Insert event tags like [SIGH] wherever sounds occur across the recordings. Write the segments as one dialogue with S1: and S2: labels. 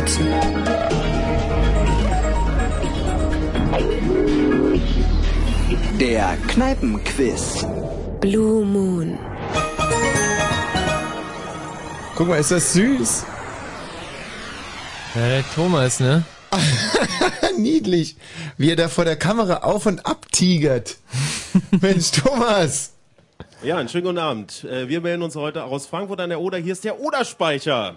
S1: setzen. Der Kneipenquiz.
S2: Blue Moon.
S3: Guck mal, ist das süß?
S4: Ja, der Thomas, ne?
S3: [LAUGHS] Niedlich, wie er da vor der Kamera auf und ab [LAUGHS] tigert. Mensch, Thomas.
S5: Ja, einen schönen guten Abend. Äh, Wir melden uns heute aus Frankfurt an der Oder. Hier ist der Oderspeicher.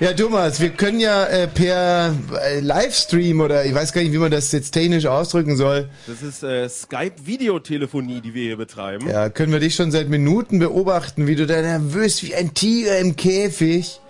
S3: Ja, Thomas, wir können ja äh, per äh, Livestream oder ich weiß gar nicht, wie man das jetzt technisch ausdrücken soll,
S5: Das ist äh, Skype-Videotelefonie, die wir hier betreiben.
S3: ja, können wir dich schon seit Minuten beobachten, wie du da nervös wie ein Tiger im Käfig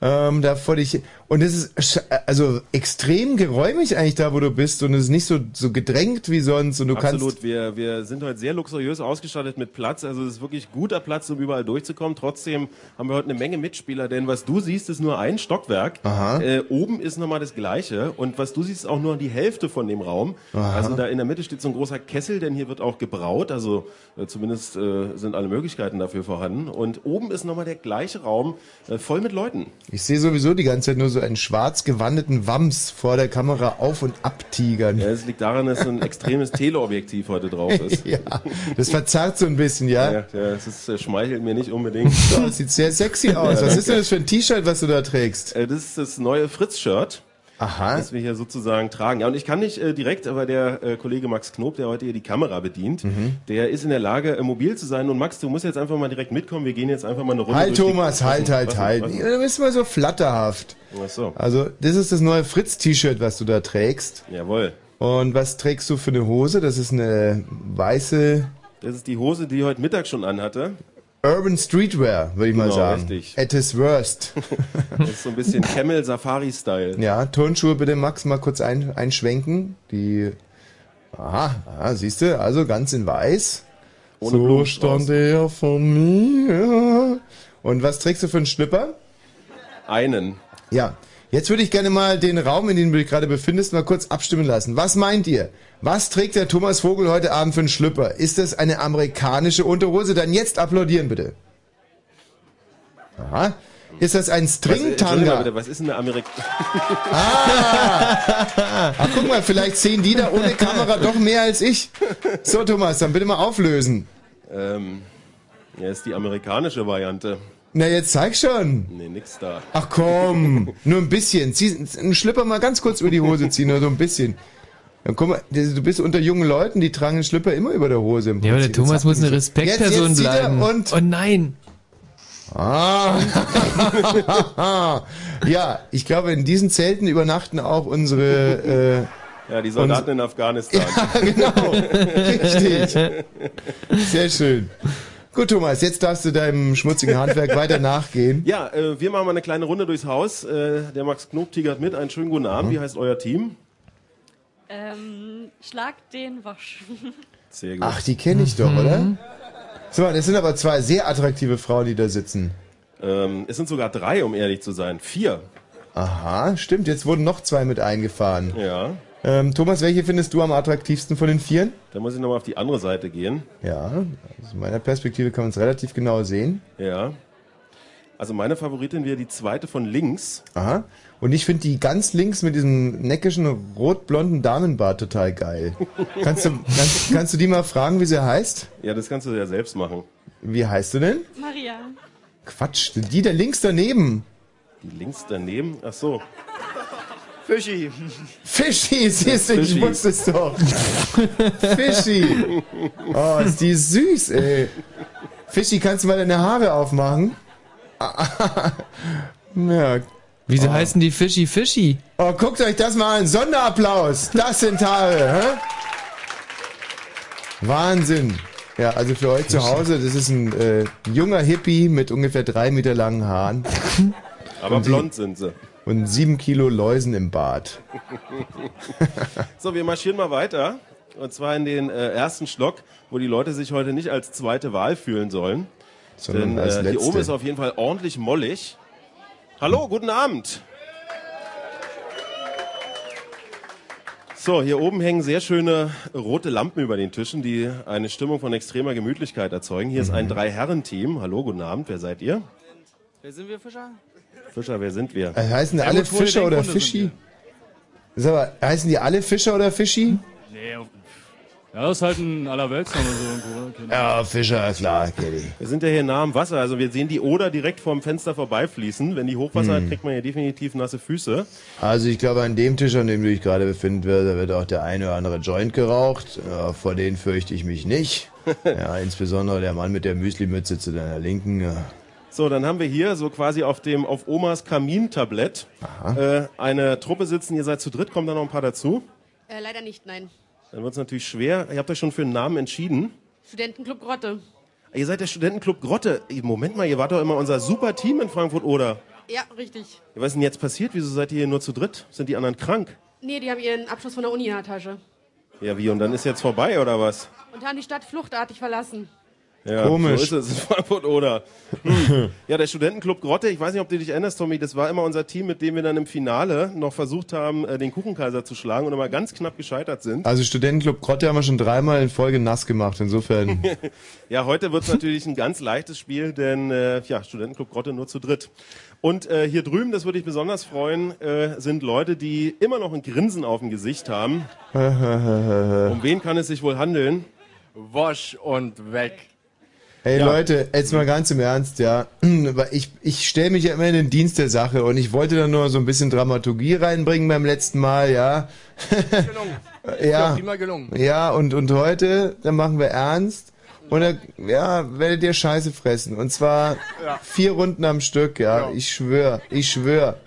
S3: ähm, da vor dich und es ist sch- also extrem geräumig eigentlich da, wo du bist und es ist nicht so so gedrängt wie sonst und du kannst
S5: Absolut, wir, wir sind heute sehr luxuriös ausgestattet mit Platz. Also es ist wirklich guter Platz, um überall durchzukommen. Trotzdem haben wir heute eine Menge Mitspieler, denn was du siehst, ist nur ein Stockwerk. Äh, oben ist nochmal das gleiche und was du siehst, ist auch nur die Hälfte von dem Raum.
S3: Aha.
S5: Also da in der Mitte steht so ein großer Kessel, denn hier wird auch gebraut. Also äh, zumindest äh, sind alle Möglichkeiten dafür vorhanden. Und oben ist nochmal der gleiche Raum, äh, voll mit Leuten.
S3: Ich sehe sowieso die ganze Zeit nur so einen schwarz gewandeten Wams vor der Kamera auf und abtigern.
S5: Ja, Es liegt daran, dass so ein extremes Teleobjektiv heute drauf
S3: [LAUGHS]
S5: ist.
S3: ja, das verzerrt so ein bisschen, ja.
S5: Ja, ja, es ist, äh, schmeichelt mir nicht unbedingt.
S3: [LAUGHS] Das sieht sehr sexy aus.
S5: Ja,
S3: Was ist
S5: danke.
S3: denn das für ein T-Shirt, was du da trägst?
S5: Äh, Das ist das neue Fritz-Shirt,
S3: Aha.
S5: das wir hier sozusagen tragen. Ja, und ich kann nicht äh, direkt, aber der äh, Kollege Max Knob, der heute hier die Kamera
S3: Mhm.
S5: bedient, der ist in der Lage, äh, mobil zu sein. Und Max, du musst jetzt einfach mal direkt mitkommen. Wir gehen jetzt einfach mal eine Runde.
S3: Halt,
S5: durch die-
S3: Thomas, halt, halt,
S5: Was-
S3: halt.
S5: was-
S3: Du bist mal so flatterhaft.
S5: Ach so.
S3: Also, das ist das neue Fritz-T-Shirt, was du da trägst.
S5: Jawohl.
S3: Und was trägst du für eine Hose? Das ist eine weiße
S5: Das ist die Hose, die ich heute Mittag schon anhatte.
S3: Urban Streetwear, würde ich mal
S5: Genau,
S3: sagen.
S5: richtig.
S3: At its worst.
S5: Das ist so ein bisschen Camel Safari-Style.
S3: Ja, Turnschuhe bitte, Max, mal kurz ein, einschwenken. Die. Aha, aha siehst du, also ganz in weiß.
S5: Ohne
S3: so
S5: Blumenstrauß.
S3: stand er von mir. Und was trägst du für einen Schlipper?
S5: Einen.
S3: Ja, jetzt würde ich gerne mal den Raum, in dem du dich gerade befindest, mal kurz abstimmen lassen. Was meint ihr? Was trägt der Thomas Vogel heute Abend für einen Schlüpper? Ist das eine amerikanische Unterhose? Dann jetzt applaudieren bitte. Aha. Ist das ein
S5: Was, äh, entschuldige mal
S3: Stringtanga?
S5: bitte, was ist denn eine Amerik [LAUGHS]
S3: Ach, Ah, guck mal, vielleicht sehen die da ohne Kamera doch mehr als ich. So, Thomas, dann bitte mal auflösen.
S5: ähm, ja, ist die amerikanische Variante.
S3: Na, jetzt zeig schon.
S5: Nee, nix da.
S3: Ach komm, nur ein bisschen. Zieh einen Schlipper mal ganz kurz über die Hose ziehen, nur so ein bisschen. Dann guck mal, du bist unter jungen Leuten, die tragen einen Schlipper immer über der Hose. Im
S4: Ja, aber der
S3: Prinzip.
S4: Thomas
S3: Jetzt
S4: muss eine
S3: hat-
S4: Respektperson
S3: jetzt, jetzt zieht er
S4: bleiben.
S3: Und
S4: oh nein!
S3: ah. [LAUGHS] ja, ich glaube, in diesen Zelten übernachten auch unsere... Äh,
S5: Ja, die Soldaten
S3: [LAUGHS]
S5: in Afghanistan.
S3: genau, richtig. Sehr schön. Gut, Thomas, jetzt darfst du deinem schmutzigen Handwerk weiter nachgehen.
S5: Ja, äh, wir machen mal eine kleine Runde durchs Haus. Äh, der Max Knob tigert mit. Einen schönen guten
S3: Mhm.
S5: Abend. Wie heißt euer Team?
S6: Ähm, schlag den Wasch. [LAUGHS]
S5: Sehr gut.
S3: Ach, die kenne ich doch, oder? So, das sind aber zwei sehr attraktive Frauen, die da sitzen.
S5: Ähm, es sind sogar drei, um ehrlich zu sein. Vier.
S3: Aha, stimmt, jetzt wurden noch zwei mit eingefahren.
S5: Ja.
S3: Ähm, Thomas, welche findest du am attraktivsten von den Vieren?
S5: Dann muss ich nochmal auf die andere Seite gehen.
S3: Ja, aus meiner Perspektive kann man es relativ genau sehen.
S5: Ja. Also meine Favoritin wäre die zweite von links.
S3: Aha. Und ich finde die ganz links mit diesem neckischen rot-blonden Damenbart total geil. Kannst du, kannst, kannst du die mal fragen, wie sie heißt?
S5: Ja, das kannst du ja selbst machen.
S3: Wie heißt du denn?
S6: Maria.
S3: Quatsch, die da links daneben.
S5: Die links daneben. Ach so.
S7: Fischi.
S3: Fischi, [LAUGHS] siehst du, ich
S5: Fischi.
S3: wusste es doch. Fischi. [LAUGHS] Oh, ist die süß, ey. Fischi, kannst du mal deine Haare aufmachen? [LAUGHS] ja.
S4: Wieso heißen die Fischi Fischi?
S3: Oh, guckt euch das mal an. Sonderapplaus. Das sind Haare, hä? Wahnsinn. Ja, also für euch zu Hause, das ist ein äh, junger Hippie mit ungefähr drei Meter langen
S4: [LAUGHS]
S3: Haaren
S5: Aber blond sind sie.
S3: und sieben Kilo Läusen im Bart.
S5: [LAUGHS] So, wir marschieren mal weiter. Und zwar in den äh, ersten Stock, wo die Leute sich heute nicht als zweite Wahl fühlen sollen.
S3: Sondern
S5: Denn
S3: als
S5: äh,
S3: letzte.
S5: hier oben ist auf jeden Fall ordentlich mollig. Hallo, guten Abend. So, hier oben hängen sehr schöne rote Lampen über den Tischen, die eine
S3: Mhm.
S5: Stimmung von extremer Gemütlichkeit erzeugen. Hier ist ein Drei-Herren-Team. Hallo, guten Abend, wer seid ihr?
S7: Wer sind wir, Fischer?
S5: Fischer, wer sind wir?
S3: Also heißen die alle
S7: gut, wohl
S3: Fischer oder
S7: Denkkunde sind
S3: Fischi? Sag mal, heißen die alle Fischer oder Fischi?
S1: Nee, auf- ja, das ist halt ein Allerweltsname so irgendwo. genau. Okay.
S3: Ja, Fischer, klar, kenn ich.
S5: Wir sind ja hier nah am Wasser, also wir sehen die Oder direkt vorm Fenster vorbeifließen. Wenn die Hochwasser
S3: Hm.
S5: hat, kriegt man hier definitiv nasse Füße.
S3: Also ich glaube, an dem Tisch, an dem du dich gerade befinden wirst, da wird auch der eine oder andere Joint geraucht. Ja, vor denen fürchte ich mich [LAUGHS] nicht. Ja, insbesondere der Mann mit der Müslimütze zu deiner Linken. Ja.
S5: So, dann haben wir hier so quasi auf dem auf Omas Kamintablett äh, eine Truppe sitzen. Ihr seid zu dritt, kommen da noch ein paar dazu.
S8: Äh, leider nicht, nein.
S5: Dann wird es natürlich schwer. Ihr habt euch schon für einen Namen entschieden.
S8: Studentenclub Grotte.
S5: Ihr seid der Studentenclub Grotte. Ey, Moment mal, ihr wart doch immer unser super Team in Frankfurt oder?
S8: Ja, richtig.
S5: Was ist denn jetzt passiert? Wieso seid ihr hier nur zu dritt? Sind die anderen krank?
S8: Nee, die haben ihren Abschluss von der Uni in der Tasche.
S5: Ja, wie? Und dann ist jetzt vorbei oder was?
S8: Und haben die Stadt fluchtartig verlassen.
S5: Ja,
S3: Komisch.
S5: So ist es in Frankfurt oder.
S3: [LAUGHS]
S5: Hm. Ja, der Studentenclub Grotte, ich weiß nicht, ob du dich erinnerst, Tommy, das war immer unser Team, mit dem wir dann im Finale noch versucht haben, äh, den Kuchenkaiser zu schlagen und immer ganz knapp gescheitert sind.
S3: Also Studentenclub Grotte haben wir schon dreimal in Folge nass gemacht, insofern.
S5: [LAUGHS] Ja, heute wird es natürlich ein ganz leichtes Spiel, denn äh, ja, Studentenclub Grotte nur zu dritt. Und äh, hier drüben, das würde ich besonders freuen, äh, sind Leute, die immer noch ein Grinsen auf dem Gesicht haben.
S3: Äh.
S5: um wen kann es sich wohl handeln?
S7: Wasch und weg.
S3: Hey Leute, jetzt mal ganz im Ernst, ja. [CLEARS THROAT] Weil Ich, ich stelle mich ja immer in den Dienst der Sache und ich wollte da nur so ein bisschen Dramaturgie reinbringen beim letzten Mal, ja.
S7: Gelungen.
S3: [LAUGHS] Ja.
S7: Prima gelungen.
S3: Ja, und, und heute, dann machen wir ernst. Und dann, ja, werdet ihr Scheiße fressen. Und zwar vier Runden am Stück, ja. Ich schwör, ich schwör.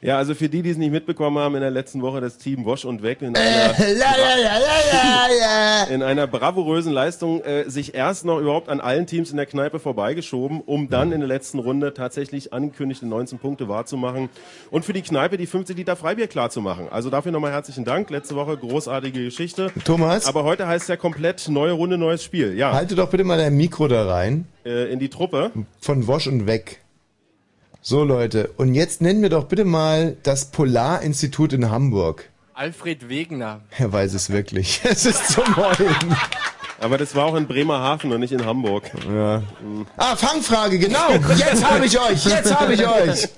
S5: Ja, also für die, die es nicht mitbekommen haben, in der letzten Woche das Team Wasch und Weg in einer
S3: La, la, la, la, la, la.
S5: [LAUGHS] in einer bravourösen Leistung äh, sich erst noch überhaupt an allen Teams in der Kneipe vorbeigeschoben, um dann in der letzten Runde tatsächlich angekündigte 19 Punkte wahrzumachen und für die Kneipe die 50 Liter Freibier klarzumachen. Also dafür nochmal herzlichen Dank. Letzte Woche großartige Geschichte.
S3: Thomas?
S5: Aber heute heißt es ja komplett neue Runde, neues Spiel. Ja,
S3: Halte doch bitte mal dein Mikro da rein.
S5: äh, in die Truppe.
S3: Von Wosch und weg. So Leute, und jetzt nennen wir doch bitte mal das Polarinstitut in Hamburg.
S7: Alfred Wegener.
S3: Er weiß es wirklich. [LAUGHS] Es ist zum Heulen.
S5: Aber das war auch in Bremerhaven und nicht in Hamburg. Mhm.
S3: Ah, Fangfrage, genau. Jetzt habe ich euch. Jetzt habe ich euch.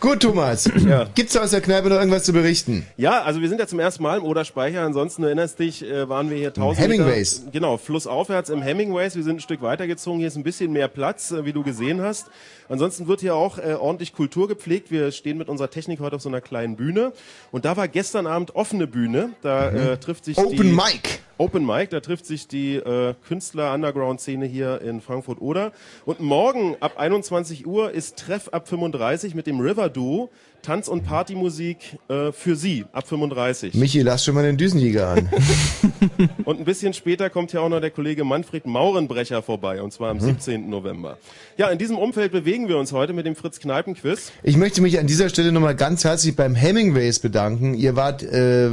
S3: Gut, Thomas. Gibt's aus der Kneipe noch irgendwas zu berichten?
S5: Ja, also wir sind ja zum ersten Mal im Oderspeicher. Ansonsten du erinnerst dich, äh, waren wir hier 1000
S3: Hemingways.
S5: Meter, genau, flussaufwärts im Hemingways. Wir sind ein Stück weitergezogen. Hier ist ein bisschen mehr Platz, äh, wie du gesehen hast. Ansonsten wird hier auch äh, ordentlich Kultur gepflegt. Wir stehen mit unserer Technik heute auf so einer kleinen Bühne. Und da war gestern Abend offene Bühne. Da äh, trifft sich die...
S3: Mhm. Open Mic.
S5: Open Mic, da trifft sich die äh, Künstler-Underground-Szene hier in Frankfurt-Oder. Und morgen ab 21 Uhr ist Treff ab 35 mit dem River Duo Tanz- und Partymusik äh, für Sie ab 35.
S3: Michi, lass schon mal den Düsenjäger an.
S5: Und ein bisschen später kommt ja auch noch der Kollege Manfred Maurenbrecher vorbei, und zwar am 17. November. Ja, in diesem Umfeld bewegen wir uns heute mit dem Fritz-Kneipen-Quiz.
S3: Ich möchte mich an dieser Stelle nochmal ganz herzlich beim Hemingways bedanken. Ihr wart äh,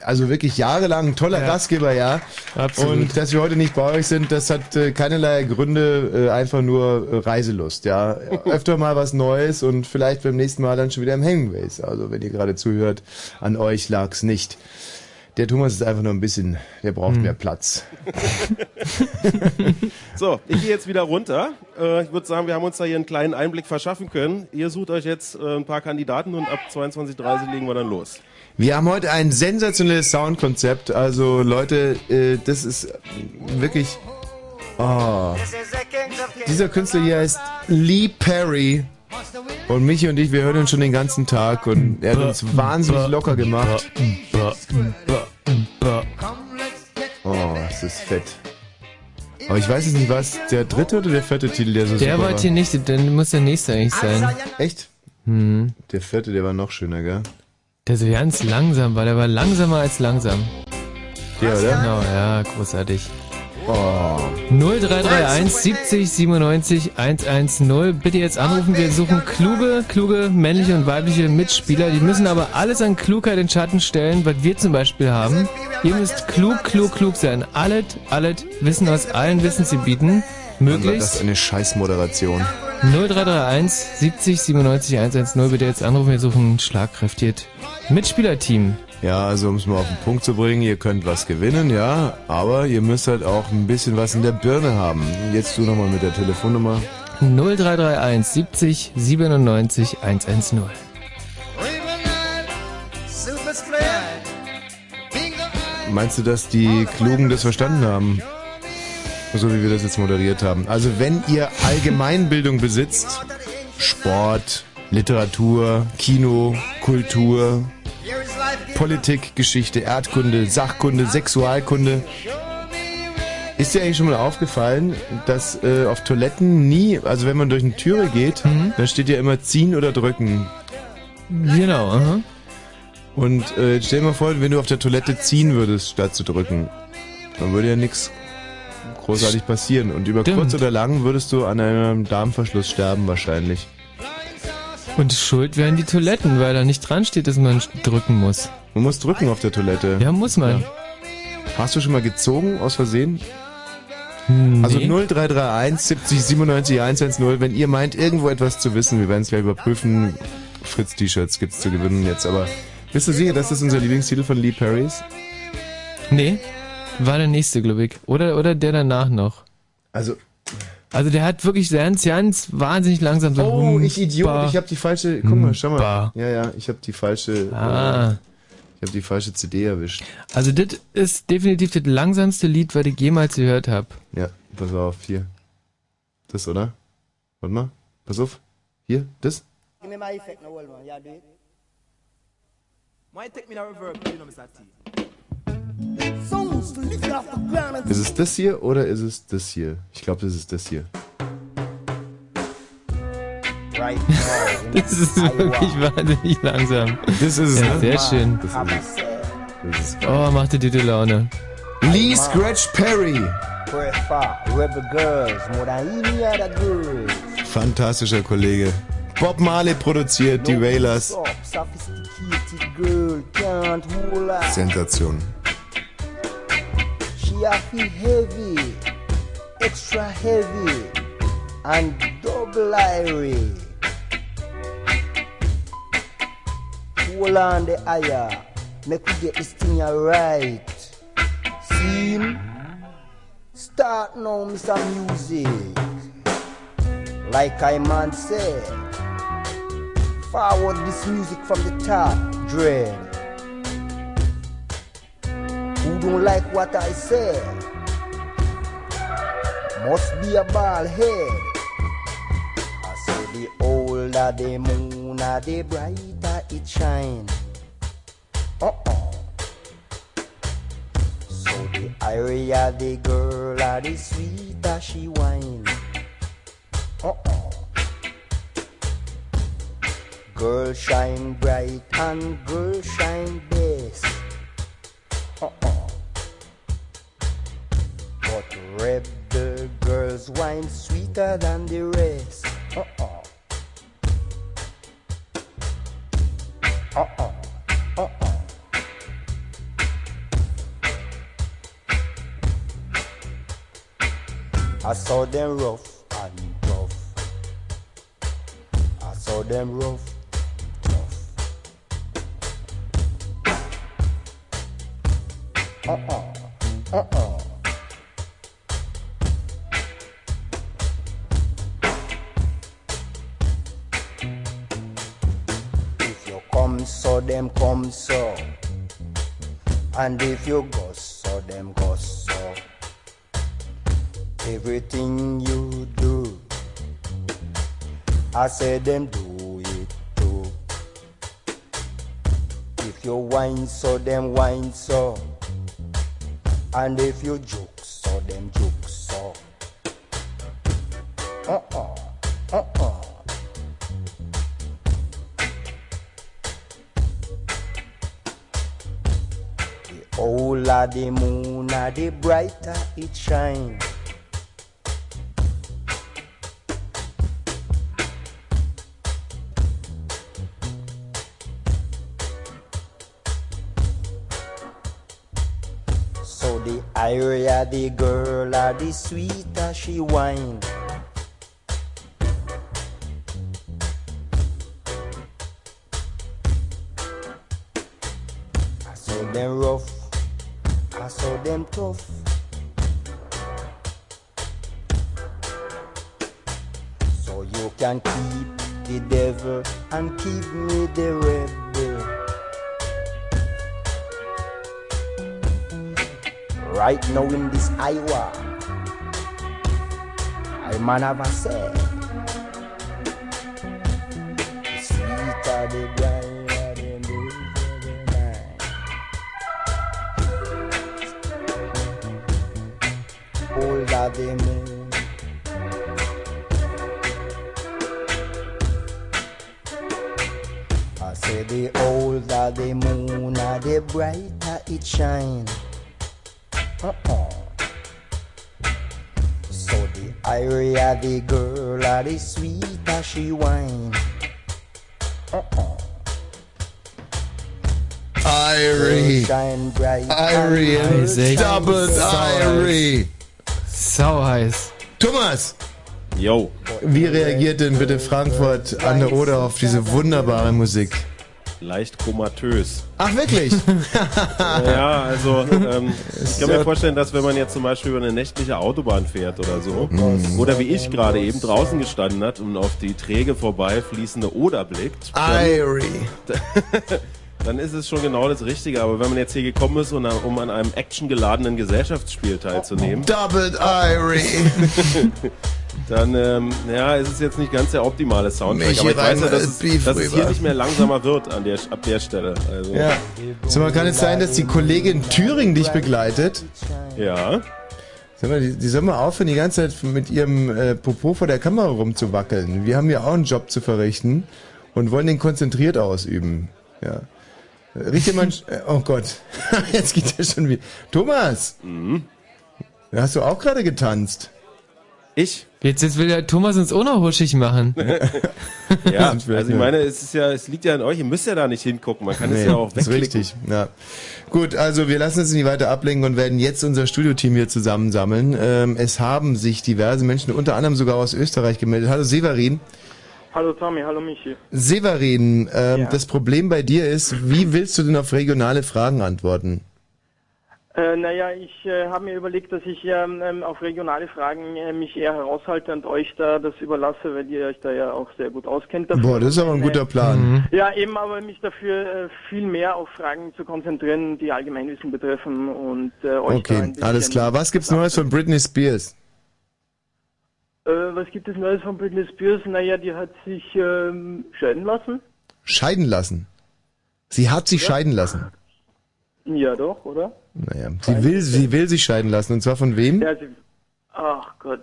S3: also wirklich jahrelang ein toller Gastgeber, ja.
S4: Absolut.
S3: Und dass wir heute nicht bei euch sind, das hat äh, keinerlei Gründe, äh, einfach nur äh, Reiselust, ja. Öfter mal was Neues und vielleicht beim nächsten Mal dann schon wieder im Hemingways. Also wenn ihr gerade zuhört, an euch lag's nicht. Der Thomas ist einfach nur ein bisschen, der braucht mehr Platz.
S5: So, ich gehe jetzt wieder runter. Äh, ich würde sagen, wir haben uns da hier einen kleinen Einblick verschaffen können. Ihr sucht euch jetzt äh, ein paar Kandidaten und ab 22.30 legen wir dann los.
S3: Wir haben heute ein sensationelles Soundkonzept. Also Leute, äh, das ist wirklich... Oh. Dieser Künstler hier heißt Lee Perry. Und Michi und ich, wir hören ihn schon den ganzen Tag und er hat uns wahnsinnig locker gemacht. Oh, es ist fett. Aber ich weiß jetzt nicht, was der dritte oder der vierte Titel, der so
S4: Der
S3: super
S4: wollte hier nicht, dann muss der nächste eigentlich sein.
S3: war. Echt? Hm. Der vierte, der war noch schöner, gell?
S4: Der so ganz langsam war, der war langsamer als langsam.
S3: Ja, oder? Oh.
S4: Genau, ja, großartig. 0331 70 97 110. Bitte jetzt anrufen. Wir suchen kluge, kluge männliche und weibliche Mitspieler. Die müssen aber alles an Klugheit in Schatten stellen, was wir zum Beispiel haben. Ihr müsst klug, klug, klug sein. Alles, alles Wissen aus allen Wissensgebieten.
S3: Das ist
S4: Möglichst
S3: eine Scheißmoderation.
S4: 0331 70 97 110. Bitte jetzt anrufen. Wir suchen ein schlagkräftiges Mitspielerteam.
S3: Ja, also um es mal auf den Punkt zu bringen, ihr könnt was gewinnen, ja, aber ihr müsst halt auch ein bisschen was in der Birne haben. Jetzt du nochmal mit der Telefonnummer.
S4: 0331 70 97 110.
S3: Meinst du, dass die Klugen das verstanden haben? So wie wir das jetzt moderiert haben. Also wenn ihr Allgemeinbildung besitzt, Sport, Literatur, Kino, Kultur, Politik, Geschichte, Erdkunde, Sachkunde, Sexualkunde, ist dir eigentlich schon mal aufgefallen, dass äh, auf Toiletten nie, also wenn man durch eine Türe geht,
S4: Mhm.
S3: dann steht ja immer ziehen oder drücken.
S4: Genau, aha.
S3: Und äh, stell dir mal vor, wenn du auf der Toilette ziehen würdest, statt zu drücken, dann würde ja nichts großartig passieren. Und über
S4: Stimmt.
S3: kurz oder lang würdest du an einem Darmverschluss sterben wahrscheinlich.
S4: Und schuld wären die Toiletten, weil da nicht dran steht, dass man drücken muss.
S3: Man muss drücken auf der Toilette.
S4: Ja, muss man.
S3: Hast du schon mal gezogen aus Versehen?
S4: Hm,
S3: Also
S4: nee.
S3: 0331 70 97 110, wenn ihr meint, irgendwo etwas zu wissen, wir werden es gleich überprüfen. Fritz T-Shirts gibt's zu gewinnen jetzt, aber bist du sicher, dass das unser Lieblingstitel von Lee Perry ist?
S4: Nee, war der nächste, glaube ich. Oder, oder der danach noch.
S3: Also,
S4: Also der hat wirklich ganz, ganz wahnsinnig langsam so...
S3: Oh, ich Idiot, ich habe die falsche. Guck mal, schau mal.
S4: Bah.
S3: Ja, ja, ich habe die falsche.
S4: Ah.
S3: Äh, ich habe die falsche CD erwischt.
S4: Also das ist definitiv das langsamste Lied, was ich jemals gehört habe.
S3: Ja, pass auf, hier. Das, oder? Warte mal. Pass auf. Hier, das?
S9: Give me my effect now, hold on. Yeah, do it. Might take me the reverb, you know, Mr. T. Songs lifted off the ground and
S3: Ist es das hier oder ist es das hier? Ich glaube, das ist das hier.
S9: right now.
S4: Das ist wirklich wahnsinnig langsam.
S3: Das ist es,
S4: Ja,
S3: ne?
S4: sehr schön.
S3: Das ist es. Das ist es.
S4: Oh, macht die gute Laune.
S3: Lee Scratch Perry.
S9: Where far? Rebel girls, more than any other girls.
S3: Fantastischer Kollege. Bob Marley produziert, die Wailers.
S9: Soft, sophisticated girl, can't hold her.
S3: Sensation.
S9: She a feel heavy, extra heavy, and double iry. Hold on the ire, make we get this thing a right. See him? Start now, Mr. Music. Like I man said, forward this music from the top, dread. Who don't like what I said? Must be a bald head. I say the older the moon, ah, the brighter it shine. Uh-oh. So the area the girl, ah, the sweeter she Uh-uh. wine. Uh-oh. Girl shine bright and girl shine best. Uh-uh. But rebel girls wine sweeter than the rest. Uh-uh. Uh-uh. Uh-uh. I saw them rough and tough. I saw them rough, tough. If you come so, them come so. And if you go so, them go so. Everything you do, I say them do it too. If you whine so, them whine so. And if you joke so, them joke so. Uh-uh, uh-uh. The older the moon, ah, the brighter it shine. So the higher the girl, ah, the sweeter she wine. I saw them rough, I saw them tough. can keep the devil and keep me the rebel. Right now in this Iowa, I man have a said, the sweet are the blind are the deaf are the blind. older than me. I say the older the moon, ah, the brighter it shine. Uh-uh. So the higher the girl, ah, the sweeter she wine. Uh-uh.
S3: Irie.
S9: Shine bright.
S3: Uh. Irie.
S4: Isaac.
S3: Double Irie.
S4: Sau heiß.
S3: Thomas,
S5: Yo.
S3: wie reagiert denn bitte Frankfurt an der Oder auf diese wunderbare Musik?
S5: Leicht komatös.
S3: Ach, wirklich?
S5: [LAUGHS] Ja, also ähm, ich kann mir vorstellen, dass wenn man jetzt zum Beispiel über eine nächtliche Autobahn fährt oder so, oder wie ich gerade eben draußen gestanden hat und auf die träge vorbeifließende Oder blickt,
S3: Irie.
S5: dann ist es schon genau das Richtige. Aber wenn man jetzt hier gekommen ist, und, um an einem actiongeladenen Gesellschaftsspiel teilzunehmen,
S3: Double Irie.
S5: [LAUGHS] dann ähm, ja, ist es jetzt nicht ganz der optimale Soundtrack.
S3: Michi
S5: Aber ich weiß ja,
S3: Reimer
S5: dass
S3: ist
S5: es,
S3: Beef
S5: dass es hier
S3: River.
S5: nicht mehr langsamer wird an der, ab der Stelle. Also,
S3: Ja. Sag mal, kann es sein, dass die Kollegin Thüring dich begleitet?
S5: ja.
S3: Sag mal, die, die soll mal aufhören, die ganze Zeit mit ihrem äh, Popo vor der Kamera rumzuwackeln. Wir haben ja auch einen Job zu verrichten und wollen den konzentriert ausüben. Ja. Äh, Riech dir mal einen Sch- äh, Oh Gott. [LAUGHS] Jetzt geht der schon wieder. Thomas! Hast du auch gerade getanzt?
S5: Ich
S4: Jetzt, jetzt will der Thomas uns auch noch
S3: [LAUGHS]
S4: huschig machen.
S5: [LAUGHS]
S4: Äh,
S5: Ja,
S3: Das
S5: also
S3: wär-
S5: ich meine, es ist ja, es liegt ja an euch, ihr müsst ja da nicht hingucken, man kann es ja auch
S3: ist
S5: wegklicken.
S3: richtig. Ja. Gut, also wir lassen uns nicht weiter ablenken und werden jetzt unser Studioteam hier zusammensammeln. Ähm, es haben sich diverse Menschen, unter anderem sogar aus Österreich, gemeldet. Hallo Severin.
S10: Hallo Tommy, hallo Michi.
S3: Severin, ähm, das Problem bei dir ist, wie willst du denn auf regionale Fragen antworten?
S10: Äh, naja, ich äh, habe mir überlegt, dass ich ähm, ähm, auf regionale Fragen äh, mich eher heraushalte und euch da das überlasse, weil ihr euch da ja auch sehr gut auskennt. dafür.
S3: Boah, das ist aber ein guter Plan.
S10: Ja, eben aber mich dafür äh, viel mehr auf Fragen zu konzentrieren, die Allgemeinwissen betreffen und äh, euch da ein
S3: Okay,
S10: bisschen,
S3: alles klar. Was gibt's Neues von Britney Spears?
S10: Äh, was gibt es Neues von Britney Spears? Naja, die hat sich ähm, scheiden lassen.
S3: Scheiden lassen. Sie hat sich scheiden lassen.
S10: Ja, doch, oder?
S3: Naja, sie will, sie will sich scheiden lassen. Und zwar von wem?
S10: Ja, sie. Ach Gott.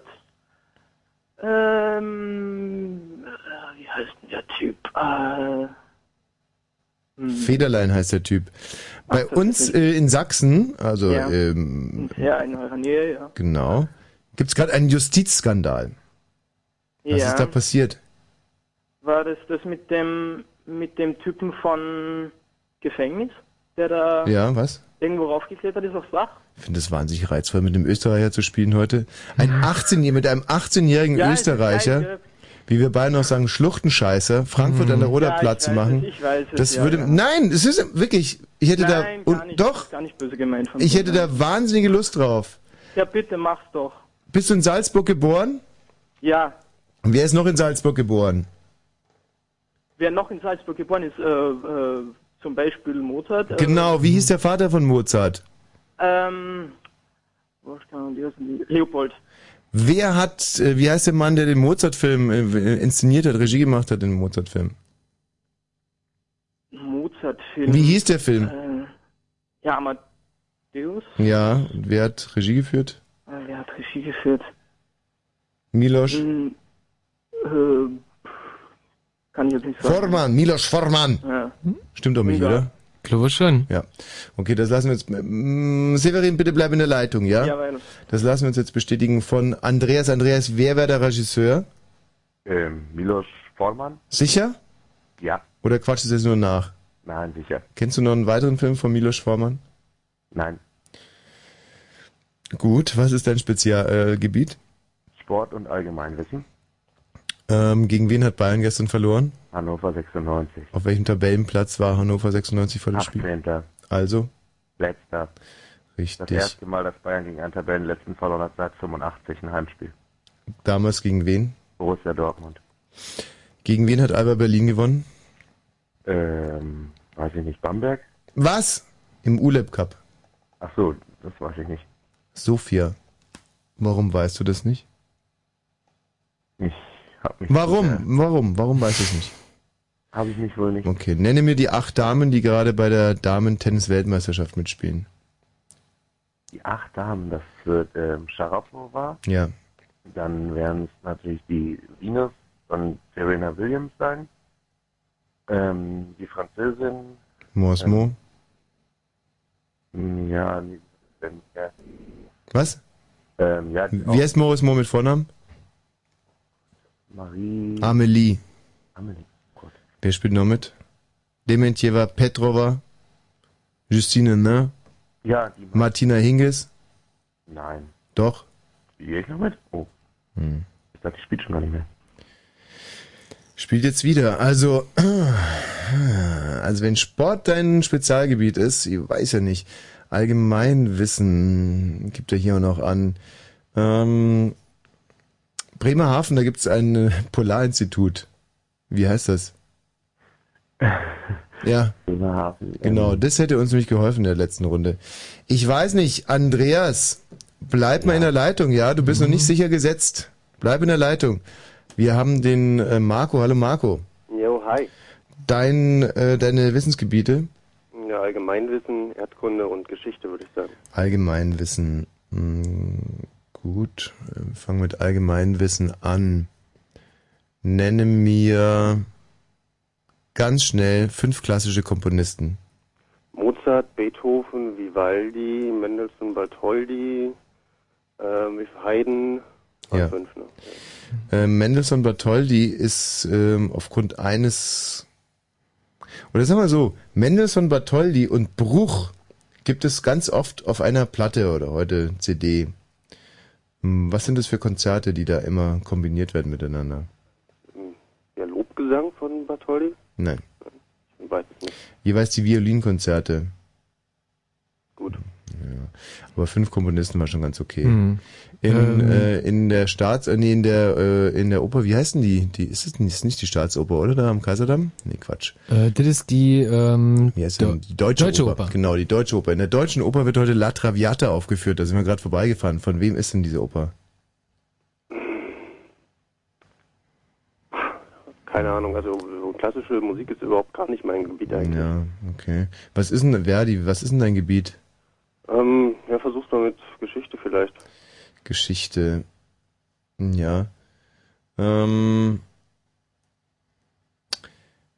S10: Ähm, äh, wie heißt denn der Typ? Äh,
S3: Federlein heißt der Typ. Bei uns äh, in Sachsen, also
S10: Ja.
S3: ähm,
S10: ja, in eurer Nähe, ja.
S3: genau, gibt's gerade einen Justizskandal. Was
S10: ja.
S3: ist da passiert?
S10: War das das mit dem mit dem Typen von Gefängnis, der da
S3: Ja, was?
S10: irgendwo raufgeklettert ist aufs Dach?
S3: Ich finde es wahnsinnig reizvoll, mit einem Österreicher zu spielen heute. Ein 18 mit einem 18-jährigen
S10: Ja, es ist äh,
S3: Österreicher,
S10: geil,
S3: wie wir beide noch sagen, Schluchtenscheißer, Frankfurt an der Oder
S10: Hm. Ja, ich
S3: platt zu
S10: weiß
S3: machen.
S10: es, ich weiß es,
S3: das
S10: ja,
S3: würde,
S10: ja.
S3: nein, es ist wirklich, ich hätte
S10: Nein,
S3: da,
S10: gar
S3: und
S10: nicht,
S3: doch,
S10: gar nicht böse gemeint von
S3: ich
S10: dir,
S3: hätte
S10: nein.
S3: da wahnsinnige Lust drauf.
S10: Ja, bitte mach's doch.
S3: Bist du in Salzburg geboren?
S10: Ja,
S3: Und wer ist noch in Salzburg geboren?
S10: wer noch in Salzburg geboren ist, äh, äh, zum Beispiel Mozart. äh,
S3: Genau, wie hieß der Vater von Mozart?
S10: Ähm, was kann man die heißen? Leopold.
S3: Wer hat, äh, wie heißt der Mann, der den Mozart-Film äh, inszeniert hat, Regie gemacht hat, den Mozart-Film?
S10: Mozart-Film.
S3: Wie hieß der Film?
S10: Äh, ja, Amadeus.
S3: Ja, und wer hat Regie geführt?
S10: Äh, wer hat Regie geführt?
S3: Milos
S11: Mm,
S10: Hm, äh, kann ich jetzt nicht sagen.
S3: Forman, Milos Forman.
S10: Ja.
S3: Stimmt doch nicht,
S10: Ja.
S3: oder?
S4: Glaube schon.
S3: Ja. Okay, das lassen wir jetzt. Mm, Severin, bitte bleib in der Leitung, ja?
S10: Jawohl.
S3: Das lassen wir uns jetzt bestätigen von Andreas. Andreas, wer wäre der Regisseur?
S12: Ähm, Milos Forman?
S3: Sicher?
S12: Ja.
S3: Oder quatscht es jetzt nur nach?
S12: Nein, sicher.
S3: Kennst du noch einen weiteren Film von Milos Forman?
S12: Nein.
S3: Gut, was ist dein Spezialgebiet?
S12: Sport und Allgemeinwissen.
S3: Ähm, gegen wen hat Bayern gestern verloren?
S12: Hannover 96.
S3: Auf welchem Tabellenplatz war Hannover 96 vor dem Spiel?
S12: 18.
S3: Also,
S12: Letzter. Das
S3: richtig.
S12: erste Mal, dass Bayern gegen einen Tabellenletzten verloren hat seit 85 ein Heimspiel.
S3: Damals gegen wen?
S12: Borussia Dortmund.
S3: Gegen wen hat Alba Berlin gewonnen?
S12: Ähm, weiß ich nicht, Bamberg?
S3: Was? Im ULEP Cup.
S12: Ach so, das weiß ich nicht.
S3: Sophia. Warum weißt du das nicht?
S12: Ich hab mich.
S3: Warum? Warum? Warum weißt du es nicht?
S12: Habe ich mich wohl nicht.
S3: Okay, nenne mir die acht Damen, die gerade bei der Damen-Tennis-Weltmeisterschaft mitspielen.
S12: Die acht Damen, das wird ähm, Sharapova,
S3: Ja.
S12: dann werden es natürlich die Venus und Serena Williams sein. Ähm, die Französin,
S3: Moismo.
S12: mh, ja, die, ähm, ja,
S3: Was?
S12: ähm, ja, die
S3: Wie heißt Moritz Mo mit Vornamen?
S12: Marie
S13: Ah.
S3: Amelie.
S12: Amelie. Oh
S3: Wer spielt noch mit? Dementjeva Petrova. Justine Ne.
S12: Ja, die
S3: Martina Hingis.
S12: Nein.
S3: Doch.
S12: Spiele ich noch mit? Oh.
S3: Hm.
S12: Ich dachte, ich spiele schon gar nicht mehr.
S3: Spielt jetzt wieder. Also, [CLEARS THROAT] also wenn Sport dein Spezialgebiet ist, ich weiß ja nicht. Allgemeinwissen gibt er hier auch noch an. Ähm, Bremerhaven, da gibt es ein äh, Polarinstitut. Wie heißt
S12: [LAUGHS]
S3: das? Ja. Genau, das hätte uns nämlich geholfen in der letzten Runde. Ich weiß nicht, Andreas, bleib mal in der Leitung, ja? Mhm. Du bist noch nicht sicher gesetzt. Bleib in der Leitung. Wir haben den äh, Marco. Hallo Marco.
S11: Jo, hi.
S3: Dein, äh, deine Wissensgebiete?
S11: Ja, Allgemeinwissen, Erdkunde und Geschichte, würde ich sagen.
S3: Allgemeinwissen. Hm, gut, äh, fangen mit Allgemeinwissen an. Nenne mir ganz schnell fünf klassische Komponisten.
S11: Mozart, Beethoven, Vivaldi, Mendelssohn, Bartholdy, ähm, Haydn.
S3: Ja.
S11: Fünf, ne?
S3: Äh, Mendelssohn Bartholdy ist ähm, aufgrund eines oder sagen wir so, Mendelssohn Bartholdy und Bruch gibt es ganz oft auf einer Platte oder heute CD. Hm, Was sind das für Konzerte, die da immer kombiniert werden miteinander?
S11: Hm. Der Lobgesang von Bartholdy?
S3: Nein.
S11: Ich weiß es nicht.
S3: Jeweils die Violinkonzerte. Gut. Ja. Aber fünf Komponisten war schon ganz okay.
S4: Mhm.
S3: In,
S4: Ähm.
S3: äh, in der Staats, äh, nee, in der, äh, in der Oper, wie heißen die? Die ist es nicht, ist nicht die Staatsoper, oder? Da am Kaiserdamm? Nee, Quatsch.
S4: Äh, das ist die, ähm,
S3: Wie heißt die denn? Die deutsche, Oper. Genau, die deutsche Oper. In der deutschen Oper wird heute La Traviata aufgeführt. Da sind wir gerade vorbeigefahren. Von wem ist denn diese Oper?
S11: Keine Ahnung, also so klassische Musik ist überhaupt gar nicht mein Gebiet eigentlich.
S3: Ja, okay. Was ist denn, Verdi, was ist denn dein Gebiet?
S11: Ähm, ja, versuch's mal mit Geschichte vielleicht.
S3: Geschichte. Ja. Ähm,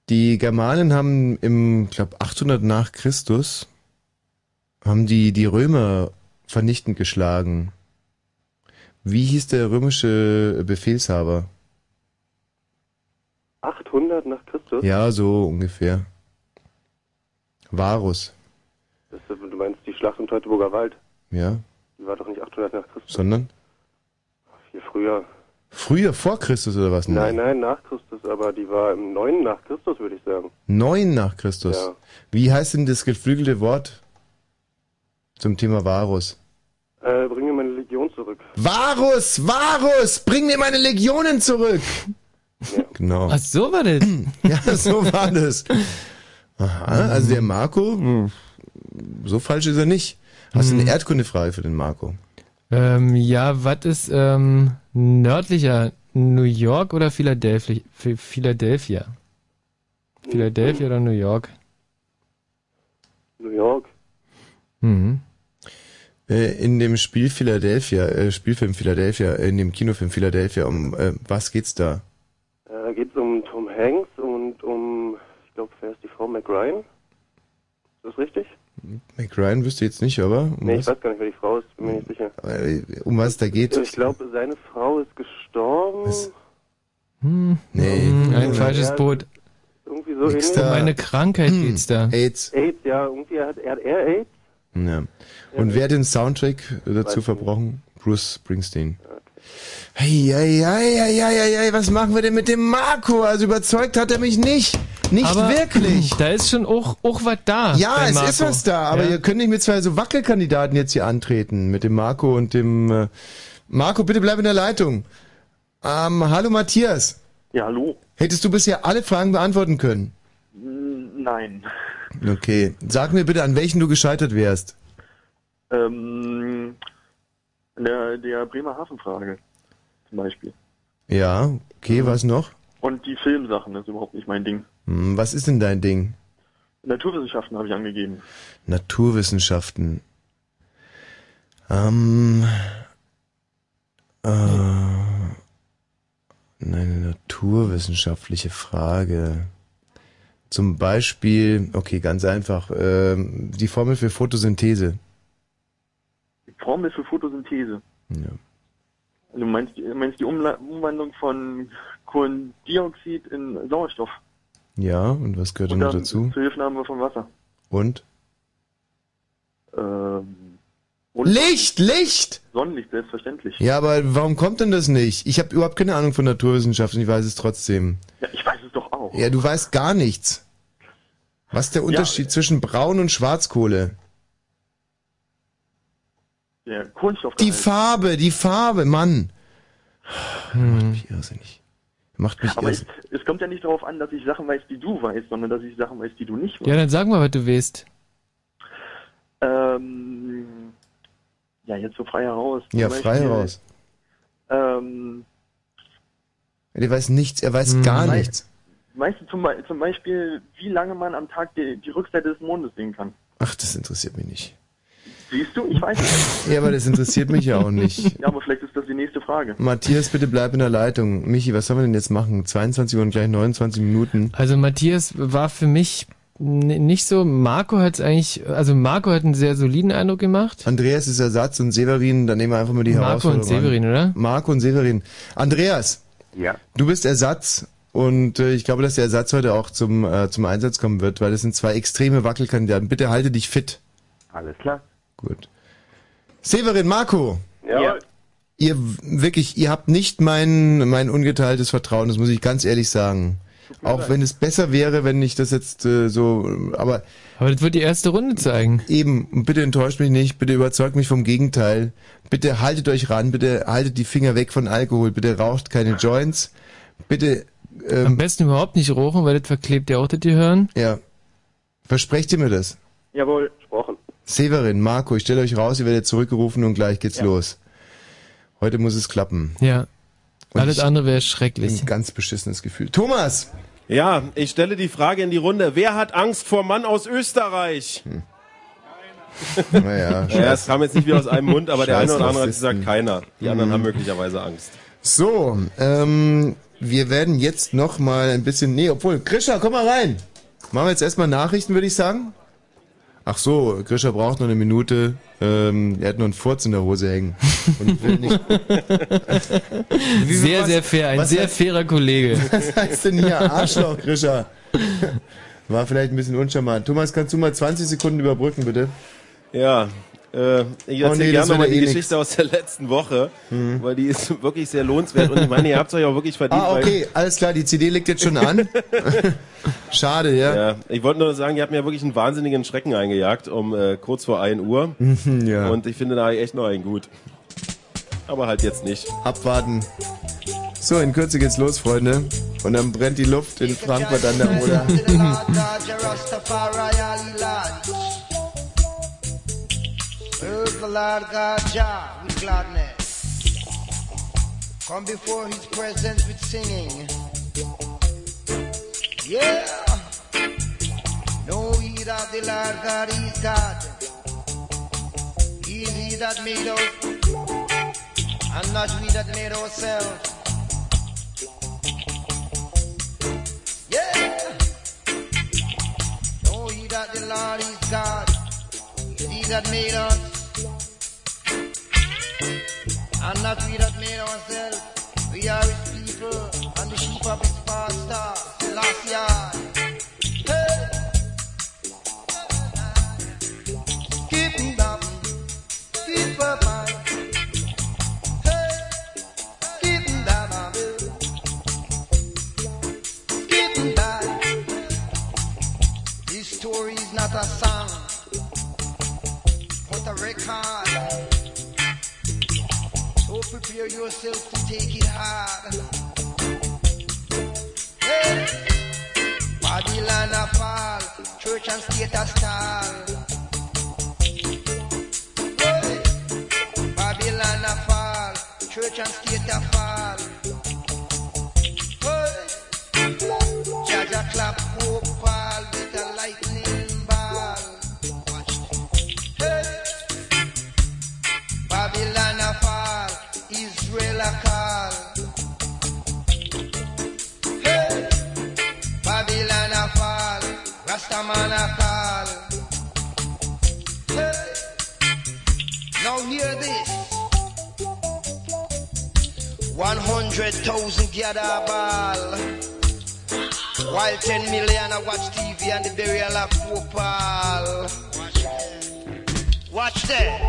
S3: die Germanen haben im, glaube 800 nach Christus haben die die Römer vernichtend geschlagen. Wie hieß der römische Befehlshaber?
S11: 800 nach Christus?
S3: Ja, so ungefähr. Varus,
S11: Das, ist- du meinst die Schlacht im Teutoburger Wald?
S3: ja,
S11: Die war doch nicht 800 nach Christus,
S3: sondern
S11: viel früher.
S3: früher vor Christus oder was?
S11: Nein, nein, nach Christus, aber die war im 9. nach Christus, würde ich sagen.
S3: Neun nach Christus.
S11: Ja.
S3: Wie heißt denn das geflügelte Wort zum Thema Varus?
S11: Äh, bring mir meine Legion zurück.
S3: Varus, Varus, bring mir meine Legionen zurück. Genau. Ach,
S4: so war das.
S3: [CLEARS THROAT] ja, so war das.
S4: Mhm.
S3: Aha, also der Marco,
S11: Mhm.
S3: mh, so falsch ist er nicht. Hast du
S4: Mhm.
S3: eine Erdkundefrage für den Marco?
S4: Ähm, ja, was ist ähm, nördlicher? New York oder Philadelphia? Ph- Philadelphia. Philadelphia oder New York?
S11: New York.
S4: Mhm.
S3: Äh, In dem Spiel Philadelphia, äh, Spielfilm Philadelphia, in dem Kinofilm Philadelphia, um äh, was geht's da?
S11: Äh, da geht es um Tom Hanks und um, ich glaube, wer ist die Frau? McRyan? Ist das richtig?
S3: Mac Ryan wüsste jetzt nicht, aber um,
S11: nee, ich
S3: was,
S11: weiß gar nicht, wer die Frau ist, bin mir nicht sicher.
S3: äh, um was es da geht.
S11: Ich glaube, seine Frau ist gestorben.
S4: Hm.
S3: Nee.
S4: Ein falsches
S11: Ja,
S4: Boot.
S11: Irgendwie so
S4: Nix
S11: ähnlich.
S4: da. Um eine Krankheit geht's da.
S3: Hm. AIDS.
S11: AIDS, ja, irgendwie er hat er, hat er AIDS.
S3: Ja. Und wer hat den Soundtrack dazu verbrochen? Bruce Springsteen. Hey, hey, hey, hey, hey, hey, hey, was machen wir denn mit dem Marco? Also überzeugt hat er mich nicht. Nicht
S4: Aber
S3: wirklich.
S4: Da ist schon auch, auch was da.
S3: Ja,
S4: bei
S3: es
S4: Ah, Marco.
S3: ist was da, aber
S4: Ja.
S3: ihr könnt nicht mit zwei so Wackelkandidaten jetzt hier antreten. Mit dem Marco und dem... Äh Marco, bitte bleib in der Leitung. Ähm, hallo Matthias.
S10: Ja, hallo.
S3: Hättest du bisher alle Fragen beantworten können?
S10: Hm, Nein.
S3: Okay. Sag mir bitte, an welchen du gescheitert wärst.
S10: Ähm, an der, der Bremerhaven-Frage zum Beispiel.
S3: Ja, okay, was noch?
S10: Und die Filmsachen, das ist überhaupt nicht mein Ding.
S3: Hm, was ist denn dein Ding?
S10: Naturwissenschaften habe ich angegeben.
S3: Naturwissenschaften. Ähm. Äh, eine naturwissenschaftliche Frage. Zum Beispiel, okay, ganz einfach, ähm, die Formel für Photosynthese.
S10: Die Formel für Photosynthese. Also
S3: Ja.
S10: Du meinst, die- meinst die Umla Umwandlung von Kohlendioxid in Sauerstoff.
S3: Ja, und was gehört denn noch dazu?
S10: zur Hilfnahme von Wasser.
S3: Und?
S10: Ähm,
S3: Licht, Licht!
S10: Sonnenlicht, selbstverständlich.
S3: Ja, aber warum kommt denn das nicht? Ich habe überhaupt keine Ahnung von Naturwissenschaften, ich weiß es trotzdem.
S10: Ja, ich weiß es doch auch.
S3: Ja, du weißt gar nichts. Was ist der
S10: äh,
S3: Unterschied zwischen Braun- und Schwarzkohle?
S10: Der Kohlenstoff.
S3: Die Farbe, die Farbe, Mann.
S4: Hm.
S3: Macht mich irrsinnig. Macht mich
S10: Aber es,
S3: irrsinnig.
S10: es kommt ja nicht darauf an, dass ich Sachen weiß, die du weißt, sondern dass ich Sachen weiß, die du nicht weißt.
S4: Ja, dann sag mal, was du willst.
S10: Ähm, ja, jetzt so frei heraus. Zum
S3: Ja, frei
S10: Beispiel,
S3: heraus.
S10: Ähm,
S3: Er weiß nichts, er
S4: Hm.
S3: weiß gar
S10: Nein.
S3: nichts.
S10: weißt du zum, Be- zum Beispiel, wie lange man am Tag die, die Rückseite des Mondes sehen kann?
S3: Ach, das interessiert mich nicht.
S10: Siehst du? Ich weiß es.
S3: Ja, aber das interessiert mich ja auch
S4: [LAUGHS]
S3: nicht.
S10: Ja, aber vielleicht ist das die nächste Frage.
S3: Matthias, bitte bleib in der Leitung. Michi, was sollen wir denn jetzt machen? 22 Uhr und gleich 29 Minuten.
S4: Also Matthias war für mich n- nicht so, Marco hat es eigentlich, also Marco hat einen sehr soliden Eindruck gemacht.
S3: Andreas ist Ersatz und Severin, dann nehmen wir einfach mal die
S4: Marco und
S3: Herausforderung
S4: Severin,
S3: an.
S4: oder?
S3: Marco und Severin. Andreas.
S12: Ja.
S3: Du bist Ersatz und äh, ich glaube, dass der Ersatz heute auch zum, äh, zum Einsatz kommen wird, weil das sind zwei extreme Wackelkandidaten. Bitte halte dich fit.
S12: Alles klar.
S3: Gut. Severin, Marco.
S12: Ja.
S3: Ihr w- wirklich, ihr habt nicht mein, mein ungeteiltes Vertrauen, das muss ich ganz ehrlich sagen. Auch wenn es besser wäre, wenn ich das jetzt äh, so, äh, aber.
S4: Aber das wird die erste Runde zeigen.
S3: Eben, und bitte enttäuscht mich nicht, bitte überzeugt mich vom Gegenteil. Bitte haltet euch ran, bitte haltet die Finger weg von Alkohol, bitte raucht keine Joints, bitte. Ähm,
S4: Am besten überhaupt nicht rochen, weil das verklebt ja auch das Gehirn.
S3: Ja. Versprecht ihr mir das?
S10: Jawohl. Gesprochen.
S3: Severin, Marco, ich stelle euch raus, ihr werdet zurückgerufen und gleich geht's los. Heute muss es klappen.
S4: Ja.
S3: Und
S4: Alles
S3: ich-
S4: andere wäre schrecklich.
S3: Ein ganz beschissenes Gefühl.
S4: [LAUGHS]
S3: Thomas!
S5: Ja, ich stelle die Frage in die Runde. Wer hat Angst vor Mann aus Österreich?
S3: Hm. Naja,
S5: Ja, es kam jetzt nicht wieder aus einem Mund, aber der
S3: Scheiß
S5: eine oder andere hat
S3: Rassisten.
S5: gesagt, keiner. Die anderen
S3: Mhm.
S5: haben möglicherweise Angst.
S3: So, ähm, wir werden jetzt noch mal ein bisschen, nee, obwohl, Grisha, komm mal rein. Machen wir jetzt erstmal Nachrichten, würde ich sagen. Ach so, Grisha braucht noch eine Minute. Ähm, er hat nur einen Furz in der Hose [LAUGHS] hängen. Und will nicht.
S4: Sehr, sehr fair, ein
S3: was
S4: sehr
S3: heißt- [LAUGHS]
S4: fairer Kollege.
S3: Was heißt denn hier Arschloch, Grisha? War vielleicht ein bisschen uncharmant. Thomas, kannst du mal 20 Sekunden überbrücken, bitte?
S5: Ja, äh, ich erzähle
S3: Oh nee, das
S5: gerne nochmal
S3: wird ja
S5: die
S3: eh nix. Hm.
S5: Geschichte aus der letzten Woche, weil die ist [LAUGHS] wirklich sehr lohnenswert und ich meine, ihr habt es euch auch wirklich verdient.
S3: Ah,
S5: weil- [LAUGHS]
S3: okay, alles klar, die CD liegt jetzt schon an. Schade, ja.
S5: Ja, ich wollte nur sagen, ihr habt mir wirklich einen wahnsinnigen Schrecken eingejagt um äh, kurz vor 1 Uhr.
S3: Mhm, ja.
S5: Und ich finde da habe ich echt noch einen gut. Aber halt jetzt nicht.
S3: Abwarten. So, in Kürze geht's los, Freunde. Und dann brennt die Luft in Frankfurt an der Oder.
S14: Praise the Lord God Jah with gladness. Come before his presence with singing. Yeah. Know ye that the Lord God is God. He is he that made us, and not we that made ourselves. Yeah. Know ye that the Lord is God. He is he that made us. And not we that made ourselves. We are his people and the sheep of his pastor. Last yard. Hey! Keep up, keep up, man. Hey! Keep up, man. Keep up. This story is not a song, but a record. So prepare yourself to take it hard. Babylon a fall, church and state a stall. Hey. Babylon a fall, church and state a fall. Hey. Jaja clap, hope fall, with a lightning ball. Hey. Babylon a fall, Israel a call. Hey. Babylon a fall, Rastaman a call. Hey. Now hear this. 100,000 gather a ball. While 10 million a watch TV and the burial of Popal. Watch that.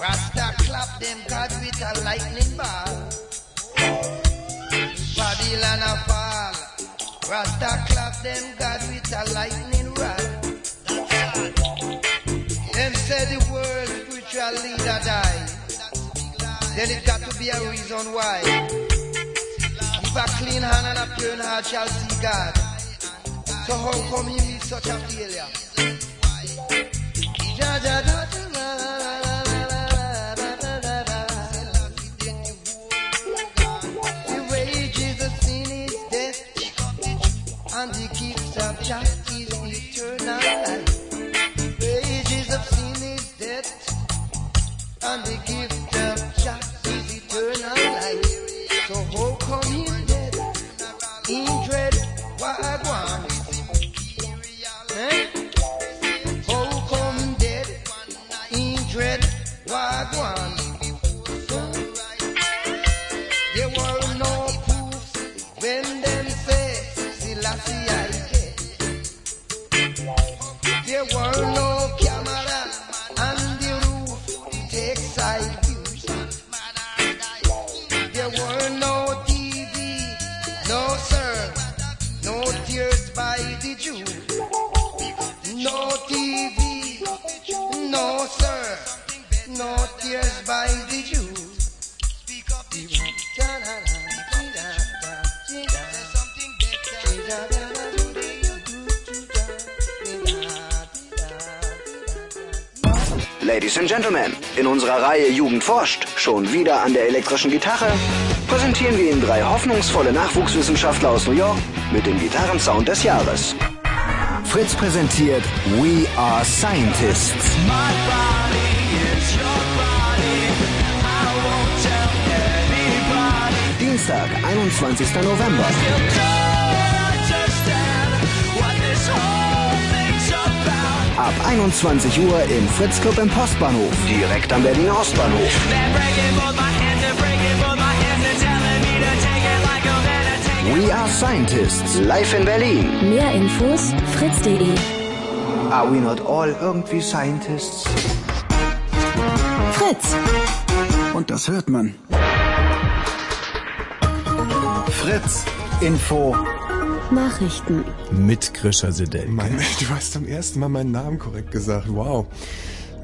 S14: Rasta clap them God with a lightning ball. Babylon a fall. Rasta clap them God with a lightning rod. Them say the world spiritual leader die. Then it got to be a reason why. If a clean hand and a pure heart shall see God. So how come he is such a failure? Ja, ja, ja, ja, la, la, la, la. The wages of sin is death, and the gift of just is eternal life. Wages of sin is death, and the gift of just is eternal life. So how come in dead, in dread, wagwan? Eh? How come dead, in dread, wagwan? There were no proofs when them say Selassie I get. There were no camera and the roof takes side views. There were no TV, no sir, no tears by the Jew. No TV, no sir, no tears by the Jew.
S15: Ladies and Gentlemen, in unserer Reihe Jugend forscht, schon wieder an der elektrischen Gitarre, präsentieren wir Ihnen drei hoffnungsvolle Nachwuchswissenschaftler aus New York mit dem Gitarrensound des Jahres. Fritz präsentiert We Are Scientists. Dienstag, 21. November. Ab 21 Uhr im Fritz Club im Postbahnhof, direkt am Berliner Ostbahnhof. We are scientists. Live in Berlin. Mehr Infos fritz.de. Are we not all irgendwie scientists? Fritz. Und das hört man. Fritz. Info.
S2: Nachrichten.
S16: Mit Grisha Sedelke. Mann, du hast zum ersten Mal meinen Namen korrekt gesagt. Wow.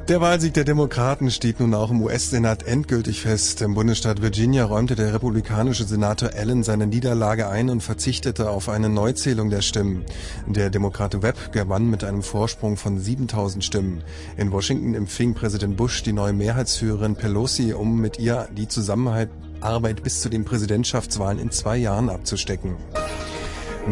S16: Der Wahlsieg der Demokraten steht nun auch im US-Senat endgültig fest. Im Bundesstaat Virginia räumte der republikanische Senator Allen seine Niederlage ein und verzichtete auf eine Neuzählung der Stimmen. Der Demokrate Webb gewann mit einem Vorsprung von 7000 Stimmen. In Washington empfing Präsident Bush die neue Mehrheitsführerin Pelosi, um mit ihr die Zusammenarbeit bis zu den Präsidentschaftswahlen in zwei Jahren abzustecken.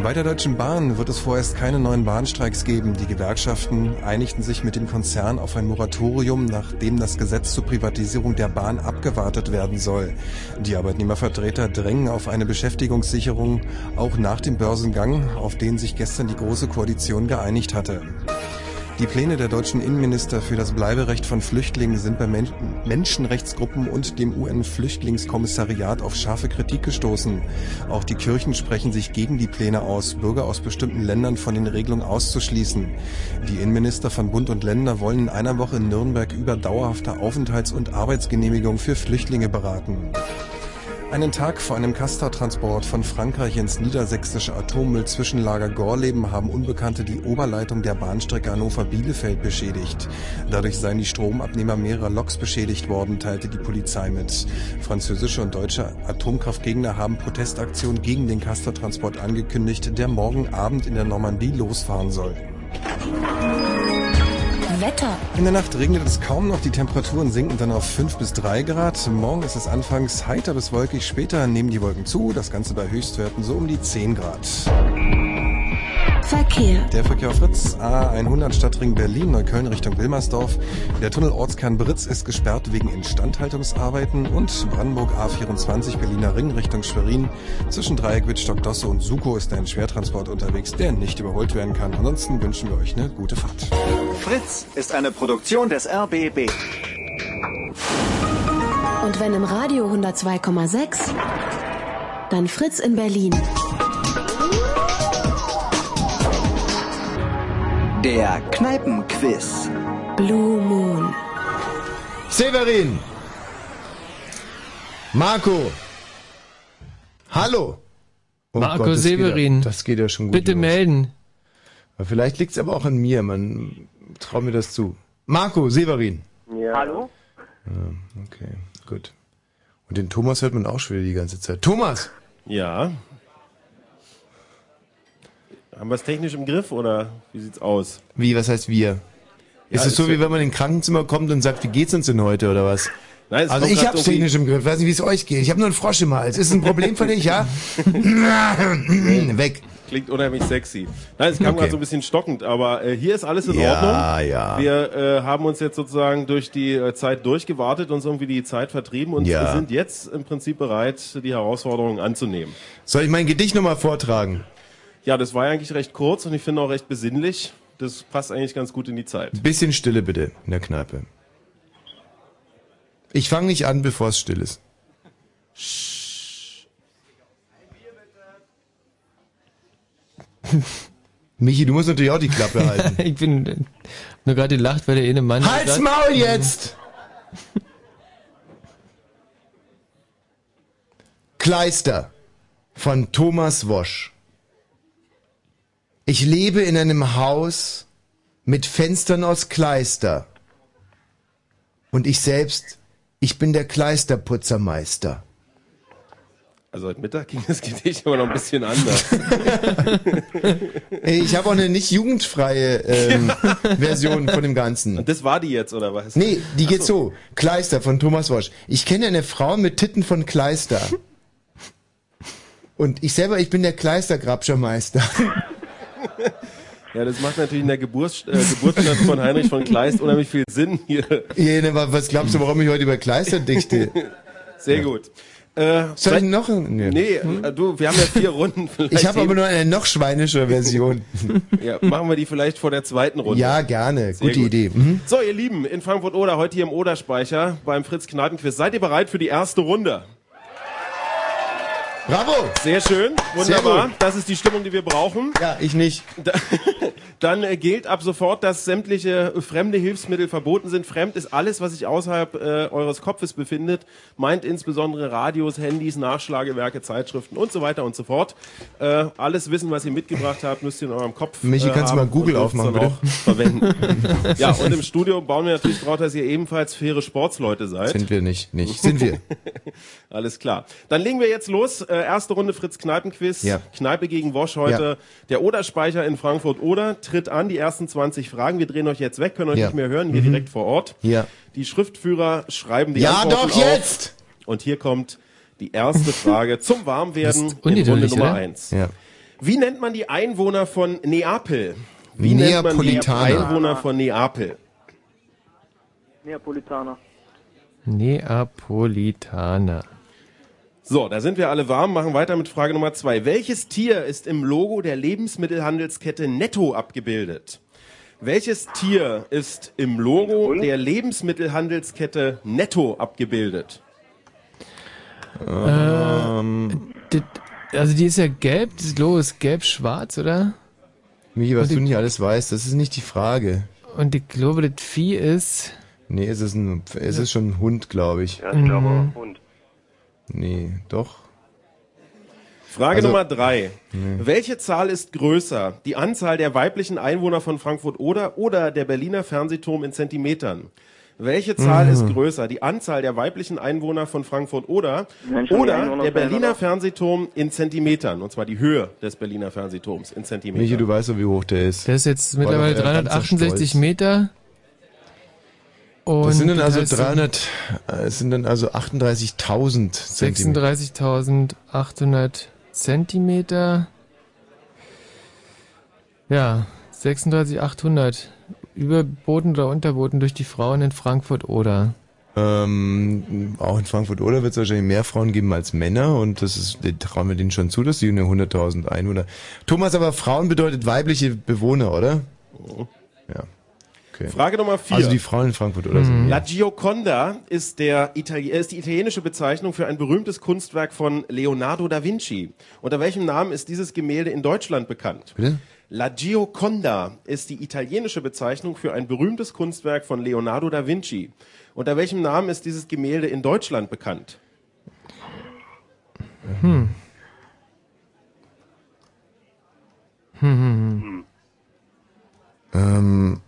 S16: Bei der Deutschen Bahn wird es vorerst keine neuen Bahnstreiks geben. Die Gewerkschaften einigten sich mit dem Konzern auf ein Moratorium, nachdem das Gesetz zur Privatisierung der Bahn abgewartet werden soll. Die Arbeitnehmervertreter drängen auf eine Beschäftigungssicherung auch nach dem Börsengang, auf den sich gestern die Große Koalition geeinigt hatte. Die Pläne der deutschen Innenminister für das Bleiberecht von Flüchtlingen sind bei Men Menschenrechtsgruppen und dem UN-Flüchtlingskommissariat auf scharfe Kritik gestoßen. Auch die Kirchen sprechen sich gegen die Pläne aus, Bürger aus bestimmten Ländern von den Regelungen auszuschließen. Die Innenminister von Bund und Länder wollen in einer Woche in Nürnberg über dauerhafte Aufenthalts- und Arbeitsgenehmigung für Flüchtlinge beraten. Einen Tag vor einem Castortransport von Frankreich ins niedersächsische Atommüll-Zwischenlager Gorleben haben Unbekannte die Oberleitung der Bahnstrecke Hannover-Bielefeld beschädigt. Dadurch seien die Stromabnehmer mehrerer Loks beschädigt worden, teilte die Polizei mit. Französische und deutsche Atomkraftgegner haben Protestaktionen gegen den Castortransport angekündigt, der morgen Abend in der Normandie losfahren soll.
S2: Wetter.
S16: In der Nacht regnet es kaum noch, die Temperaturen sinken dann auf 5 bis 3 Grad. Morgen ist es anfangs heiter bis wolkig, später nehmen die Wolken zu, das Ganze bei Höchstwerten so um die 10 Grad.
S2: Verkehr.
S16: Der Verkehr auf Fritz, A100 Stadtring Berlin, Neukölln Richtung Wilmersdorf. Der Tunnel Ortskern Britz ist gesperrt wegen Instandhaltungsarbeiten und Brandenburg A24 Berliner Ring Richtung Schwerin. Zwischen Dreieck, Wittstock, Dosse und Suko ist ein Schwertransport unterwegs, der nicht überholt werden kann. Ansonsten wünschen wir euch eine gute Fahrt.
S15: Fritz ist eine Produktion des RBB.
S2: Und wenn im Radio 102,6, dann Fritz in Berlin.
S15: Der Kneipenquiz.
S2: Blue Moon.
S3: Severin. Marco. Hallo.
S4: Marco
S3: Oh das geht ja-
S4: Severin.
S3: das geht ja schon gut.
S4: Bitte melden.
S3: Aber Vielleicht liegt es aber auch an mir. Man traut mir das zu. Marco Severin.
S11: Hallo?
S3: Ja, okay, gut. Und den Thomas hört man auch schon wieder die ganze Zeit. Thomas!
S5: Ja. Haben wir es technisch im Griff oder wie sieht's aus?
S3: Wie, was heißt wir?
S5: Ja,
S3: ist es
S5: ist
S3: so,
S5: ja-
S3: wie wenn man in ein Krankenzimmer kommt und sagt, wie geht's uns denn heute oder was?
S5: Nein, es
S3: also
S5: kommt
S3: ich
S5: grad
S3: hab's
S5: irgendwie-
S3: technisch im Griff, weiß nicht, wie es euch geht. Ich habe nur einen Frosch im
S4: [LAUGHS]
S3: Hals. Ist ein Problem für dich, ja? Hm, Weg.
S5: Klingt unheimlich sexy. Nein, es kam
S3: Okay.
S5: gerade so ein bisschen stockend, aber äh, hier ist alles in
S3: Ja,
S5: Ordnung.
S3: ja.
S5: Wir äh, haben uns jetzt sozusagen durch die äh, Zeit durchgewartet, uns irgendwie die Zeit vertrieben und
S3: Ja.
S5: sind jetzt im Prinzip bereit, die Herausforderung anzunehmen.
S3: Soll ich mein Gedicht nochmal vortragen?
S5: Ja, das war eigentlich recht kurz und ich finde auch recht besinnlich. Das passt eigentlich ganz gut in die Zeit.
S3: Bisschen Stille bitte in der Kneipe. Ich fange nicht an, bevor es still ist. Michi, du musst natürlich auch die Klappe halten.
S4: ich bin äh, [LAUGHS] nur gerade gelacht, weil der eine Mann.
S3: Halt's Maul jetzt! Kleister von Thomas Wosch. Ich lebe in einem Haus mit Fenstern aus Kleister. Und ich selbst, ich bin der Kleisterputzermeister.
S5: Also heute Mittag ging das [LAUGHS] Gedicht aber noch ein bisschen anders.
S3: Ich habe auch eine nicht jugendfreie
S5: [LAUGHS]
S3: ähm, Version von dem Ganzen.
S5: Und das war die jetzt, oder was?
S3: Nee, die
S5: Ach
S3: geht so. Kleister von Thomas Wosch. Ich kenne eine Frau mit Titten von Kleister. Und ich selber, ich bin der Kleistergrabschermeister.
S5: Ja, das macht natürlich in der Geburts äh, Geburtsstadt von Heinrich von Kleist unheimlich viel Sinn hier.
S3: Jene, ne, wa- was glaubst du, warum ich heute über Kleister dichte? [LAUGHS]
S5: Sehr gut. Äh,
S3: Soll ich
S5: vielleicht-
S3: noch? Hm?
S5: Nee, äh, du, wir haben
S3: [LAUGHS]
S5: ja vier Runden. Vielleicht
S3: Ich habe aber
S5: eben-
S3: nur eine noch schweinische Version.
S5: ja, machen wir die vielleicht vor der zweiten Runde.
S3: Ja, gerne.
S5: Sehr
S3: Gute
S5: gut.
S3: Idee. Mhm.
S5: So, ihr Lieben, in Frankfurt-Oder, heute hier im Oderspeicher beim Fritz-Kneipen-Quiz. Seid ihr bereit für die erste Runde?
S3: Bravo!
S5: Sehr schön,
S3: Sehr
S5: wunderbar.
S3: gut.
S5: das ist die Stimmung, die wir brauchen.
S3: Ja, ich nicht.
S5: Dann äh, gilt ab sofort, dass sämtliche äh, fremde Hilfsmittel verboten sind. Fremd ist alles, was sich außerhalb äh, eures Kopfes befindet. Meint insbesondere Radios, Handys, Nachschlagewerke, Zeitschriften und so weiter und so fort. Äh, alles Wissen, was ihr mitgebracht habt, müsst ihr in eurem Kopf.
S3: Michi,
S5: äh,
S3: kannst du
S5: haben
S3: mal Google
S5: und dürft's
S3: aufmachen,
S5: dann
S3: bitte?
S5: auch Verwenden.
S3: [LAUGHS]
S5: ja, und im Studio bauen wir natürlich drauf, dass ihr ebenfalls faire Sportsleute seid.
S3: Sind wir nicht, nicht. Sind wir.
S5: [LAUGHS] Alles klar. Dann legen wir jetzt los. Äh, erste Runde Fritz Kneipenquiz.
S3: Ja.
S5: Kneipe gegen Wosch heute. Der Oderspeicher in Frankfurt-Oder tritt an. Die ersten 20 Fragen. Wir drehen euch jetzt weg, können euch
S3: Ja.
S5: nicht mehr hören, hier
S3: Mhm.
S5: direkt vor Ort.
S3: Ja.
S5: Die Schriftführer schreiben die
S3: Ja,
S5: Antworten
S3: doch, jetzt!
S5: Auf. Und hier kommt die erste Frage zum Warmwerden
S4: Ist
S5: in Runde
S4: unnötig,
S5: Nummer
S4: oder?
S5: eins.
S3: Ja.
S5: Wie nennt man die Einwohner von Neapel? Wie nennt man die
S3: Neapolitaner.
S5: Einwohner von Neapel?
S10: Neapolitaner.
S4: Neapolitaner.
S5: So, da sind wir alle warm, machen weiter mit Frage Nummer zwei. Welches Tier ist im Logo der Lebensmittelhandelskette Netto abgebildet? Welches Tier ist im Logo der Lebensmittelhandelskette Netto abgebildet?
S3: Ähm.
S4: Äh, dit- also die ist ja gelb, das Logo ist gelb-schwarz, oder?
S3: Michi, was
S4: Und die-
S3: du nicht alles weißt, das ist nicht die Frage.
S4: Und ich glaube, das Vieh ist.
S3: Nee, es ist, ein, es ist schon ein Hund, glaube ich.
S4: Ja, ich glaube, Mhm.
S11: Hund.
S3: Nee, doch.
S5: Frage
S3: Also-
S5: Nummer drei.
S3: Nee.
S5: Welche Zahl ist größer? Die Anzahl der weiblichen Einwohner von Frankfurt-Oder oder der Berliner Fernsehturm in Zentimetern? Welche
S3: Ah.
S5: Zahl
S13: Mhm.
S5: ist größer? Die Anzahl der weiblichen Einwohner von Frankfurt-Oder
S13: Nein, schon die
S5: oder
S13: Einwohner
S5: der
S13: sind ja
S5: Berliner
S13: noch-
S5: Fernsehturm in Zentimetern? Und zwar die Höhe des Berliner Fernsehturms in Zentimetern.
S3: Michi, du weißt doch, wie hoch der ist.
S4: Der ist jetzt mittlerweile 368 Meter. Und
S3: das sind dann also
S4: heißt
S3: 300, äh, es sind dann also 38.000 Zentimeter.
S4: 36.800 Zentimeter. Ja, 36.800. Überboten oder unterboten durch die Frauen in Frankfurt oder?
S3: Ähm, auch in Frankfurt oder wird es wahrscheinlich mehr Frauen geben als Männer und das ist, den trauen wir denen schon zu, dass die eine 100.000 Einwohner. Thomas, aber Frauen bedeutet weibliche Bewohner, oder? Ja. Okay.
S5: Oh. Frage Nummer vier.
S3: Also die Frauen in Frankfurt oder
S4: Mhm.
S3: so.
S5: La Gioconda ist, der Itali äh, ist die italienische Bezeichnung für ein berühmtes Kunstwerk von Leonardo da Vinci. Unter welchem Namen ist dieses Gemälde in Deutschland bekannt?
S3: Bitte?
S5: La Gioconda ist die italienische Bezeichnung für ein berühmtes Kunstwerk von Leonardo da Vinci. Unter welchem Namen ist dieses Gemälde in Deutschland bekannt?
S4: Hm. Hm, hm, hm.
S3: Ähm,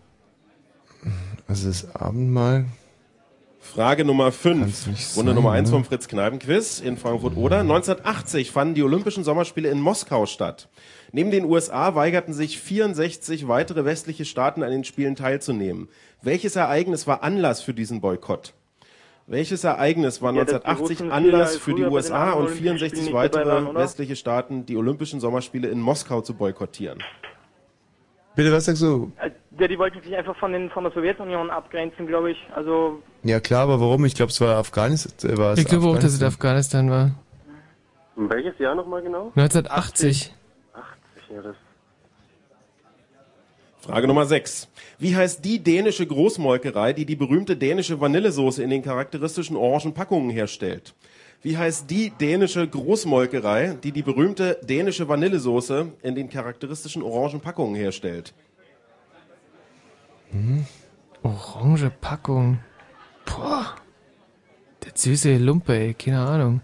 S3: also das Abendmahl.
S5: Frage Nummer 5, Runde
S3: nicht sein,
S5: Nummer 1
S3: ne?
S5: vom Fritz Kneipenquiz in Frankfurt oder 1980 fanden die Olympischen Sommerspiele in Moskau statt. Neben den USA weigerten sich 64 weitere westliche Staaten an den Spielen teilzunehmen. Welches Ereignis war Anlass für diesen Boykott? Welches Ereignis war
S13: Ja, dass die
S5: 1980
S13: Russen
S5: Anlass
S13: früher
S5: für die
S13: bei den
S5: USA und
S13: Olympischen Spielen
S5: 64
S13: nicht dabei
S5: weitere
S13: waren, oder?
S5: westliche Staaten, die Olympischen Sommerspiele in Moskau zu boykottieren?
S3: Bitte, was sagst du?
S11: Äh,
S10: Ja, die wollten sich einfach von, den, von der Sowjetunion abgrenzen, glaube ich. Also
S3: Ja klar, aber warum? Ich glaube, es war Afghanistan. Äh, war es
S4: Ich glaube auch, dass es Afghanistan war.
S11: Welches Jahr nochmal genau?
S4: 1980.
S11: Ja, das
S5: Frage Nummer 6. Wie heißt die dänische Großmolkerei, die die berühmte dänische Vanillesoße in den charakteristischen orangen Packungen herstellt? Wie heißt die dänische Großmolkerei, die die berühmte dänische Vanillesoße in den charakteristischen orangen Packungen herstellt?
S3: Mhm.
S4: Hm. Orange Packung. Boah. Der süße Lumpe, ey. Keine Ahnung.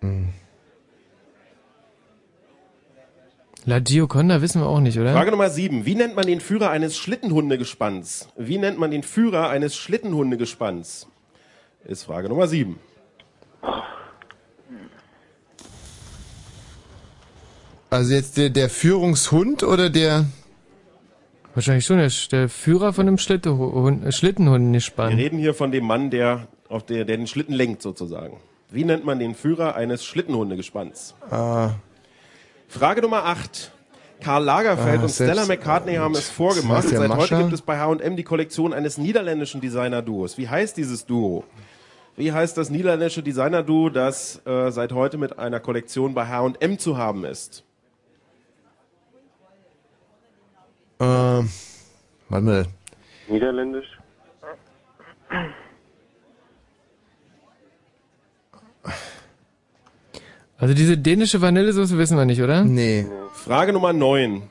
S3: Mhm.
S4: La Gioconda wissen wir auch nicht, oder?
S5: Frage Nummer 7. Wie nennt man den Führer eines Schlittenhundegespanns? Wie nennt man den Führer eines Schlittenhundegespanns? Ist Frage Nummer 7.
S3: Also jetzt der, der Führungshund oder der...
S4: Wahrscheinlich schon der, der Führer von dem Schlittenhund, Schlittenhunden nicht
S5: Wir
S4: spannend.
S5: reden hier von dem Mann, der, auf der, der den Schlitten lenkt sozusagen. Wie nennt man den Führer eines Schlittenhundegespanns?
S3: Ah,
S5: Frage Nummer 8. Karl Lagerfeld
S3: Ah,
S5: und
S3: selbst-
S5: Stella McCartney haben es vorgemacht.
S3: Ist der
S5: Seit heute
S3: Mascha?
S5: gibt es bei H&M die Kollektion eines niederländischen Designer-Duos. Wie heißt dieses Duo? Wie heißt das niederländische Designer-Duo, das äh, seit heute mit einer Kollektion bei H&M zu haben ist?
S3: ähm, warte mal.
S11: Niederländisch.
S4: Also diese dänische Vanillesoße wissen wir nicht, oder?
S3: Nee.
S5: Frage Nummer 9.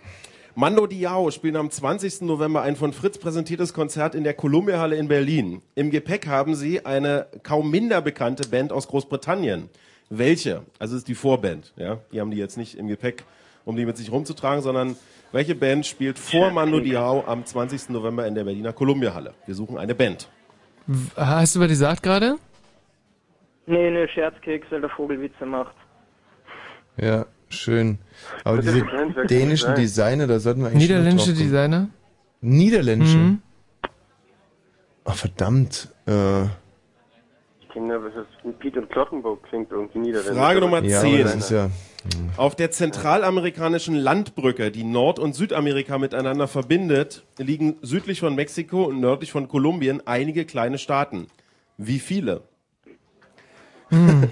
S5: Mando Diao spielen am 20. November ein von Fritz präsentiertes Konzert in der Columbia-Halle in Berlin. Im Gepäck haben sie eine kaum minder bekannte Band aus Großbritannien. Welche? Also es ist die Vorband, ja? Die haben die jetzt nicht im Gepäck, um die mit sich rumzutragen, sondern welche Band spielt vor Mando Diao am 20. November in der Berliner Columbia-Halle? Wir suchen eine Band.
S4: W- Hast du was gesagt gerade?
S10: Nee, nee, Scherzkeks, weil der Vogelwitze macht.
S3: Ja, schön. Aber
S10: Das
S3: diese
S10: ist ein Handwerk-
S3: dänischen
S10: Design.
S3: Designer, da sollten wir eigentlich schon noch
S4: Niederländische
S3: drauf kommen.
S4: Designer?
S3: Niederländische?
S4: Mhm.
S3: Ach, verdammt. Äh,
S11: Ich kenne da, was das mit Piet und Klottenburg klingt irgendwie niederländisch.
S5: Frage
S11: aber-
S5: Nummer
S3: ja, aber
S5: 10.
S3: das ist ja... hm.
S5: Auf der zentralamerikanischen Landbrücke, die Nord- und Südamerika miteinander verbindet, liegen südlich von Mexiko und nördlich von Kolumbien einige kleine Staaten. Wie viele?
S3: Hm.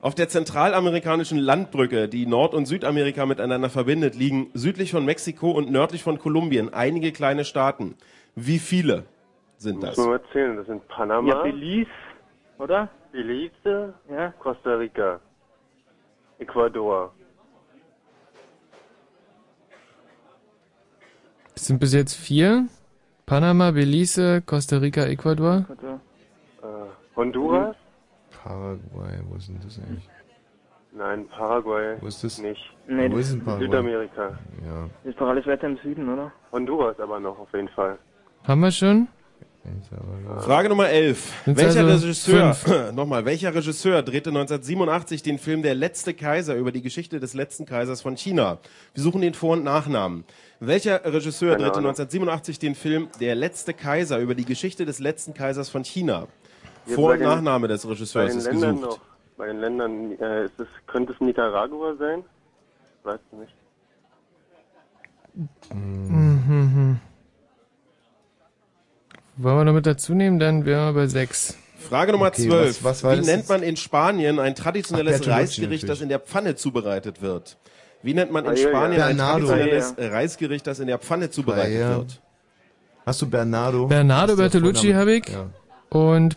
S5: Auf der zentralamerikanischen Landbrücke, die Nord- und Südamerika miteinander verbindet, liegen südlich von Mexiko und nördlich von Kolumbien einige kleine Staaten. Wie viele sind das?
S11: Muss man mal zählen, das sind Panama.
S5: Ja,
S11: Belize, oder? Belize, ja. Costa Rica, Ecuador.
S4: Das sind bis jetzt vier. Panama, Belize, Costa Rica, Ecuador.
S11: Warte. Äh, Honduras?
S3: Paraguay, wo ist denn das eigentlich?
S11: Nein, Paraguay.
S3: Wo ist das?
S11: Nicht.
S3: Nee, Wo das ist denn Paraguay?
S11: Südamerika.
S3: Ja.
S11: Ist doch alles weiter im Süden, oder? Honduras aber noch, auf jeden Fall.
S4: Haben wir schon?
S5: Frage Nummer 11.
S4: Sind's
S5: welcher
S4: also
S5: Regisseur, [LAUGHS] nochmal, welcher Regisseur drehte 1987 den Film Der letzte Kaiser über die Geschichte des letzten Kaisers von China? Wir suchen den Vor- und Nachnamen. Welcher Regisseur
S11: Keine
S5: drehte
S11: Ahnung.
S5: 1987 den Film Der letzte Kaiser über die Geschichte des letzten Kaisers von China?
S11: Jetzt
S5: Vor-
S11: bei
S5: und
S11: den-
S5: Nachname des
S11: Bei
S5: Regisseurs
S11: den
S5: ist
S11: Ländern
S5: gesucht.
S11: noch. Bei den Ländern, äh, ist es, könnte es Nicaragua sein? Weiß nicht.
S4: Mhm. Wollen wir noch mit dazu nehmen? Dann wären wir bei sechs.
S5: Frage Nummer
S4: Okay,
S5: 12.
S4: was- was war
S5: Wie
S4: das
S5: nennt
S4: jetzt?
S5: man in Spanien ein
S4: Ach,
S5: traditionelles
S4: Bertolucci
S5: Reisgericht, das in der Pfanne zubereitet wird? Wie nennt man in
S3: Paella.
S5: Spanien ein
S3: Bernardo.
S5: traditionelles Reisgericht, das in der Pfanne zubereitet
S3: Paella.
S5: wird?
S3: Hast du Bernardo?
S4: Bernardo Bertolucci habe ich. Und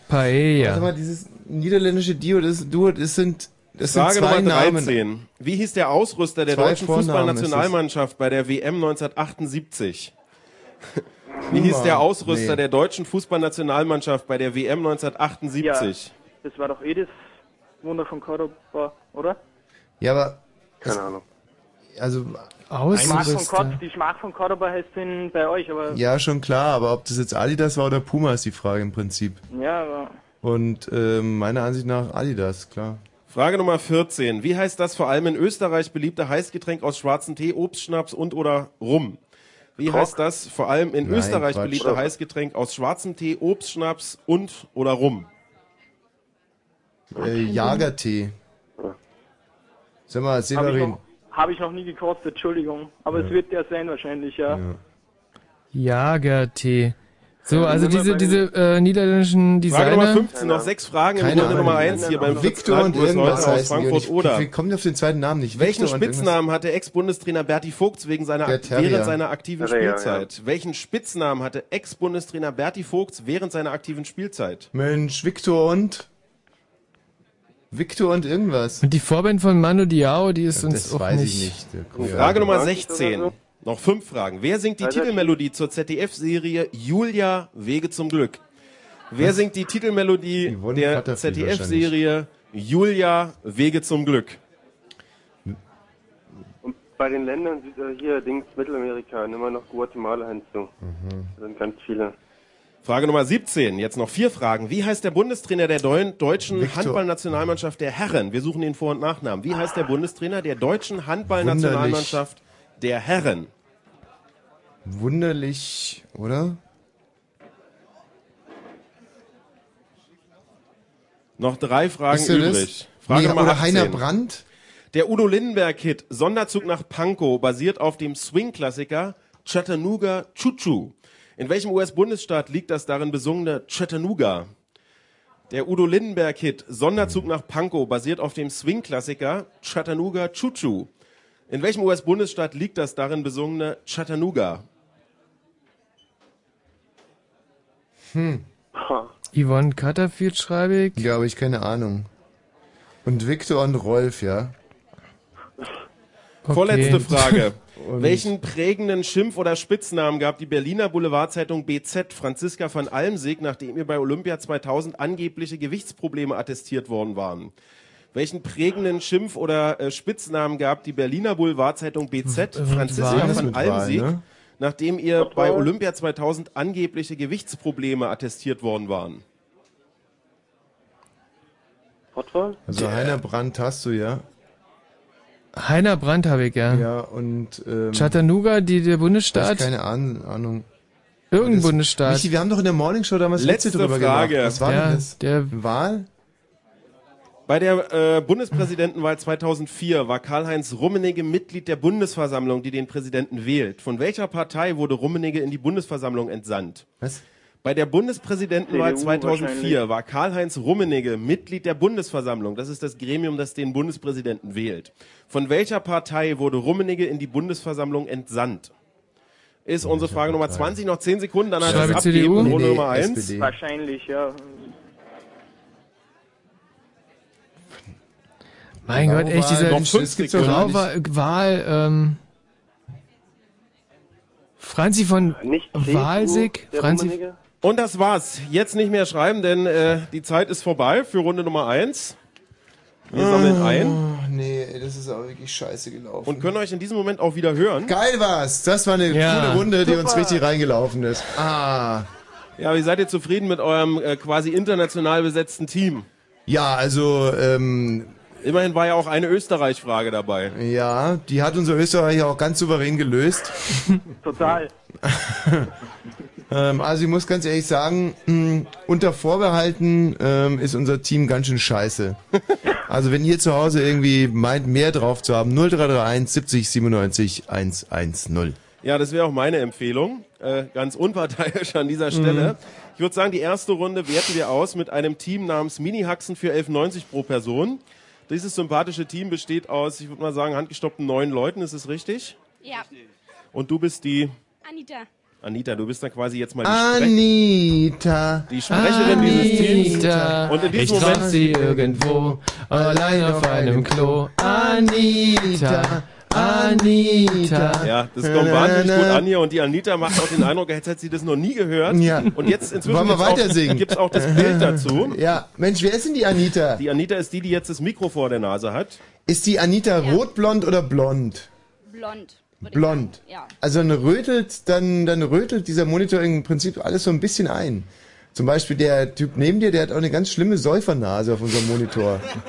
S3: Warte
S4: Paella.
S3: mal, dieses niederländische Duo, das, Duo, das sind, das
S5: Frage
S3: sind zwei
S5: Nummer
S3: Namen.
S5: 13. Wie hieß der Ausrüster der
S3: Zwei
S5: deutschen
S3: Vornamen
S5: Fußballnationalmannschaft bei der WM 1978? Wie
S11: Huber.
S5: hieß der Ausrüster
S11: Nee.
S5: der deutschen Fußballnationalmannschaft bei der WM 1978?
S11: Das war doch eh das Wunder von Cordoba, oder?
S3: Ja, aber.
S11: Keine Ahnung.
S3: Also.
S11: Die Schmach von Cordoba, die Schmach von Cordoba heißt in, bei euch, aber.
S3: Ja, schon klar, aber ob das jetzt Adidas war oder Puma ist die Frage im Prinzip.
S11: Ja, aber.
S3: Und ähm, meiner Ansicht nach Adidas, klar.
S5: Frage Nummer 14. Wie heißt das vor allem in Österreich beliebte Heißgetränk aus schwarzem Tee, Obstschnaps und oder Rum? Wie
S11: Grog?
S5: heißt das vor allem in
S11: Nein,
S5: Österreich
S11: Quatsch.
S5: beliebte Heißgetränk aus schwarzem Tee, Obstschnaps und oder Rum?
S3: Äh, Jagertee. Sag mal,
S11: Habe ich,
S3: Severin.
S11: noch- hab ich noch nie gekostet, Entschuldigung. Aber
S3: Ja.
S11: es wird der sein wahrscheinlich, ja.
S4: Jagertee. So,
S11: Ja,
S4: also
S11: sind wir
S4: diese,
S11: bei
S4: diese äh, niederländischen
S5: Frage
S4: Designer.
S5: Nummer 15, noch sechs Fragen im
S3: Keine
S5: Runde Nummer
S3: Ahnung.
S5: 1 hier beim
S3: Victor und irgendwas
S5: aus
S3: heißen die. und
S5: Frankfurt
S3: ich,
S5: oder.
S3: Wir kommen auf den zweiten Namen nicht.
S5: Welchen
S3: Victor und irgendwas-
S5: Spitznamen hatte Ex-Bundestrainer Berti Vogts wegen seiner,
S3: Der Terrier.
S5: während seiner aktiven
S3: Terrier,
S5: Spielzeit? Welchen Spitznamen hatte Ex-Bundestrainer Berti Vogts während seiner aktiven Spielzeit?
S3: Mensch, Victor und. Victor und irgendwas.
S4: Und die Vorband von Manu Diao, die ist uns
S3: das
S4: auch
S3: weiß ich
S4: nicht.
S3: nicht, der Kollege.
S5: Frage Nummer
S3: 20 oder
S5: 16.
S3: so?
S5: Noch fünf Fragen. Wer singt die Titelmelodie zur ZDF-Serie Julia Wege zum Glück? Wer singt die Titelmelodie der
S3: Catterfield
S5: ZDF-Serie Julia Wege zum Glück?
S11: Bei den Ländern sieht er hier Dings Mittelamerika, nimm mal noch Guatemala hinzu. Da sind ganz viele.
S5: Mhm. Frage Nummer 17. Jetzt noch vier Fragen. Wie heißt der Bundestrainer der Deu deutschen
S11: Victor.
S5: Handballnationalmannschaft der Herren? Wir suchen den Vor- und Nachnamen. Wie heißt der Bundestrainer der deutschen Handballnationalmannschaft der Herren?
S3: Wunderlich, oder?
S5: Noch drei Fragen
S3: Wisst ihr das?
S5: übrig. Frage
S3: Nee,
S5: Nummer
S3: oder
S5: 18.
S3: Heiner Brandt?
S5: Der Udo Lindenberg-Hit Sonderzug nach Pankow basiert auf dem Swing-Klassiker Chattanooga Choo-Choo. In welchem US-Bundesstaat liegt das darin besungene Chattanooga? Der Udo Lindenberg-Hit Sonderzug nach Pankow basiert auf dem Swing-Klassiker Chattanooga Choo-Choo. In welchem US-Bundesstaat liegt das darin besungene Chattanooga?
S3: Hm.
S4: Yvonne Catterfield schreibe ich.
S3: Ja, aber ich keine Ahnung. Und Victor und Rolf, ja?
S11: [LAUGHS]
S5: Vorletzte Frage.
S3: Und-
S5: Welchen prägenden Schimpf- oder Spitznamen gab die Berliner Boulevardzeitung BZ Franziska van Almsig, nachdem ihr bei Olympia 2000 angebliche Gewichtsprobleme attestiert worden waren? Welchen prägenden Schimpf- oder äh, Spitznamen gab die Berliner Boulevardzeitung BZ
S11: Äh,
S5: Franziska
S11: Wahl,
S5: van
S11: mit Wahl,
S5: Almsig,
S11: ne?
S5: nachdem ihr bei Olympia 2000 angebliche Gewichtsprobleme attestiert worden waren?
S11: Pottwal?
S3: Also Heiner Brandt hast du, ja?
S4: Heiner Brandt habe ich, ja.
S3: Ja, und. Ähm,
S4: Chattanooga, die, der
S3: Hab
S4: Bundesstaat.
S3: ich keine Ahn- Ahnung.
S4: Irgendein
S3: Das-
S4: Bundesstaat.
S3: Michi, wir haben doch in der Morningshow damals
S5: Letzte
S3: Witze drüber
S5: Frage.
S3: gemacht. Was war
S5: Ja,
S3: denn das?
S4: Der
S3: Wahl?
S5: Bei der äh, Bundespräsidentenwahl 2004 war Karl-Heinz Rummenigge Mitglied der Bundesversammlung, die den Präsidenten wählt. Von welcher Partei wurde Rummenigge in die Bundesversammlung entsandt?
S3: Was?
S5: Bei der Bundespräsidentenwahl
S11: CDU
S5: 2004
S11: wahrscheinlich.
S5: war Karl-Heinz Rummenigge Mitglied der Bundesversammlung. Das ist das Gremium, das den Bundespräsidenten wählt. Von welcher Partei wurde Rummenigge in die Bundesversammlung entsannt? Ist unsere Frage Nummer 20 noch 10 Sekunden, dann hat
S4: Schreibe
S5: das abgeben.
S4: CDU?
S5: Runde
S4: Nee,
S5: Nummer 1.
S4: SPD.
S11: Wahrscheinlich, ja.
S4: Mein Gott, echt, dieser
S5: Noch fünf Sekunden.
S3: genau
S4: Grauwahl, Wahl, ähm, Franzi von
S11: Nicht CDU,
S4: Walsig,
S11: der
S4: Franzi,
S11: Rummenigge?
S5: Und das war's. Jetzt nicht mehr schreiben, denn äh, die Zeit ist vorbei für Runde Nummer eins. Wir sammeln ein
S3: Oh, nee, das ist aber wirklich scheiße gelaufen.
S5: und können euch in diesem Moment auch wieder hören.
S3: Geil war's. Das war eine
S5: Ja.
S3: coole Runde, die uns
S5: Super.
S3: richtig reingelaufen ist. Ah.
S5: Ja, wie seid ihr zufrieden mit eurem äh, quasi international besetzten Team?
S3: Ja, also ähm,
S5: Immerhin war ja auch eine Österreich-Frage dabei.
S3: ja, die hat unser Österreicher auch ganz souverän
S5: [LAUGHS]
S3: gelöst.
S10: Total.
S3: Ähm, also ich muss ganz ehrlich sagen, mh, unter Vorbehalten ähm, ist unser Team ganz schön scheiße. Also wenn ihr zu Hause irgendwie meint, mehr drauf zu haben, 0331 70 97 110.
S5: Ja, das wäre auch meine Empfehlung. Äh, ganz unparteiisch an dieser
S3: Mhm.
S5: Stelle. Ich würde sagen, die erste Runde werten wir aus mit einem Team namens Mini-Haxen für 11,90 pro Person. Dieses sympathische Team besteht aus, ich würde mal sagen, handgestoppten neun Leuten, ist es richtig?
S13: Ja.
S5: Und du bist die,
S13: Anita.
S5: Anita, du bist dann quasi jetzt mal die Sprech-
S3: Anita.
S5: Die Sprecherin dieses Teams. Und in
S4: ich
S5: diesem
S4: traf
S5: Moment
S4: sie irgendwo, allein auf einem Klo. Anita, Anita.
S5: Ja, das kommt wahnsinnig gut an hier und die Anita macht auch den Eindruck, als hätte sie das noch nie gehört.
S3: Ah, Ja.
S5: Und jetzt inzwischen
S3: Wollen wir
S5: gibt's auch-
S3: weiter singen?
S5: gibt's auch das
S3: [LAUGHS]
S5: Bild dazu.
S3: Ja, Mensch, wer ist denn die Anita?
S5: Die Anita ist die, die jetzt das Mikro vor der Nase hat.
S3: Ist die Anita rotblond oder blond?
S13: Blond. würd ich
S3: Blond.
S13: sagen. Ja.
S3: Also dann rötelt, dann, dann rötelt dieser Monitor im Prinzip alles so ein bisschen ein. Zum Beispiel der Typ neben dir, der hat auch eine ganz schlimme Säufernase auf unserem Monitor.
S5: [LAUGHS]